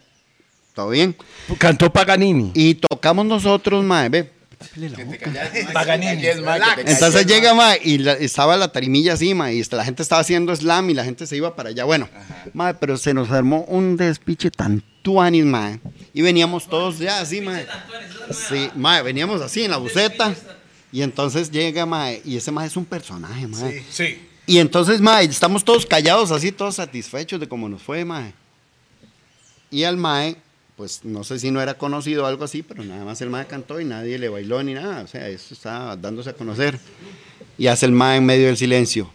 D: todo bien.
A: Cantó Paganini.
D: Y tocamos nosotros, mae, ve.
C: Paganini.
D: Entonces llega, ma, y la- estaba la tarimilla así, ma, y esta- la gente estaba haciendo slam y la gente se iba para allá. Bueno, ma, pero se nos armó un despiche tan tuanis, ma. Y veníamos todos ya así, ma. Sí, ma, veníamos así en la buceta. Y entonces llega, ma, y ese ma es un personaje, ma.
A: Sí.
D: Y entonces, mae, estamos todos callados, así, todos satisfechos de cómo nos fue, mae. Y al mae, pues no sé si no era conocido o algo así, pero nada más el mae cantó y nadie le bailó ni nada. O sea, eso estaba dándose a conocer. Y hace el mae en medio del silencio.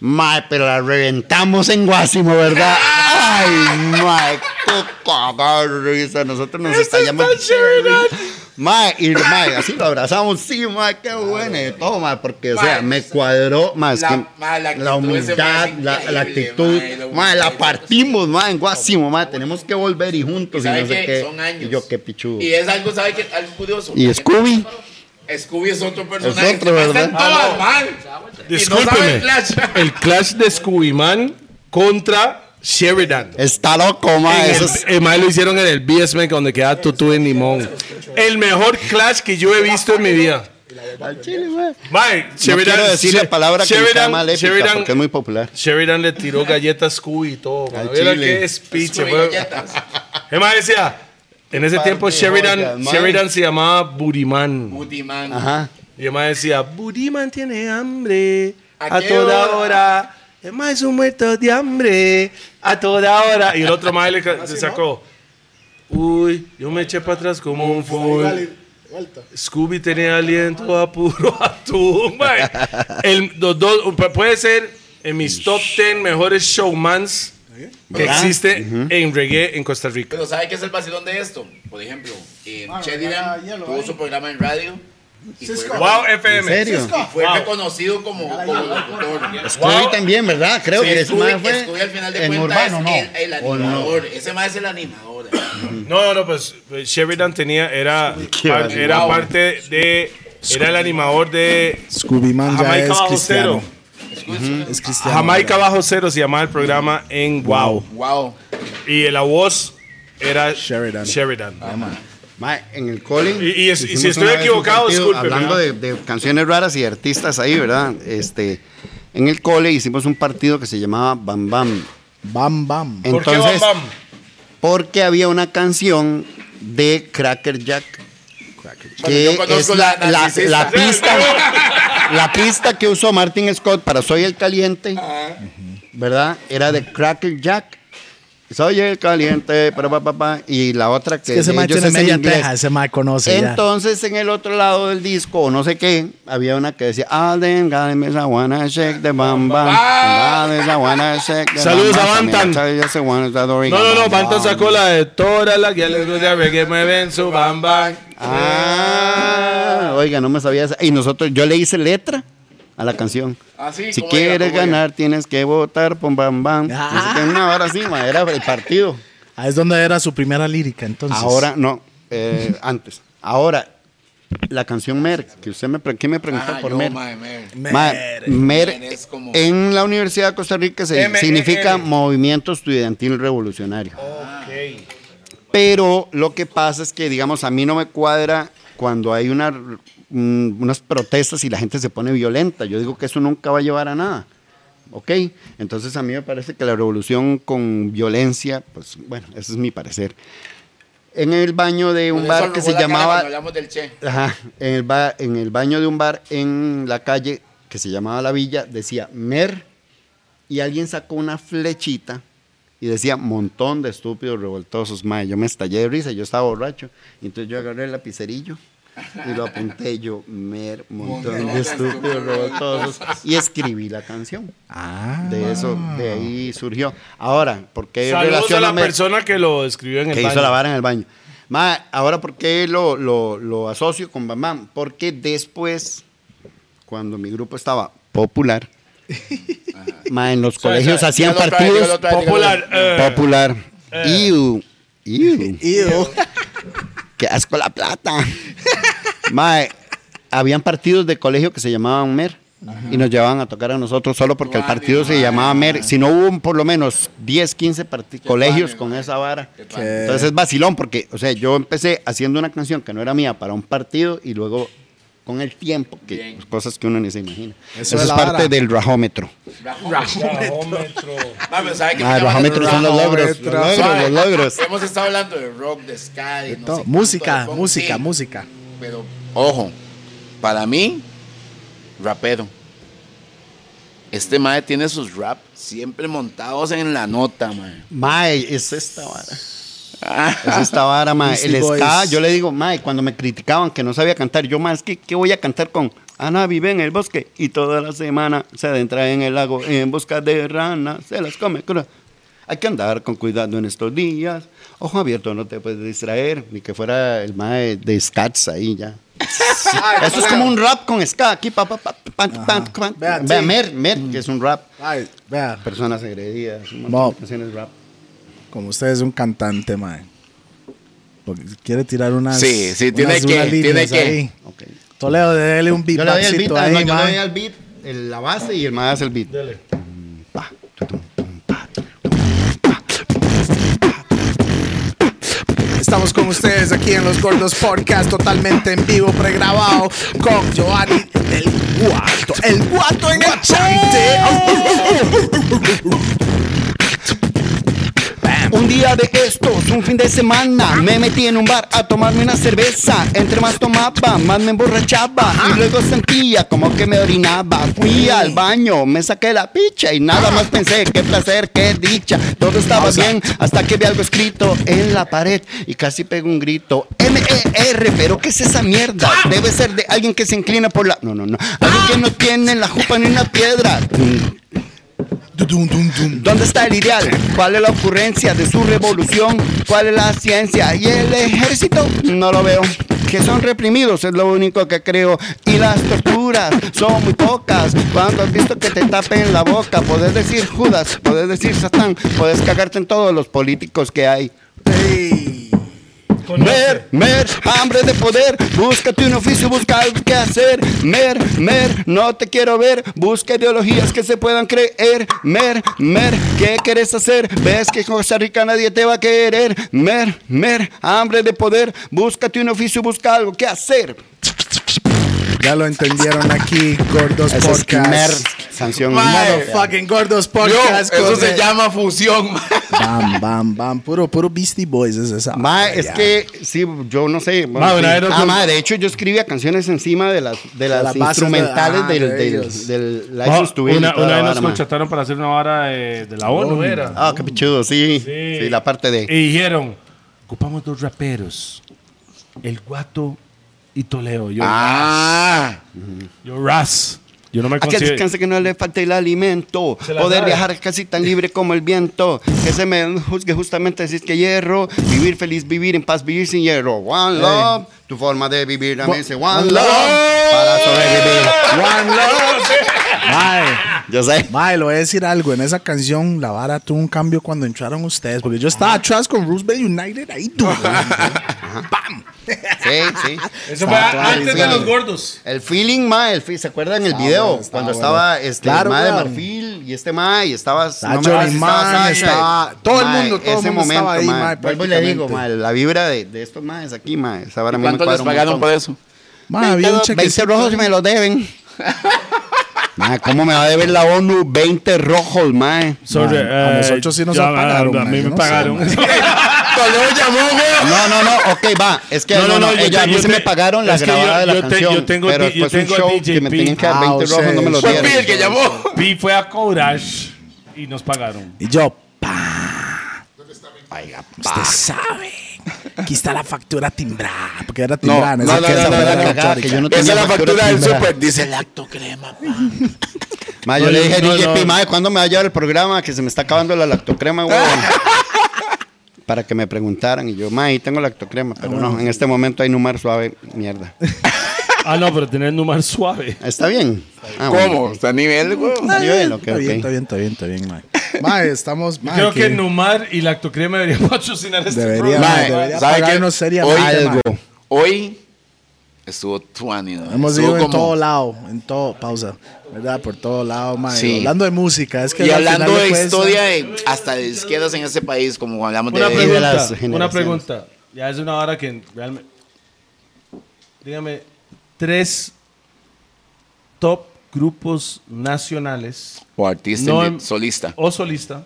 D: Mae, pero la reventamos en Guasimo, ¿verdad? Ay, mae, qué cagada de risa. Nosotros nos estallamos. Mae, y mae, así lo abrazamos. Sí, mae, qué bueno. y todo, mae, porque, o sea,
C: Mae,
D: me cuadró, mae, es
C: la-
D: que
C: mae, la
D: la,
C: actitud de ese mae
D: humildad,
C: es
D: la, la
C: increíble,
D: actitud.
C: mae, la
D: Mae, la
C: humildad.
D: partimos, mae, en Guasimo, mae, tenemos que volver y juntos. Y,
C: ¿Sabe
D: no sé
C: qué?
D: qué.
C: Son años.
D: Y yo, qué pichudo.
C: Y es algo, ¿sabe qué? Algo curioso.
D: Y Scooby.
C: Scooby es otro personaje.
D: Es otro,
C: que está en
D: ¿verdad?
A: Ah,
C: todas, man. Y no sabe
A: Discúlpeme.
C: Clash.
A: El clash de Scooby-Man contra Sheridan.
D: Está loco, mae.
A: En
D: Eso
A: el,
D: es-
A: eh, mae, lo hicieron en el BSM donde queda Tutú en Limón. El mejor clash que yo he visto en mi vida.
D: al chile, mae.
A: Mae,
D: no quiero decir la
A: She-
D: palabra que me
A: Sheridan-
D: está mal épica
A: Sheridan-
D: porque es muy popular.
A: Sheridan le tiró galletas Scooby y todo.
D: Al
A: mae. Mira
D: chile.
A: qué espiche,
C: Scooby
A: mae.
C: galletas.
A: El mae decía, en ese
D: Par
A: tiempo
D: de
A: Sheridan,
D: joyas, mae.
A: Sheridan se llamaba Buriman.
C: Woody, man.
D: Ajá.
A: Y el mae decía, Buriman tiene hambre
C: ¿A
A: a
C: qué
A: toda
C: hora?
A: hora. El mae es un muerto de hambre a toda hora. Y el otro mae le, ca-
C: ¿Ah,
A: le sacó, uy, yo me eché para atrás como un full. Scooby tenía aliento a puro atún, mae. El, los dos, pu- puede ser en mis top 10 mejores showmans
C: ¿Eh?
A: que
D: ¿Verdad?
A: existe en reggae en Costa Rica.
C: Pero ¿sabe qué es el vacilón de esto? Por ejemplo, eh, Che Diram tuvo su programa en radio y fue,
A: Wow,
D: ¿En
A: FM.
D: serio?
C: fue reconocido como, como locutor.
D: Scooby también, ¿verdad? Creo
C: Sí,
D: que ese
C: Scooby,
D: mae fue
C: Scooby al final de
D: en
C: cuentas
D: Urbano, ¿no?
C: es el, el
D: ¿O no?
C: animador. Ese más es el animador.
A: No, no, pues eh, Sheridan tenía, era, par-
D: barbaridad.
A: era parte de, era el animador de
B: Scooby Man ya
A: Jamaica
B: es
A: Bajo
B: cristiano.
A: Cero.
B: Es cristiano.
A: Jamaica Bajo Cero se llamaba el programa en Wow.
C: wow.
A: Y la voz era
B: Sheridan.
A: Sheridan.
D: Mae, en el cole.
A: Y- y es- y si
D: hicimos
A: estoy
D: una vez un
A: equivocado,
D: partido,
A: disculpe,
D: Hablando de, de canciones raras y artistas ahí, ¿verdad? Este, en el cole hicimos un partido que se llamaba Bam Bam.
B: Bam Bam.
A: ¿Por qué
D: Entonces,
A: Bam Bam?
D: porque había una canción de Cracker Jack. Que
C: yo conozco
D: es la,
C: la
D: la-
C: narcisista.
D: la pista la pista que usó Martin Scott para Soy el Caliente, ¿verdad? Era de Cracker Jack. Soy el caliente, pa, pa, pa, pa. y la otra que,
B: Eh, Es que ese
D: de
B: mae
D: ellos
B: tiene
D: es en
B: media
D: inglés.
B: teja, ese mae conoce ya.
D: Entonces, en el otro lado del disco, o no sé qué, había una que decía, Alden, Alden, I wanna shake the bam bam. Alden, I wanna shake the
A: Ah. Saludos
D: bam
A: a
D: bam.
A: Bantan.
D: I just wanna adore
A: No, no,
D: you,
A: no,
D: bam,
A: Bantan
D: bam.
A: sacó la de toda la que les gusta reggae, me ven su Bam Bam.
D: Ah, oiga, no me sabía esa. Y nosotros, yo le hice letra a la canción.
A: Ah,
C: Así,
D: Si quieres ganar, tienes que votar por Bam Bam.
B: Ah.
D: Así que no, ahora sí, ma, era el partido.
B: Ahí es donde era su primera lírica, entonces.
D: Ahora, no, eh, antes. Ahora, la canción Mer, que usted me, pre- ¿quién me preguntó
C: Ah,
D: por
C: yo,
D: Mer?
C: mae, mae.
D: Ma- Mer,
C: Mer es como-
D: en la Universidad de Costa Rica se
A: M.E.R..
D: significa Movimiento Estudiantil Revolucionario. Pero lo que pasa es que, digamos, a mí no me cuadra cuando hay una, mm, unas protestas y la gente se pone violenta. Yo digo que eso nunca va a llevar a nada. ¿Ok? Entonces a mí me parece que la revolución con violencia, pues bueno, ese es mi parecer. En el baño de un
C: Por
D: bar
C: Pues eso arrugó la
D: que se
C: cara
D: llamaba
C: cuando hablamos del Che.
D: Ajá, en el, ba- en el baño de un bar en la calle que se llamaba La Villa, decía Mer, y alguien sacó una flechita y decía montón de estúpidos revoltosos. Mae, yo me estallé de risa, yo estaba borracho. Y entonces yo agarré el lapicerillo y lo apunté yo, Mer, montón de estúpidos revoltosos, Ah. y escribí la canción. De eso, de ahí surgió. Ahora, ¿por qué
A: Saludos a
D: relaciona
A: la
D: Mer?
A: persona que lo escribió en el
D: Eh, que
A: baño.
D: hizo la vara en el baño. Ma, ahora, ¿por qué lo, lo- lo asocio con Bam Bam? Porque después, cuando mi grupo estaba popular, ma, en los colegios
C: sabe,
D: hacían
C: dígalo otra vez,
D: partidos
B: eh.
C: dígalo otra vez,
A: Popular,
C: dígalo
A: eh,
D: popular. Iu, iu,
B: Ew.
D: qué asco la plata. mae, habían partidos de colegio que se llamaban MER. Y nos llevaban a tocar a nosotros solo porque el partido se llamaba MER. Si no hubo un- por lo menos 10, 15 parti- colegios con esa vara. Entonces es vacilón porque, o sea, yo empecé haciendo una canción que no era mía para un partido y luego con el tiempo, que pues, cosas que uno ni se imagina. Eso,
B: es
D: es
B: la
D: parte
B: vara.
D: del rajómetro.
C: Mame, ¿sabe qué me acaba
D: Ah, el
C: de-
D: rajómetro son los logros.
B: Rajómetro.
D: Los logros,
C: Suave.
D: los logros.
C: Hemos estado hablando de rock, de ska, de no
B: Todo.
C: sé
B: música,
C: cuánto, de funk,
B: música,
C: sí,
B: música.
C: Pero, ojo, para mí, rapero. Este mae tiene sus rap siempre montados en la nota, mae.
D: Mae, es esta vara. Es esta vara, mae.
B: Beastie
D: El ska,
B: Boys.
D: yo le digo, mae, cuando me criticaban que no sabía cantar, yo, mae, es que, ¿qué voy a cantar con Ana vive en el bosque y toda la semana se adentra en el lago en busca de ranas, se las come crudas. Hay que andar con cuidado en estos días. Ojo abierto, no te puedes distraer, ni que fuera el mae de Scats ahí ya. Eso es como un rap con ska, aquí, pa, pa, pa, pa, pa, pa, pa.
B: Vean,
D: Vea,
B: sí.
D: Mer, Mer, que es un rap.
B: Ay, vea,
D: Personas agredidas, un montón de
B: Bob.
D: canciones rap.
B: como usted es un cantante, mae. Porque quiere tirar unas.
C: Sí, sí, tiene
B: unas-
C: que,
B: unas
C: tiene
B: líneas
C: que.
B: ahí.
D: Ok.
B: Toledo, déle un beat
D: Yo le doy el beat, ah, no,
B: ahí,
D: yo le doy
B: mae.
D: al beat, el- la base y el más hace el beat. Pa, tu, tum, tum, pa, tu.
B: Estamos con ustedes aquí en Los Gordos Podcast, totalmente en vivo, pregrabado, con Giovanni del Guato. El Guato en el chante.
D: Un día de estos, un fin de semana, me metí en un bar a tomarme una cerveza. Entre más tomaba, más me emborrachaba y luego sentía como que me orinaba. Fui al baño, me saqué la picha y nada más pensé, qué placer, qué dicha. Todo estaba bien hasta que vi algo escrito en la pared y casi pego un grito. M-E-R, pero ¿qué es esa mierda? Debe ser de alguien que se inclina por la... No, no, no. Alguien que no tiene en la jupa ni una piedra. ¿Dónde está el ideal? ¿Cuál es la ocurrencia de su revolución? ¿Cuál es la ciencia? ¿Y el ejército? No lo veo. Que son reprimidos es lo único que creo. Y las torturas son muy pocas. Cuando has visto que te tapen la boca, podés decir Judas, podés decir Satán, podés cagarte en todos los políticos que hay. Mer, mer, hambre de poder, búscate un oficio, busca algo que hacer. Mer, mer, no te quiero ver, busca ideologías que se puedan creer. Mer, mer, ¿qué quieres hacer? Ves que en Costa Rica nadie te va a querer. Mer, mer, hambre de poder, búscate un oficio, busca algo que hacer.
B: Ya lo entendieron aquí, Gordos Podcast.
D: sanción.
B: Motherfucking Gordos Podcast.
C: Yo, eso
B: con
C: se
B: el-
C: llama fusión, mae.
B: Bam, bam, bam. Puro, puro Beastie Boys es esa.
D: Ma,
B: vara,
D: es
B: ya.
D: que, sí, yo no sé. bueno,
A: Ma,
D: sí.
A: una vez nos-
D: Ah, ma, de hecho, yo escribía canciones encima de las, de las,
B: las bases de-
D: instrumentales
B: ah,
D: del,
B: de
D: del,
B: ellos.
D: del
A: Ma,
D: License to Win y
A: una,
D: toda
A: una vez
D: la vara,
A: nos
D: ma.
A: contrataron para hacer una vara de, de la ONU, era.
D: Ah, qué pichudo, sí, sí. la parte de.
A: Y dijeron, ocupamos dos raperos, el Guato y Toledo. Yo,
C: Ah,
A: yo Raz. Yo no me
D: A que
A: considero...
D: descanse que no le falte el alimento.
A: la
D: Poder
A: sabe.
D: viajar casi tan libre como el viento. Que se me juzgue justamente si es que hierro. Vivir feliz, vivir en paz, vivir sin hierro. One love. Tu forma de vivir a mí dice one love. Para sobrevivir. One love.
B: Ah, Mae,
D: Yo sé.
B: mae, lo voy a decir algo. En esa canción, la vara tuvo un cambio cuando entraron ustedes. Porque yo estaba atrás con Roosevelt United ahí, tú.
D: Sí, sí.
A: Eso fue
D: Estaba
A: antes de los
D: clarísimo.
A: gordos.
D: El feeling, ma, el fe- ¿se acuerdan el video?
B: bueno, estaba
D: cuando
B: bueno.
D: estaba este
B: Claro,
D: ma de
B: weón.
D: Marfil y este ma, y estaba...
B: Estaba
D: me acuerdo
B: Johnny
D: si
B: Man,
D: Sasha,
B: estaba- todo el mundo, todo el
D: ese
B: mundo estaba ahí,
D: ma.
B: ma,
D: Vuelvo y le digo, ma,
B: prácticamente.
D: la vibra de, de estos maes aquí, ma, esa vara a mí me
C: ¿cuánto les
D: cuadra un
C: pagaron por
D: montón.
C: eso?
B: Mae, había un
D: 20
B: Ah, chequecito.
D: rojos me los deben. ma, ¿cómo me va a deber la ONU 20 rojos, ma?
A: Sorry,
B: Ma, a
A: eh,
B: nosotros sí nos
A: ya,
B: apagaron,
A: A
B: ma,
A: mí
B: yo
A: me
B: no sé,
A: pagaron.
B: ma.
C: Toledo llamó, güey.
D: No, no, no, ok, va. Es que no, no,
A: yo
D: ella,
A: te-
D: a mí
A: yo
D: se
A: te-
D: me pagaron la
A: es que yo-
D: grabada de la
A: yo te-
D: canción.
A: yo tengo
D: pero
A: di- yo
D: después un
A: tengo
D: show
A: DJP.
D: que me tenían que dar
B: Ah,
D: 20
B: o sea,
D: rojos, no me los
B: fue
C: Fue
D: dieron.
C: Pi el que llamó.
A: Pi fue a cobrar y nos pagaron.
B: Y yo, pa. Usted sabe. Aquí está la factura timbrada. Porque era timbrada. en
D: no,
B: esa
D: no,
B: que-
D: no,
B: esa
D: no,
B: era
D: no,
B: la
D: no,
B: retórica.
D: que yo no-
C: Esa
D: tenía
C: es la
D: factura
C: factura del
D: primera.
C: súper. Dice lacto crema, pa.
D: Ma, yo
A: No,
D: le
A: yo-
D: dije
A: no,
D: a DJ
A: no.
D: P, "Mae, ¿cuándo me va a llevar el programa? Que se me está acabando la lactocrema, huevón. Para que me preguntaran. Y yo, ma, ahí tengo lactocrema. Pero no, en este momento hay numar suave, mierda.
A: Ah, no, pero tener número suave.
D: ¿Está bien? Ah, bueno.
C: ¿Cómo? Está a nivel, güey.
D: Está bien, ok,
B: Está bien,
D: ok.
B: está bien, está bien, está bien, mae.
J: Mae, estamos. mae,
B: Ah,
A: Creo que
J: que
A: Numar y Lactocrema deberían patrocinar este
J: Debería,
A: programa.
J: mae,
C: Mae,
J: debería
C: ¿sabe qué?
J: pagarnos seriamente.
C: Hoy-
J: mae.
C: Hoy estuvo Tuani. ¿no?
J: Hemos
C: Estuvo
J: ido en
C: como-
J: todo lado, en todo, pausa, ¿verdad? Por todo lado, mae.
C: Sí.
J: Hablando de música, es que.
C: Y
J: al final
C: hablando de
J: cuesta-
C: historia, de- hasta de izquierdas en este país, como hablamos
A: Una
C: de.
D: de
A: pregunta,
D: las
A: una
D: generaciones.
A: pregunta. Ya es una hora que realmente... Dígame, tres top grupos nacionales
C: O artista
A: No,
C: indi- solista.
A: o solista,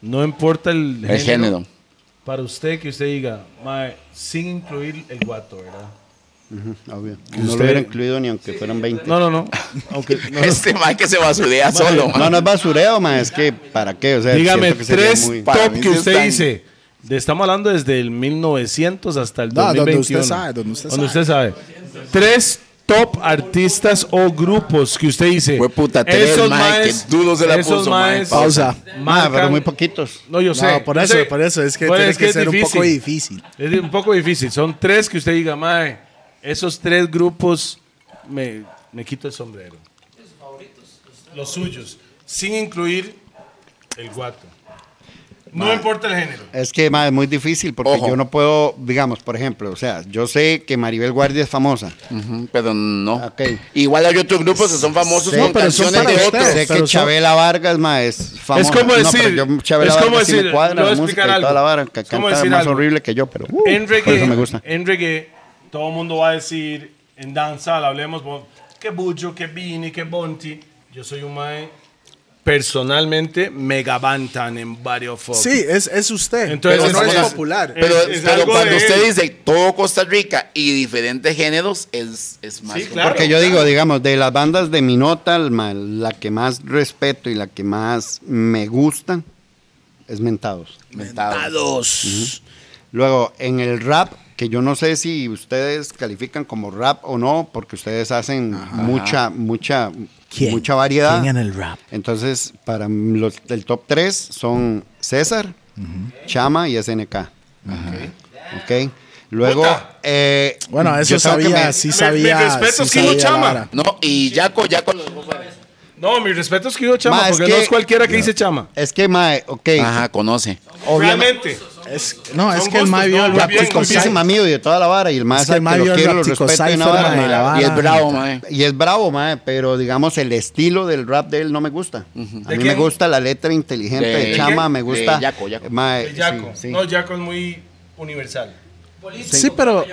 A: no importa el género,
C: El género.
A: para usted que usted diga, "Mae, sin incluir el guato, ¿verdad?
D: Obvio. No lo hubiera incluido ni aunque fueran 20.
A: No, no, no. Aunque, no, no.
C: Este man que se basurea solo.
D: No,
C: man.
D: no es basureo, ma, es que para qué, o
C: Eh,
D: sea,
A: Dígame
D: siento que sería
A: tres
D: muy-
C: Para
A: top
C: mí
A: que
C: sí
A: usted
C: están-
A: dice. De- Estamos hablando desde el 1900 hasta el
J: No, donde
A: 2021.
J: usted sabe, donde usted
A: sabe. Tres top artistas o grupos que usted dice.
C: Fue puta, tres, mae, que duro se la
A: esos
C: puso, mae.
A: maes
J: Pausa.
D: Ma, pero
A: marcan-
D: muy poquitos.
A: No, yo
J: No,
A: sé.
J: por
A: yo
J: eso,
A: sé.
J: por eso, es que
A: Pero
J: tiene
A: es
J: que
A: es
J: ser un poco difícil.
A: Es un poco difícil. Son tres que usted diga, mae, esos tres grupos me, me quito el sombrero. Los suyos, sin incluir el guato. No importa el género.
D: Es que ma, es muy difícil porque
C: Ojo.
D: yo no puedo, digamos, por ejemplo, o sea, yo sé que Maribel Guardia es famosa.
C: Ujú, Pero no.
D: Ok.
C: Igual hay otros grupos que son famosos
D: Sé-
C: con
J: pero son
C: canciones
J: para
C: de
J: ustedes.
C: otros.
D: Sé
J: pero
D: que
J: son-
D: Chabela Vargas ma, es famosa.
A: como
D: No,
A: decir-
D: pero yo, Chabela
A: es
D: Vargas
A: como
D: sí me
A: decir-
D: cuadra
A: le voy a
D: la música
A: explicar
D: y toda la
A: algo.
D: vara, que
A: Es como
D: canta
A: decir
D: más
A: algo.
D: horrible que yo, pero uh,
A: en
D: por
A: reggae,
D: eso me gusta.
A: en reggae, todo el mundo va a decir, en danza, hablemos, bo- que Bullo, que Bini, que Bonti. Yo soy un mae personalmente megabantan en varios foros.
J: Sí, es, es usted.
A: Entonces, eh,
J: pero no
C: es-
J: es
C: es-
J: popular.
A: es-
C: Pero,
A: es
C: pero
A: algo
C: cuando
A: de
C: usted
A: él.
C: dice todo Costa Rica y diferentes géneros, es, es más.
A: Sí,
C: complicado.
A: claro.
D: Porque yo digo, digamos, de las bandas de mi nota, el ma- la que más respeto y la que más me gusta es Mentados.
C: Mentado.
D: Luego, en el rap, que yo no sé si ustedes califican como rap o no, porque ustedes hacen mucha, mucha,
J: ¿Quién?
D: mucha variedad.
J: ¿Quién en el rap?
D: Entonces, para m- los del top 3 son César, Chama y SNK. Ok. Luego, eh,
J: Bueno, eso
D: yo tengo que
J: sabía,
D: me-
J: sí
A: Me- me
J: sabía.
A: respeto,
J: sí
A: Kilo
J: sabía la
A: Chama.
J: vara.
C: No, y Yaco, Yaco lo dejó fuera.
A: No, mi respeto es que yo chama,
D: Ma, es
A: porque no
D: que-
A: es cualquiera que dice chama.
D: Es que, mae, ok.
C: Ajá, conoce.
A: Realmente.
J: Es- no, es
A: Son
J: que el
A: gustos,
J: mae
A: ¿no?
J: vio el
A: Muy
D: Ya
J: rap
A: bien,
D: pues
A: con
D: confíes en mi amigo y de toda la vara y el más
J: Es que el mae
D: que
J: vio
D: lo
J: el
D: quiero, lo
J: Raptico
D: respeto y,
J: Cypher,
D: la vara,
J: mae, la vara.
C: Y es bravo, mae.
D: Y es bravo, mae, pero digamos el estilo del rap de él no me gusta. A
A: ¿De
D: mí me
A: quién?
D: gusta la letra inteligente
C: ¿De
D: de,
C: quién?
D: Chama, me gusta.
C: De Yaco, Yaco.
D: mae,
A: El Yaco.
D: Eh, sí, sí.
A: No, Yaco es muy universal.
J: Sí, pero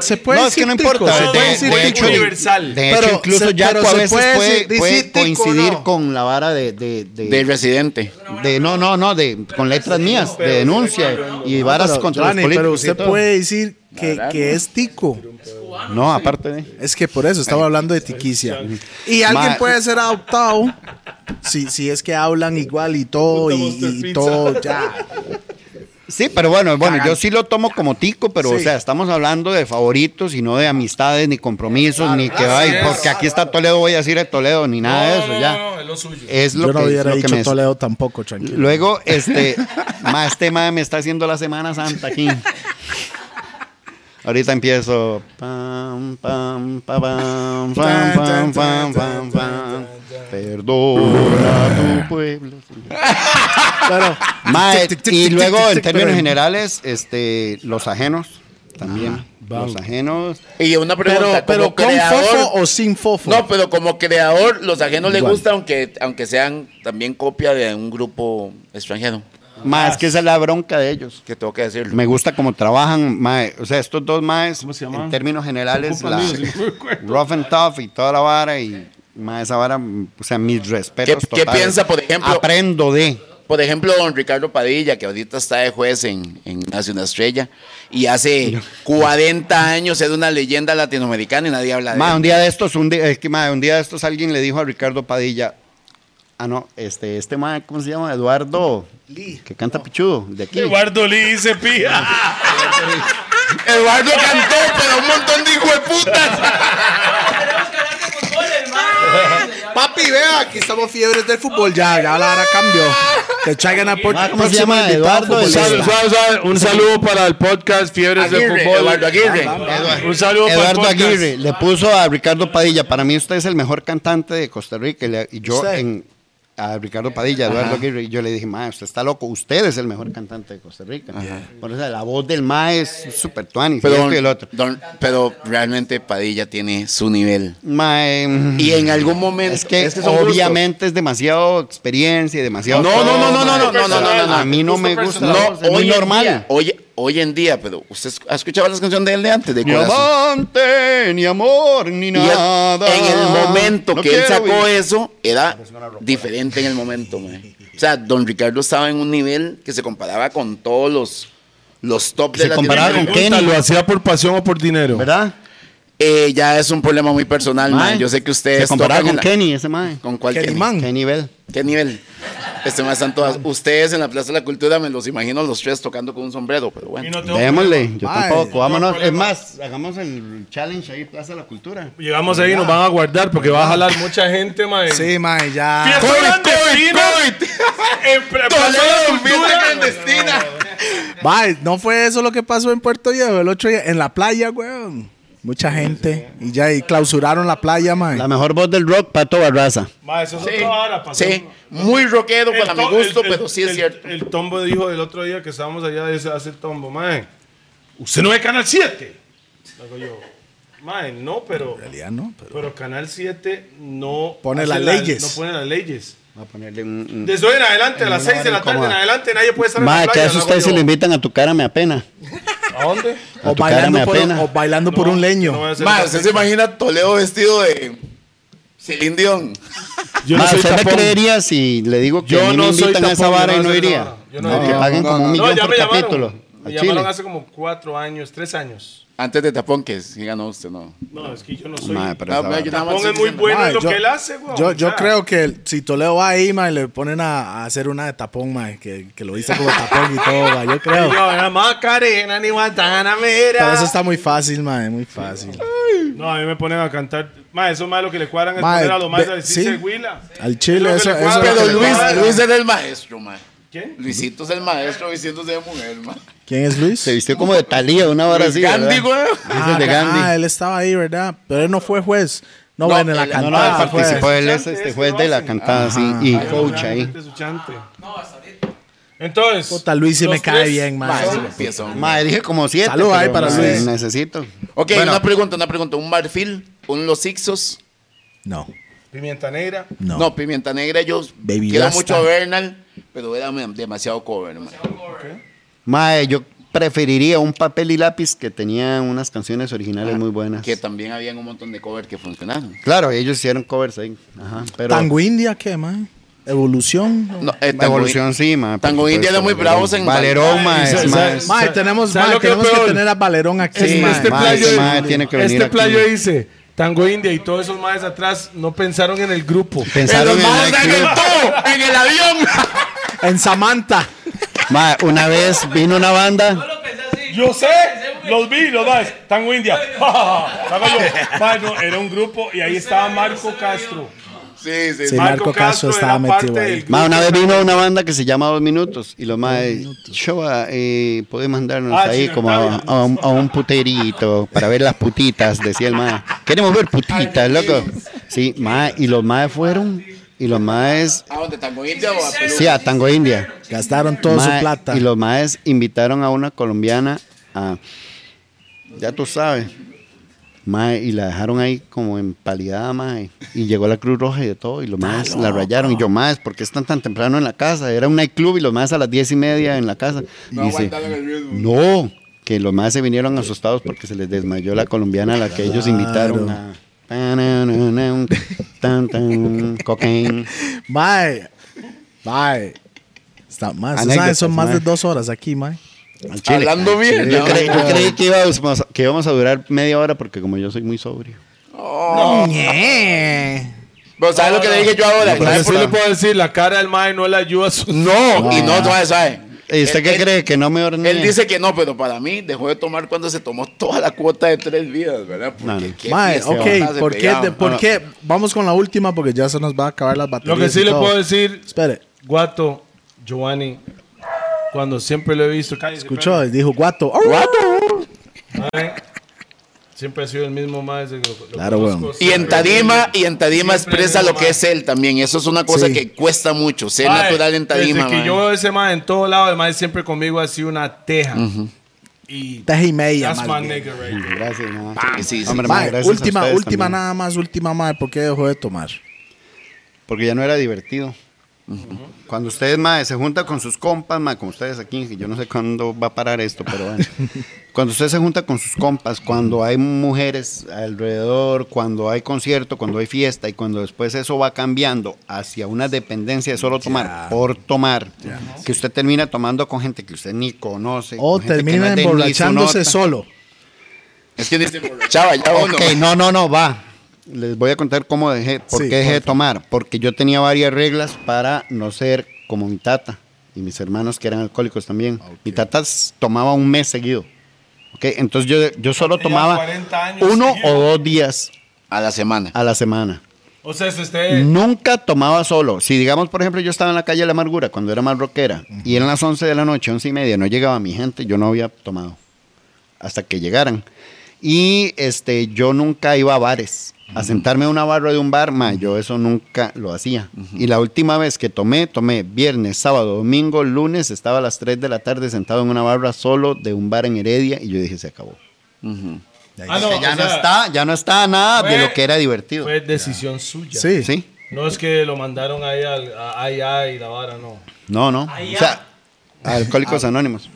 J: se puede
D: No, es que no
J: decir tico,
D: importa.
J: se
A: de-
J: puede
A: de
J: decir tico.
A: hecho, universal.
D: De hecho,
J: Pero
D: incluso
J: se-
D: Yaco
J: pero
D: a
J: se
D: veces
J: puede
D: puede,
J: decir-
D: puede
J: decir tico,
D: coincidir
J: ¿no?
D: con la vara de. de, de-
C: De residente.
D: de- no, no, no, de, con letras mías, de denuncia y varas
J: Pero,
D: contra
J: Johnny,
D: los
J: pero
D: políticos. y
J: usted
D: todo.
J: puede decir que,
C: verdad,
J: que es tico.
D: No, aparte de.
J: Es que por eso estaba hablando de tiquicia. Y
D: Ma-
J: alguien puede ser adoptado si, si es que hablan igual y todo, y, y todo ya.
D: Sí, pero bueno, bueno, yo sí lo tomo como tico, pero o sea, estamos hablando de favoritos y no de amistades ni compromisos ni que ay, porque aquí está Toledo, voy a decir a Toledo ni nada de Ah, eso, ya. Eh,
A: es lo suyo.
D: Es lo
J: Yo no
D: que,
J: hubiera
D: lo que
J: dicho
D: me-
J: Toledo tampoco, tranquilo.
D: Luego, este, más tema me está haciendo la Semana Santa aquí. Ahorita empiezo. Pam, pam, pa, pam, pam, pam, pam, pam, pam. Perdona tu pueblo.
J: Pero,
D: Mae,
J: tic, tic, tic,
D: y
J: tic,
D: luego
J: tic, tic,
D: en
J: tic,
D: términos
J: pero-
D: generales, este, los ajenos
J: Ah,
D: también. los ajenos.
C: Y una pregunta,
J: Pero, pero
C: como
J: con
C: creador.
J: fofo o sin fofo.
C: No, pero como creador, los ajenos le gusta, aunque, aunque sean también copia de un grupo extranjero.
D: Más que esa es la bronca de ellos.
C: Que tengo que decirlo.
D: Me gusta cómo trabajan, mae. O sea, estos dos maes,
A: se llaman?
D: en términos generales,
A: Ocupan
D: la,
A: míos, sí me acuerdo.
D: rough and tough y toda la vara y mae, esa vara, mm, o sea, mis respetos.
C: ¿Qué- qué
D: totales.
C: piensa, por ejemplo?
D: Aprendo de.
C: Por ejemplo, don Ricardo Padilla, que ahorita está de juez en, en Nace una Estrella, y hace 40 años era una leyenda latinoamericana y nadie habla de
D: Mae, un
C: él.
D: día de estos, un día, es que, mae, un día de estos alguien le dijo a Ricardo Padilla, ah, no, este, este mae, ¿cómo se llama? Eduardo, que canta pichudo, de aquí.
A: Eduardo Lee se pija.
C: Eduardo cantó, pero un montón de hijos de putas.
J: Papi, vea, aquí estamos fiebres del fútbol. Ya, ya la hora cambió. Que Chagan aporta
D: Ah, ¿cómo se llama? Eduardo,
A: Suave, suave, suave. Un saludo para el podcast Fiebres del
C: Aguirre,
A: Fútbol. Ah,
C: Eduardo Aguirre.
A: Un saludo para el
D: Eduardo
A: podcast.
D: Aguirre le puso a Ricardo Padilla, para mí usted es el mejor cantante de Costa Rica. y le- Y yo en, a Ricardo Padilla, Eduardo Aguirre, y yo le dije, mae, usted está loco, usted es el mejor cantante de Costa Rica. Por eso la voz del mae es súper tuanis, y esto este y el otro.
C: don- pero realmente Padilla tiene su nivel.
D: Mae, mm,
C: Y en algún momento.
D: es que,
C: es que son
D: obviamente es demasiado experiencia y demasiado...
C: No, no, no, no, no,
D: mae.
C: no, no, no, no, no.
D: A mí no me gusta.
C: gustos. No,
D: es muy
C: hoy normal.
D: normal.
C: hoy, hoy en día, pero usted ha escuchado las canciones de él de antes, de
D: Ni
C: corazón.
D: amante, ni amor, ni
C: Y él-
D: nada.
C: en el momento
D: No
C: que él
D: quiero
C: sacó
D: vivir.
C: eso, era diferente en el momento, mae. O sea, don Ricardo estaba en un nivel que se comparaba con todos los, los top
D: se
C: de la
D: comparaba con
A: Pregunta,
D: Kenny.
A: ¿Lo hacía por pasión o por dinero?
D: ¿Verdad?
C: Eh, ya es un problema muy personal, mae. Yo sé que ustedes.
D: Se comparaba
C: tocan en
D: con
C: la-
D: Kenny, ese mae.
C: ¿Con cuál
B: Kenny
C: Kenny?
B: Man.
D: Kenny Bell.
C: ¿Qué nivel? Este mae están todas. Ustedes en la Plaza de la Cultura me los imagino los tres tocando con un sombrero, pero bueno.
D: Démosle, yo
B: Mae,
D: tampoco, vámonos.
A: no hay
D: Es más, hagamos el challenge ahí, Plaza de la Cultura.
A: Llegamos ahí y nos van a guardar porque va a jalar mucha gente, mae.
B: Sí, mae, ya.
A: Fiesta clandestina. En pre- Plaza de la Cultura.
B: Mae, no fue eso lo que pasó en Puerto Viejo el otro día, en la playa, weón. Mucha gente. Y ya, y clausuraron la playa, mae.
D: La mejor voz del rock, Pato Barraza.
A: Mae, eso es
C: Sí,
A: otra vara, pasó
C: sí,
A: un-
C: muy rockero
A: El
C: para mi
A: to-
C: gusto,
A: el- el-
C: pero sí es
A: el-
C: cierto.
A: El tombo dijo el otro día que estábamos allá, ese hace el tombo, mae. ¿Usted no ve Canal 7? Luego yo, mae, no, pero,
B: Ya, ¿no? Pero-
A: pero Canal 7 no
B: Pone
A: hace
B: las
A: la-
B: leyes.
A: No pone las leyes.
D: Voy a ponerle un.
A: Desde hoy en adelante, a las
D: una
A: 6 de
D: hora
A: la tarde en
D: incómoda.
A: adelante, nadie puede estar
D: Mae, que a eso
A: Luego
D: ustedes
A: yo,
D: se lo invitan a tu cara, me apena.
A: ¿A dónde?
D: A
B: O
D: tu cara me
B: bailando, por,
D: apena.
B: o bailando por
A: No,
B: un leño.
A: no voy a hacer
C: Mae,
A: eso.
C: usted se imagina Toledo vestido de Celine Dion.
A: Yo
D: Mae, ¿usted me
A: tapón.
D: creería si le digo que
A: Yo
D: a mí
A: no
D: me
A: soy
D: invitan a esa
A: tapón, yo
D: vara
A: no
D: y no
A: soy
D: iría?
A: tapón, yo no
D: No,
A: iría.
D: que
A: No,
D: paguen
J: no,
D: como un
J: no,
A: No,
D: millón
A: ya
D: por
A: me
D: capítulo.
A: llamaron.
D: A
A: Me
D: Chile.
A: llamaron hace como 4 años, 3 años.
C: Antes de tapón, que sí ganó usted, ¿no?
A: No, es que yo no soy.
D: Mae, pero
C: Ah,
D: esa
C: mae, yo
D: vara.
C: nada más
A: Tapón
C: estoy
A: es muy
C: diciendo,
A: bueno
B: Mae,
A: en lo
B: yo-
A: que él hace, güey.
B: Yo, yo creo que el- si Toledo va ahí, mae, le ponen a, a hacer una de tapón, mae, que, que lo dice como tapón y todo, mae, yo creo.
A: Yo, Macarena, ni Guantanamera.
B: Pero eso está muy fácil, mae, muy fácil.
A: No, a mí me ponen a cantar. Ma, eso más lo que le cuadran es
B: Ma,
A: poner a lo más
B: ve-
A: a decirse
B: sí.
A: Huila.
B: Al chile,
A: Es lo
B: eso,
A: que le
B: eso
A: cuadra.
C: Pero
B: es lo que le
C: Luis,
B: cuadra.
C: Luis es el maestro, man.
A: ¿Quién?
C: Luisito es el maestro, Luisito es de mujer, man.
B: ¿Quién es Luis?
D: Se vistió como de Talía, una vara así. ¿verdad?
C: Gandhi, güey.
D: Dice el de
B: ga-
D: Gandhi.
B: ah, él estaba ahí, ¿verdad? Pero él no fue juez. No,
C: No,
B: bueno, en la
C: él-
D: No, no, él
A: Ah,
B: cantada. fue.
D: participó, él es
A: Chante,
D: este
A: es
D: juez
A: que
D: de
A: lo
D: la
A: hacen.
D: cantada, sí, y coach ahí.
A: Chante, su chante. No, hasta Entonces.
B: Puta, Luis sí
A: los
B: me cae
A: tres-
B: bien, mae.
C: Mae, empieza, man.
D: Madre, dije como siete.
B: Salud ahí
D: pero,
B: para
D: mae,
B: Luis.
D: Necesito.
C: Ok,
D: Bueno,
C: una pregunta, una pregunta. ¿Un marfil? ¿Un los Ixos?
B: No,
A: Pimienta negra.
B: no.
C: No, Pimienta Negra, yo
B: Baby
C: quiero
B: Rasta.
C: mucho a Bernal, pero era me- demasiado cover, man.
D: mae, yo preferiría un papel y lápiz que tenía unas canciones originales muy buenas.
C: Que también habían un montón de cover que funcionaron.
D: Claro, ellos hicieron covers ahí. Ajá, pero
B: Tango India, ¿qué, mae? Evolución.
C: No, eh, Tango-
D: Evolución, sí, mae. por
C: Tango
D: supuesto,
C: India era muy
D: Valerón.
C: bravos en-
D: Valerón, mae.
A: Sa-
D: es
A: sa-
D: mae.
A: sa-
B: Mae,
A: Sa-
B: tenemos,
A: ¿sabes
B: mae,
A: lo que es
B: tenemos que
A: peor?
B: tener a Valerón aquí,
A: Este,
B: mae.
A: este
D: mae,
A: playo,
D: ese mae tiene que venir
A: este
D: aquí.
A: playo dice Tango India y todos esos maes atrás no pensaron en el grupo.
D: Pensaron en
C: Vamos
D: Nike.
C: en el todo, en el avión.
B: En Samantha.
D: Mae, una vez vino una banda.
A: Yo sé, los vi, los maes. Tango India. Hago yo. Mae, no, era un grupo y ahí estaba Marco Castro.
C: Sí, sí,
B: Sí,
C: sí.
B: Marco Castro
A: era
B: estaba
A: parte
B: metido ahí.
A: del
D: Mae, una
A: grupo.
D: vez vino una banda que se llama Dos Minutos y los mae, Showa, eh, puede mandarnos
A: Ah,
D: ahí
A: sí,
D: como a,
A: Octavio.
D: a un, a un puterito para ver las putitas, decía el mae. Queremos ver putitas, loco. Sí, mae, y los mae fueron y los maes,
C: ¿A Ah, dónde? ¿Tango India o a Perú?
D: sí, a Tango India.
B: Gastaron toda su
D: Mae,
B: plata.
D: Y los maes invitaron a una colombiana a, ya tú sabes, mae, y la dejaron ahí como empalidada, mae, y llegó la Cruz Roja y de todo, y los maes la rayaron, y yo, maes, ¿por qué están tan temprano en la casa? Era un nightclub y los maes a las diez y media en la casa. Y
C: No
D: dice,
C: aguantaron el ritmo.
D: no, que los maes se vinieron asustados porque se les desmayó la colombiana a la que ellos invitaron a... Tan, tan, tan, cocaine.
B: Mae. Mae. Está más.
D: Anécdotas,
B: son más de
D: mae.
B: dos horas aquí, mae.
D: Al chile.
C: Hablando
D: Al
C: bien,
D: chile.
C: ¿no?
D: Yo, creí- yo creí que íbamos, que íbamos a durar media hora porque como yo soy muy sobrio.
C: Pero ¿sabes lo que le dije yo ahora?
A: Pero
C: ¿Sabes
A: yo sí
C: por
A: le
C: qué?
A: puedo decir, la cara del mae no le ayuda a su...
C: No, y no, eh. no, ¿sabes?
D: ¿Y usted
C: Él-
D: qué
C: él-
D: cree? ¿Que no me ordené?
C: Él dice que no, pero para mí dejó de tomar cuando se tomó toda la cuota de tres vidas, ¿verdad? Porque
D: No, no.
C: qué
B: Mae,
C: fiesta, ¿verdad?
B: ok,
C: Se
B: ¿por qué?
C: pegaban.
B: de- ¿Por qué? Vamos con la última porque ya se nos va a acabar las
A: Lo
B: baterías.
A: que sí
B: y
A: le
B: todo.
A: puedo decir,
B: Espere,
A: Guato, Giovanni, cuando siempre lo he visto... cállese,
B: escuchó, dijo guato.
A: perro, mae. Siempre ha sido el mismo más. Lo, lo
J: Claro,
A: conozco
J: weón.
C: Y en
A: siempre.
C: Tadima, y en Tadima
A: Siempre
C: expresa
A: es
C: lo
A: lo
C: que
A: más.
C: es él también. Eso es una cosa
J: Sí.
C: que cuesta mucho, ser
A: Mae,
C: natural en Tadima.
A: Desde que
C: mae.
A: yo veo ese mae en todo lado, el mae siempre conmigo ha sido una teja. Y
J: Teja y media,
A: that's
J: más
A: my
J: bien.
A: nigga right there.
D: Gracias, ma.
C: Sí, sí, sí.
D: Ah, Hombre, ma,
J: Mae,
D: gracias a
J: última,
D: ustedes
J: última
D: también.
J: nada más, última madre, ¿por qué dejó de tomar?
D: Porque ya no era divertido. Cuando ustedes, mae, se junta con sus compas, mae, con ustedes aquí, que yo no sé cuándo va a parar esto, pero bueno. cuando usted se junta con sus compas, cuando hay mujeres alrededor, cuando hay concierto, cuando hay fiesta y cuando después eso va cambiando hacia una dependencia de solo tomar, por tomar, que usted termina tomando con gente que usted ni conoce.
J: O
D: con gente que no
J: termina
D: es de ni su
J: emborrachándose
D: nota.
J: solo.
C: Es que dice, chava, ya uno.
D: Ok, no, no, no, va. Les voy a contar cómo dejé, por
J: Sí,
D: qué dejé de
J: porfa.
D: tomar. Porque yo tenía varias reglas para no ser como mi tata y mis hermanos que eran alcohólicos también. Mi tata s- tomaba un mes seguido. Ok, entonces yo, yo solo
A: Tenía
D: tomaba
A: 40 años
D: uno
A: seguido.
D: o dos días
C: A la semana.
D: a la semana.
A: O sea, si usted.
D: Mm. Nunca tomaba solo. Si digamos, por ejemplo, yo estaba en la calle de la amargura cuando era más rockera y eran las 11 de la noche, 11 y media, no llegaba mi gente, yo no había tomado hasta que llegaran. Y este, yo nunca iba a bares. A sentarme a una barra de un bar, ma, yo eso nunca lo hacía. Y la última vez que tomé, tomé viernes, sábado, domingo, lunes, estaba a las 3 de la tarde sentado en una barra solo de un bar en Heredia y yo dije, se acabó.
C: Ujú.
A: Ah, no,
D: O sea, ya
A: o
D: no
A: sea,
D: está, ya no está nada de
A: fue-
D: lo que era divertido.
A: Fue decisión suya.
J: Sí.
D: ¿Sí?
A: No es que lo mandaron ahí al- a allá y la vara, no.
D: No, no.
F: Ay,
D: O sea, Alcohólicos
C: Ah.
D: Anónimos.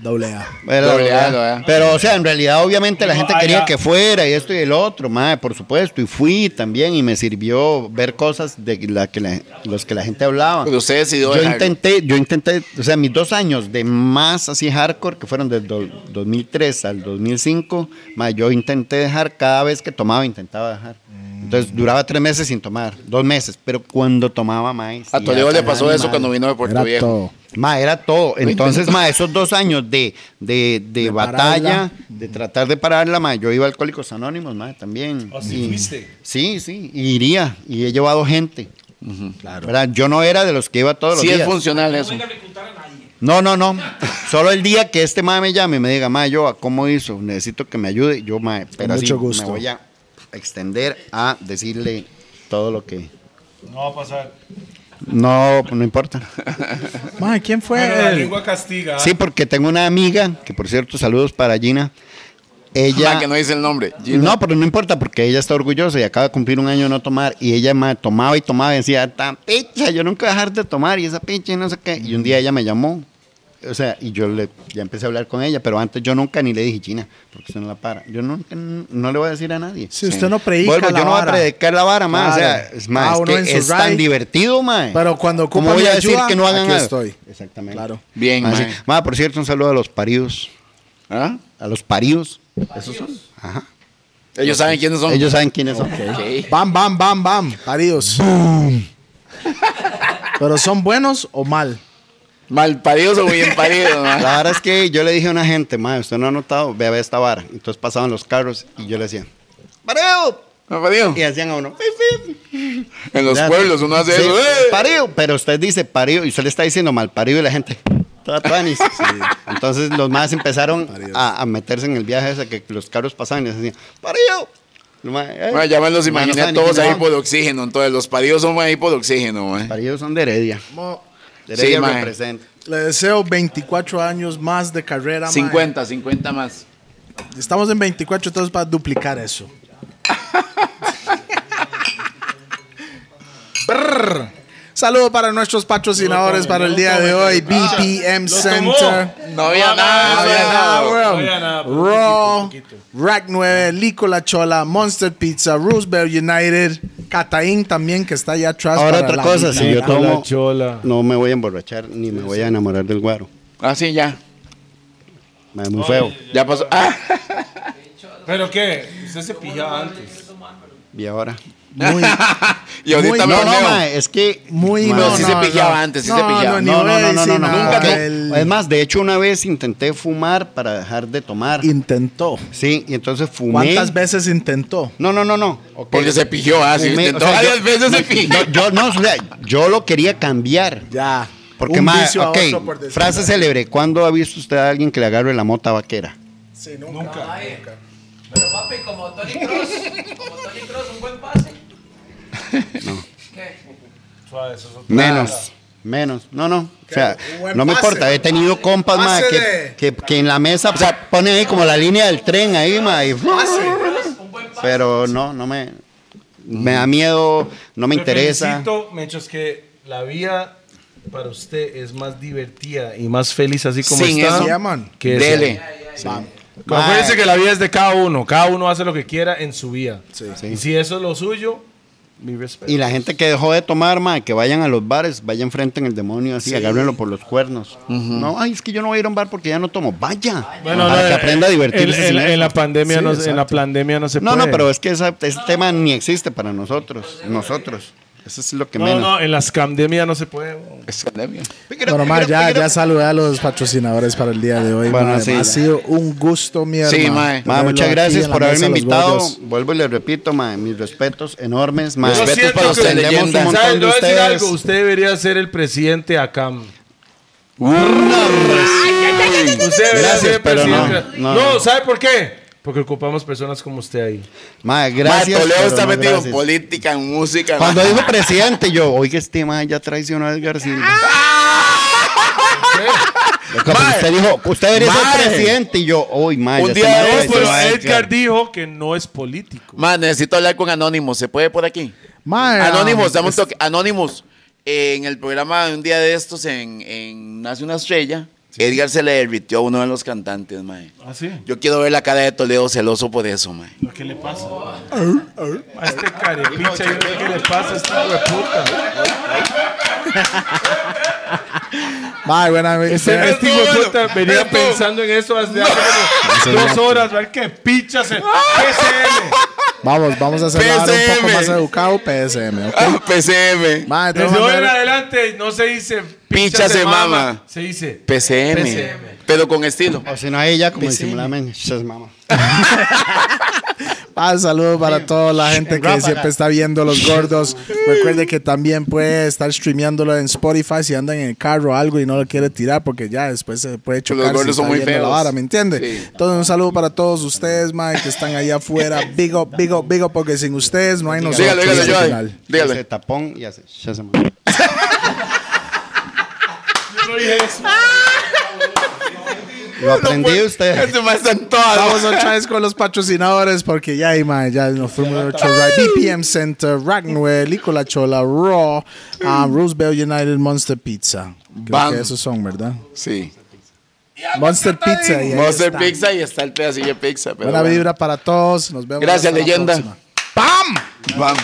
J: Doble A.
D: Era la
C: Doble A,
D: verdad.
C: doble A.
D: Pero, o sea, en realidad, obviamente, la
A: No,
D: gente
A: ah,
D: quería
A: ya.
D: que fuera y esto y el otro, mae, por supuesto. Y fui también y me sirvió ver cosas de la que la- los que la gente hablaba.
C: Porque usted decidió
D: Yo
C: dejarlo.
D: intenté, yo intenté, o sea, mis dos años de más así hardcore, que fueron del do- 2003 al 2005, mae, yo intenté dejar cada vez que tomaba, intentaba dejar. Entonces duraba tres meses sin tomar, dos meses, pero cuando tomaba más.
C: A Toledo le pasó eso cuando vino de Puerto
J: Era
C: Viejo.
J: todo.
D: Ma, era todo. Entonces, ma, esos dos años de, de, de batalla, de tratar de pararla, ma, yo iba a Alcohólicos Anónimos, ma, también.
A: Ah, sí
D: Y-
A: fuiste.
D: Sí, sí, y iría, y he llevado gente. ¿Verdad? Yo no era de los que iba todos los
C: Sí es
D: días.
C: funcional eso.
F: venga a reclutar a nadie.
D: No, no, no. Solo el día que este ma me llame y me diga, ma, yo, ah, ¿cómo hizo? Necesito que me ayude. Yo, ma, pero así
J: mucho gusto.
D: me voy a extender a decirle todo lo que...
A: No va a pasar.
D: No, no importa.
J: Mae, ¿quién fue?
A: Pero la
J: el-
A: lengua castiga.
D: Sí, porque tengo una amiga, que por cierto, saludos para Gina. Ella.
C: Ma, Ah, que no dice el nombre. Gina.
D: No, pero no importa porque ella está orgullosa y acaba de cumplir un año de no tomar. Y ella ma, tomaba y tomaba y decía, tan picha, yo nunca voy a dejar de tomar y esa pinche y no sé qué. Y un día ella me llamó. O sea, y yo le, ya empecé a hablar con ella, pero antes yo nunca ni le dije, Gina, porque usted no la para. Yo nunca, no le voy a decir a nadie.
J: Si usted no predica
D: Vuelvo,
J: la
D: yo no voy a
J: vara.
D: predicar la vara, ma. O sea,
J: Claro.
D: es más,
J: Cada uno
D: es,
J: en
D: que
J: su
D: es tan
J: ride.
D: divertido, ma.
J: Pero cuando ocupa
D: ¿Cómo voy
J: mi
D: a decir
J: ayuda,
D: que no hagan
J: aquí
D: nada?
J: estoy.
D: Exactamente.
J: Claro.
C: Bien,
D: Ah, sí.
C: mae.
D: Ma, por cierto, un saludo a los paridos.
C: ¿Ah?
D: A los paridos. ¿Esos son? Ajá.
C: Ellos saben quiénes son.
D: Ellos saben quiénes son.
C: Ok.
J: Bam, bam, bam, bam. Paridos. Pero son buenos o mal.
C: Mal paridos o bien paridos. ma.
D: La verdad es que yo le dije a una gente, madre, usted no ha notado, ve a ver esta vara. Entonces pasaban los carros y yo le decía, ¡Pareo!
C: ¿No, parido?
D: Y hacían a uno, "Pip, pip".
C: En los
D: Ya.
C: pueblos uno hace
D: Sí,
C: eso. ¡eh!
D: Pareo. Pero usted dice pareo y usted le está diciendo mal pareo y la gente. "Tatuanis". Entonces los más empezaron a, a meterse en el viaje ese que los carros pasaban y les decían, ¡Pareo! Los mae, "Eh".
C: Ma, ya me los
D: Los mae
C: imaginé
D: no
C: a
D: saben ni
C: todos
D: quiénes
C: ahí
D: son.
C: por oxígeno. Entonces, los paridos son ahí por oxígeno, eh. ma.
D: Pareos son de Heredia. De
C: Sí,
D: Heredia
C: mae.
D: representa.
J: Le deseo 24 años más de carrera. mae.
C: 50, 50 más.
J: Estamos en 24, entonces para duplicar eso. Brr. Saludo para nuestros patrocinadores para el día de hoy. BPM
B: pues,
J: Center.
C: No había nada.
J: No había nada,
D: Ah,
J: weón.
A: había nada, pero
J: Raw,
A: poquito, poquito.
J: Rack 9, Lico La Chola, Monster Pizza, Roosevelt United, Cataín también que está allá atrás.
D: Ahora
J: para
D: otra
J: la
D: cosa, si yo
J: mitad.
D: tomo,
A: La chola.
D: no me voy a emborrachar ni me voy a enamorar del guaro.
C: Ah, sí, ya.
D: Mae, muy feo.
C: Ya pasó. Ah,
A: ¿Pero qué? Usted se pijaba antes.
D: Y ahora.
J: Muy,
C: y ahorita
J: Muy-
C: me
D: No, eh,
C: horneo.
D: no, mae, es que
J: muy
D: mae,
C: Pero
J: no,
C: sí
J: no,
C: se
J: no.
C: pillaba antes, sí
J: no,
C: se pillaba.
J: No,
D: No, no, no, no, no,
J: nunca.
D: nunca. no. Es más, de hecho, una vez intenté fumar para dejar de tomar.
J: intentó.
D: Sí, y entonces fumé.
J: ¿Cuántas veces intentó?
D: No, no, no, no. Ok.
C: Porque se pijó, ah, sí.
D: Fumé,
C: intentó
D: o sea,
C: varias
D: yo-
C: veces se
D: no,
C: pijó.
D: no, yo no, o sea, yo lo quería cambiar.
J: Ya.
D: Porque
J: Un
D: más,
J: vicio a
D: ok,
J: otro, por decirlo.
D: frase célebre, ¿cuándo ha visto usted a alguien que le agarre la mota vaquera?
B: Sí, nunca.
N: Ay, Pero papi, como Tony Cross, como Tony Cross, un buen pase. ¿Qué?
D: Menos. Menos. No, no. O sea,
B: un buen
D: no me
B: pase.
D: importa. He tenido compas, ma,
B: Pase
D: que,
B: de-
D: que, que en la mesa pa, ponen ahí como la línea del tren ahí, ma, y-
N: Un buen pase.
D: Pero no, no me. Me da miedo, no me interesa.
A: Felicito, Mechos, que la vida para usted es más divertida y más feliz así como
C: Sin
A: está.
C: eso.
B: Sí, man.
A: que esa.
C: Dele.
A: Pero
D: Mae.
A: Acuérdense que la vida es de cada uno. Cada uno hace lo que quiera en su vida.
D: Sí.
A: Y si eso es lo suyo, mi respeto.
D: Y la gente que dejó de tomar, ma, que vayan a los bares, vayan frente en el demonio así, agárrenlo por los cuernos. No, ay, es que yo no voy a ir a un bar porque ya no tomo. Vaya. para que aprenda a divertirse. sin eso.
A: pandemia
B: Sí,
A: no,
B: exacto.
A: en la pandemia no se
D: no,
A: puede.
D: no, pero es que esa- ese tema ni existe para nosotros. Nosotros. Eso es lo que
A: No,
D: menos.
A: no, en las pandemias no se puede.
C: Es pandemia.
B: Bueno, ma, ya, ya saludé a los patrocinadores para el día de hoy.
D: Bueno,
B: ma.
D: sí,
B: ha
D: ya.
B: sido un gusto, mi
C: Sí,
B: hermano,
C: ma. Ma,
D: Ma,
B: tenerlo
D: muchas
B: aquí
D: gracias
B: en la
D: por
B: mesa
D: haberme
B: de los
D: invitado.
B: Gordos.
D: Vuelvo y les repito, ma, mis respetos enormes. Ma.
C: Respetos
D: Respeto
C: para usted,
D: tenemos
C: leyenda.
D: un montón
A: ¿Sabe?
D: de
A: Yo voy a decir
D: ustedes.
A: algo. Usted debería ser el presidente ACAM. Usted debería
D: Gracias,
A: ser el
D: pero no,
A: presidente.
D: no,
A: No,
D: no.
A: ¿sabe por qué? Porque ocupamos personas como usted ahí.
D: Ma,
C: Ma,
D: gracias.
C: Toledo
D: pero
C: está
D: no
C: metido en
D: gracias.
C: política, en música.
D: Cuando
C: ma.
D: dijo presidente, yo, oiga, este ma ya traicionó a Edgar Silva.
C: Ah.
D: Lo que Usted dijo, usted debería
C: Mae.
D: ser presidente. Y yo, uy, ma,
C: Un
D: ya
C: día eh,
D: este
C: de
D: ma
C: estos,
D: traicionó a
A: Pues, Edgar dijo que no es político.
C: Ma, necesito hablar con Anónimos. ¿Se puede por aquí?
B: Ma, eh,
C: Anónimos, dame un
B: es-
C: toque. Anónimos, eh, en el programa de un día de estos en, en Nace una Estrella, Edgar se le derritió a uno de los cantantes, mae.
A: ¿Ah, sí?
C: Yo quiero ver la cara de Toledo celoso por eso, mae.
A: ¿Qué le pasa? A este carepicha, yo no sé qué le pasa a este hijo de puta.
B: Ma, buena, buena-
A: Este hijo de puta venía pensando en eso hace Ah. hace como dos horas. Ver qué picha se. PCM.
B: Vamos, vamos a hacerlo ahora un poco
C: PSM.
B: más educado, PSM. ¿ok?
C: Ah, PCM.
B: Ma, tengo que
A: Desde hoy en
B: mandar-
A: adelante no se dice
C: Picha se mama.
A: Se dice.
C: PCM.
A: PCM.
C: Pero con estilo.
D: O si no, ella como disimuladamente. Shh, mamá.
B: Ah, saludos para toda la gente que
D: ráfaga.
B: siempre está viendo los gordos. Recuerde que también puede estar streameándolo en Spotify si andan en el carro o algo y no lo quiere tirar porque ya después se puede chocar. si
C: gordos
B: está
C: son muy
B: viendo la
C: feos.
B: vara, ¿Me entiende?
C: Sí.
B: Entonces, un saludo para todos ustedes, man, que están allá afuera. Big up, big up, big up, porque sin ustedes no hay nosotros. este
C: Dígalo, dígalo,
B: al
C: yo.
B: final.
C: Dígalo.
D: Hace tapón y hace. shh, mamá. Lo aprendí de usted.
C: Este mae está en todas.
B: Vamos otra vez con los patrocinadores porque ya, y, man, ya nos fuimos ocho right. BPM Center, Ragnwell, Licola Chola, Raw, ah, Roosevelt United, Monster Pizza. Creo
C: Bam.
B: que esos son, ¿verdad?
C: Sí.
B: Monster Pizza. y ahí
C: Monster
B: está.
C: Pizza y está el pedacillo de pizza. Pero
B: Buena
C: bueno.
B: vibra para todos. Nos vemos.
C: Gracias,
B: hasta la
C: leyenda.
B: próxima.
C: Vamos.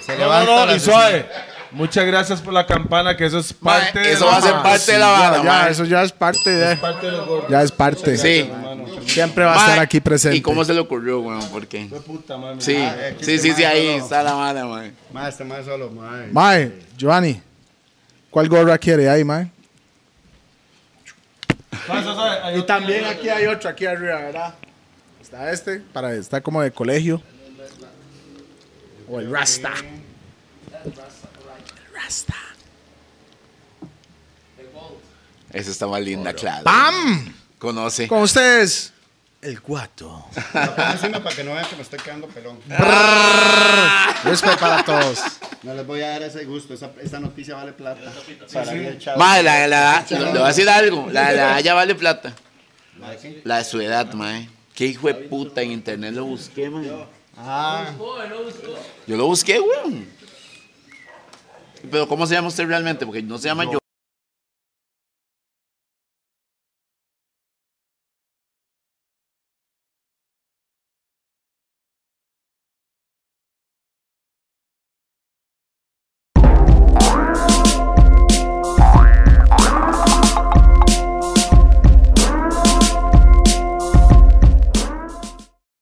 D: Se
A: No,
D: levanta
A: no, no,
D: la
A: y suave. Muchas gracias por la campana, que eso es
C: Mae,
A: parte de
C: eso
A: la-
C: va a ser parte de la vara,
B: Ya, ya,
C: mae.
B: eso ya es parte de.
A: parte de los gordos.
B: Ya es parte.
C: Sí.
B: Siempre va a estar
C: Mae,
B: aquí presente.
C: ¿Y cómo se le ocurrió, weón? ¿Por qué?
A: Puta, mami.
C: Sí,
D: aquí
C: sí,
D: se
C: sí, sí,
D: manda,
C: ahí
D: no.
C: está la mala, man.
D: Mae, este mae solo, mae.
B: Mae, Giovanni, ¿cuál gorra quiere ahí, mae?
A: Pasa, suave. Ahí-
B: también aquí hay otro, aquí arriba, ¿verdad? Está este, para, está como de colegio. O el Rasta.
C: Esa está más linda, claro.
B: ¡Pam!
C: Conoce.
B: Con ustedes, el guato.
D: La pongo encima para que no vean que me estoy quedando pelón.
B: Respeto para todos.
D: No les voy a dar ese gusto. Esa, esta noticia vale plata. Para mí el chavo.
C: Madre, la, la, la- le voy a decir algo. La de la ya vale plata. La de su edad, mae. Qué hijo de puta en internet lo busqué, mae.
B: Ah.
C: Yo lo busqué, weón. Pero ¿cómo se llama usted realmente? Porque no se llama Giovanni.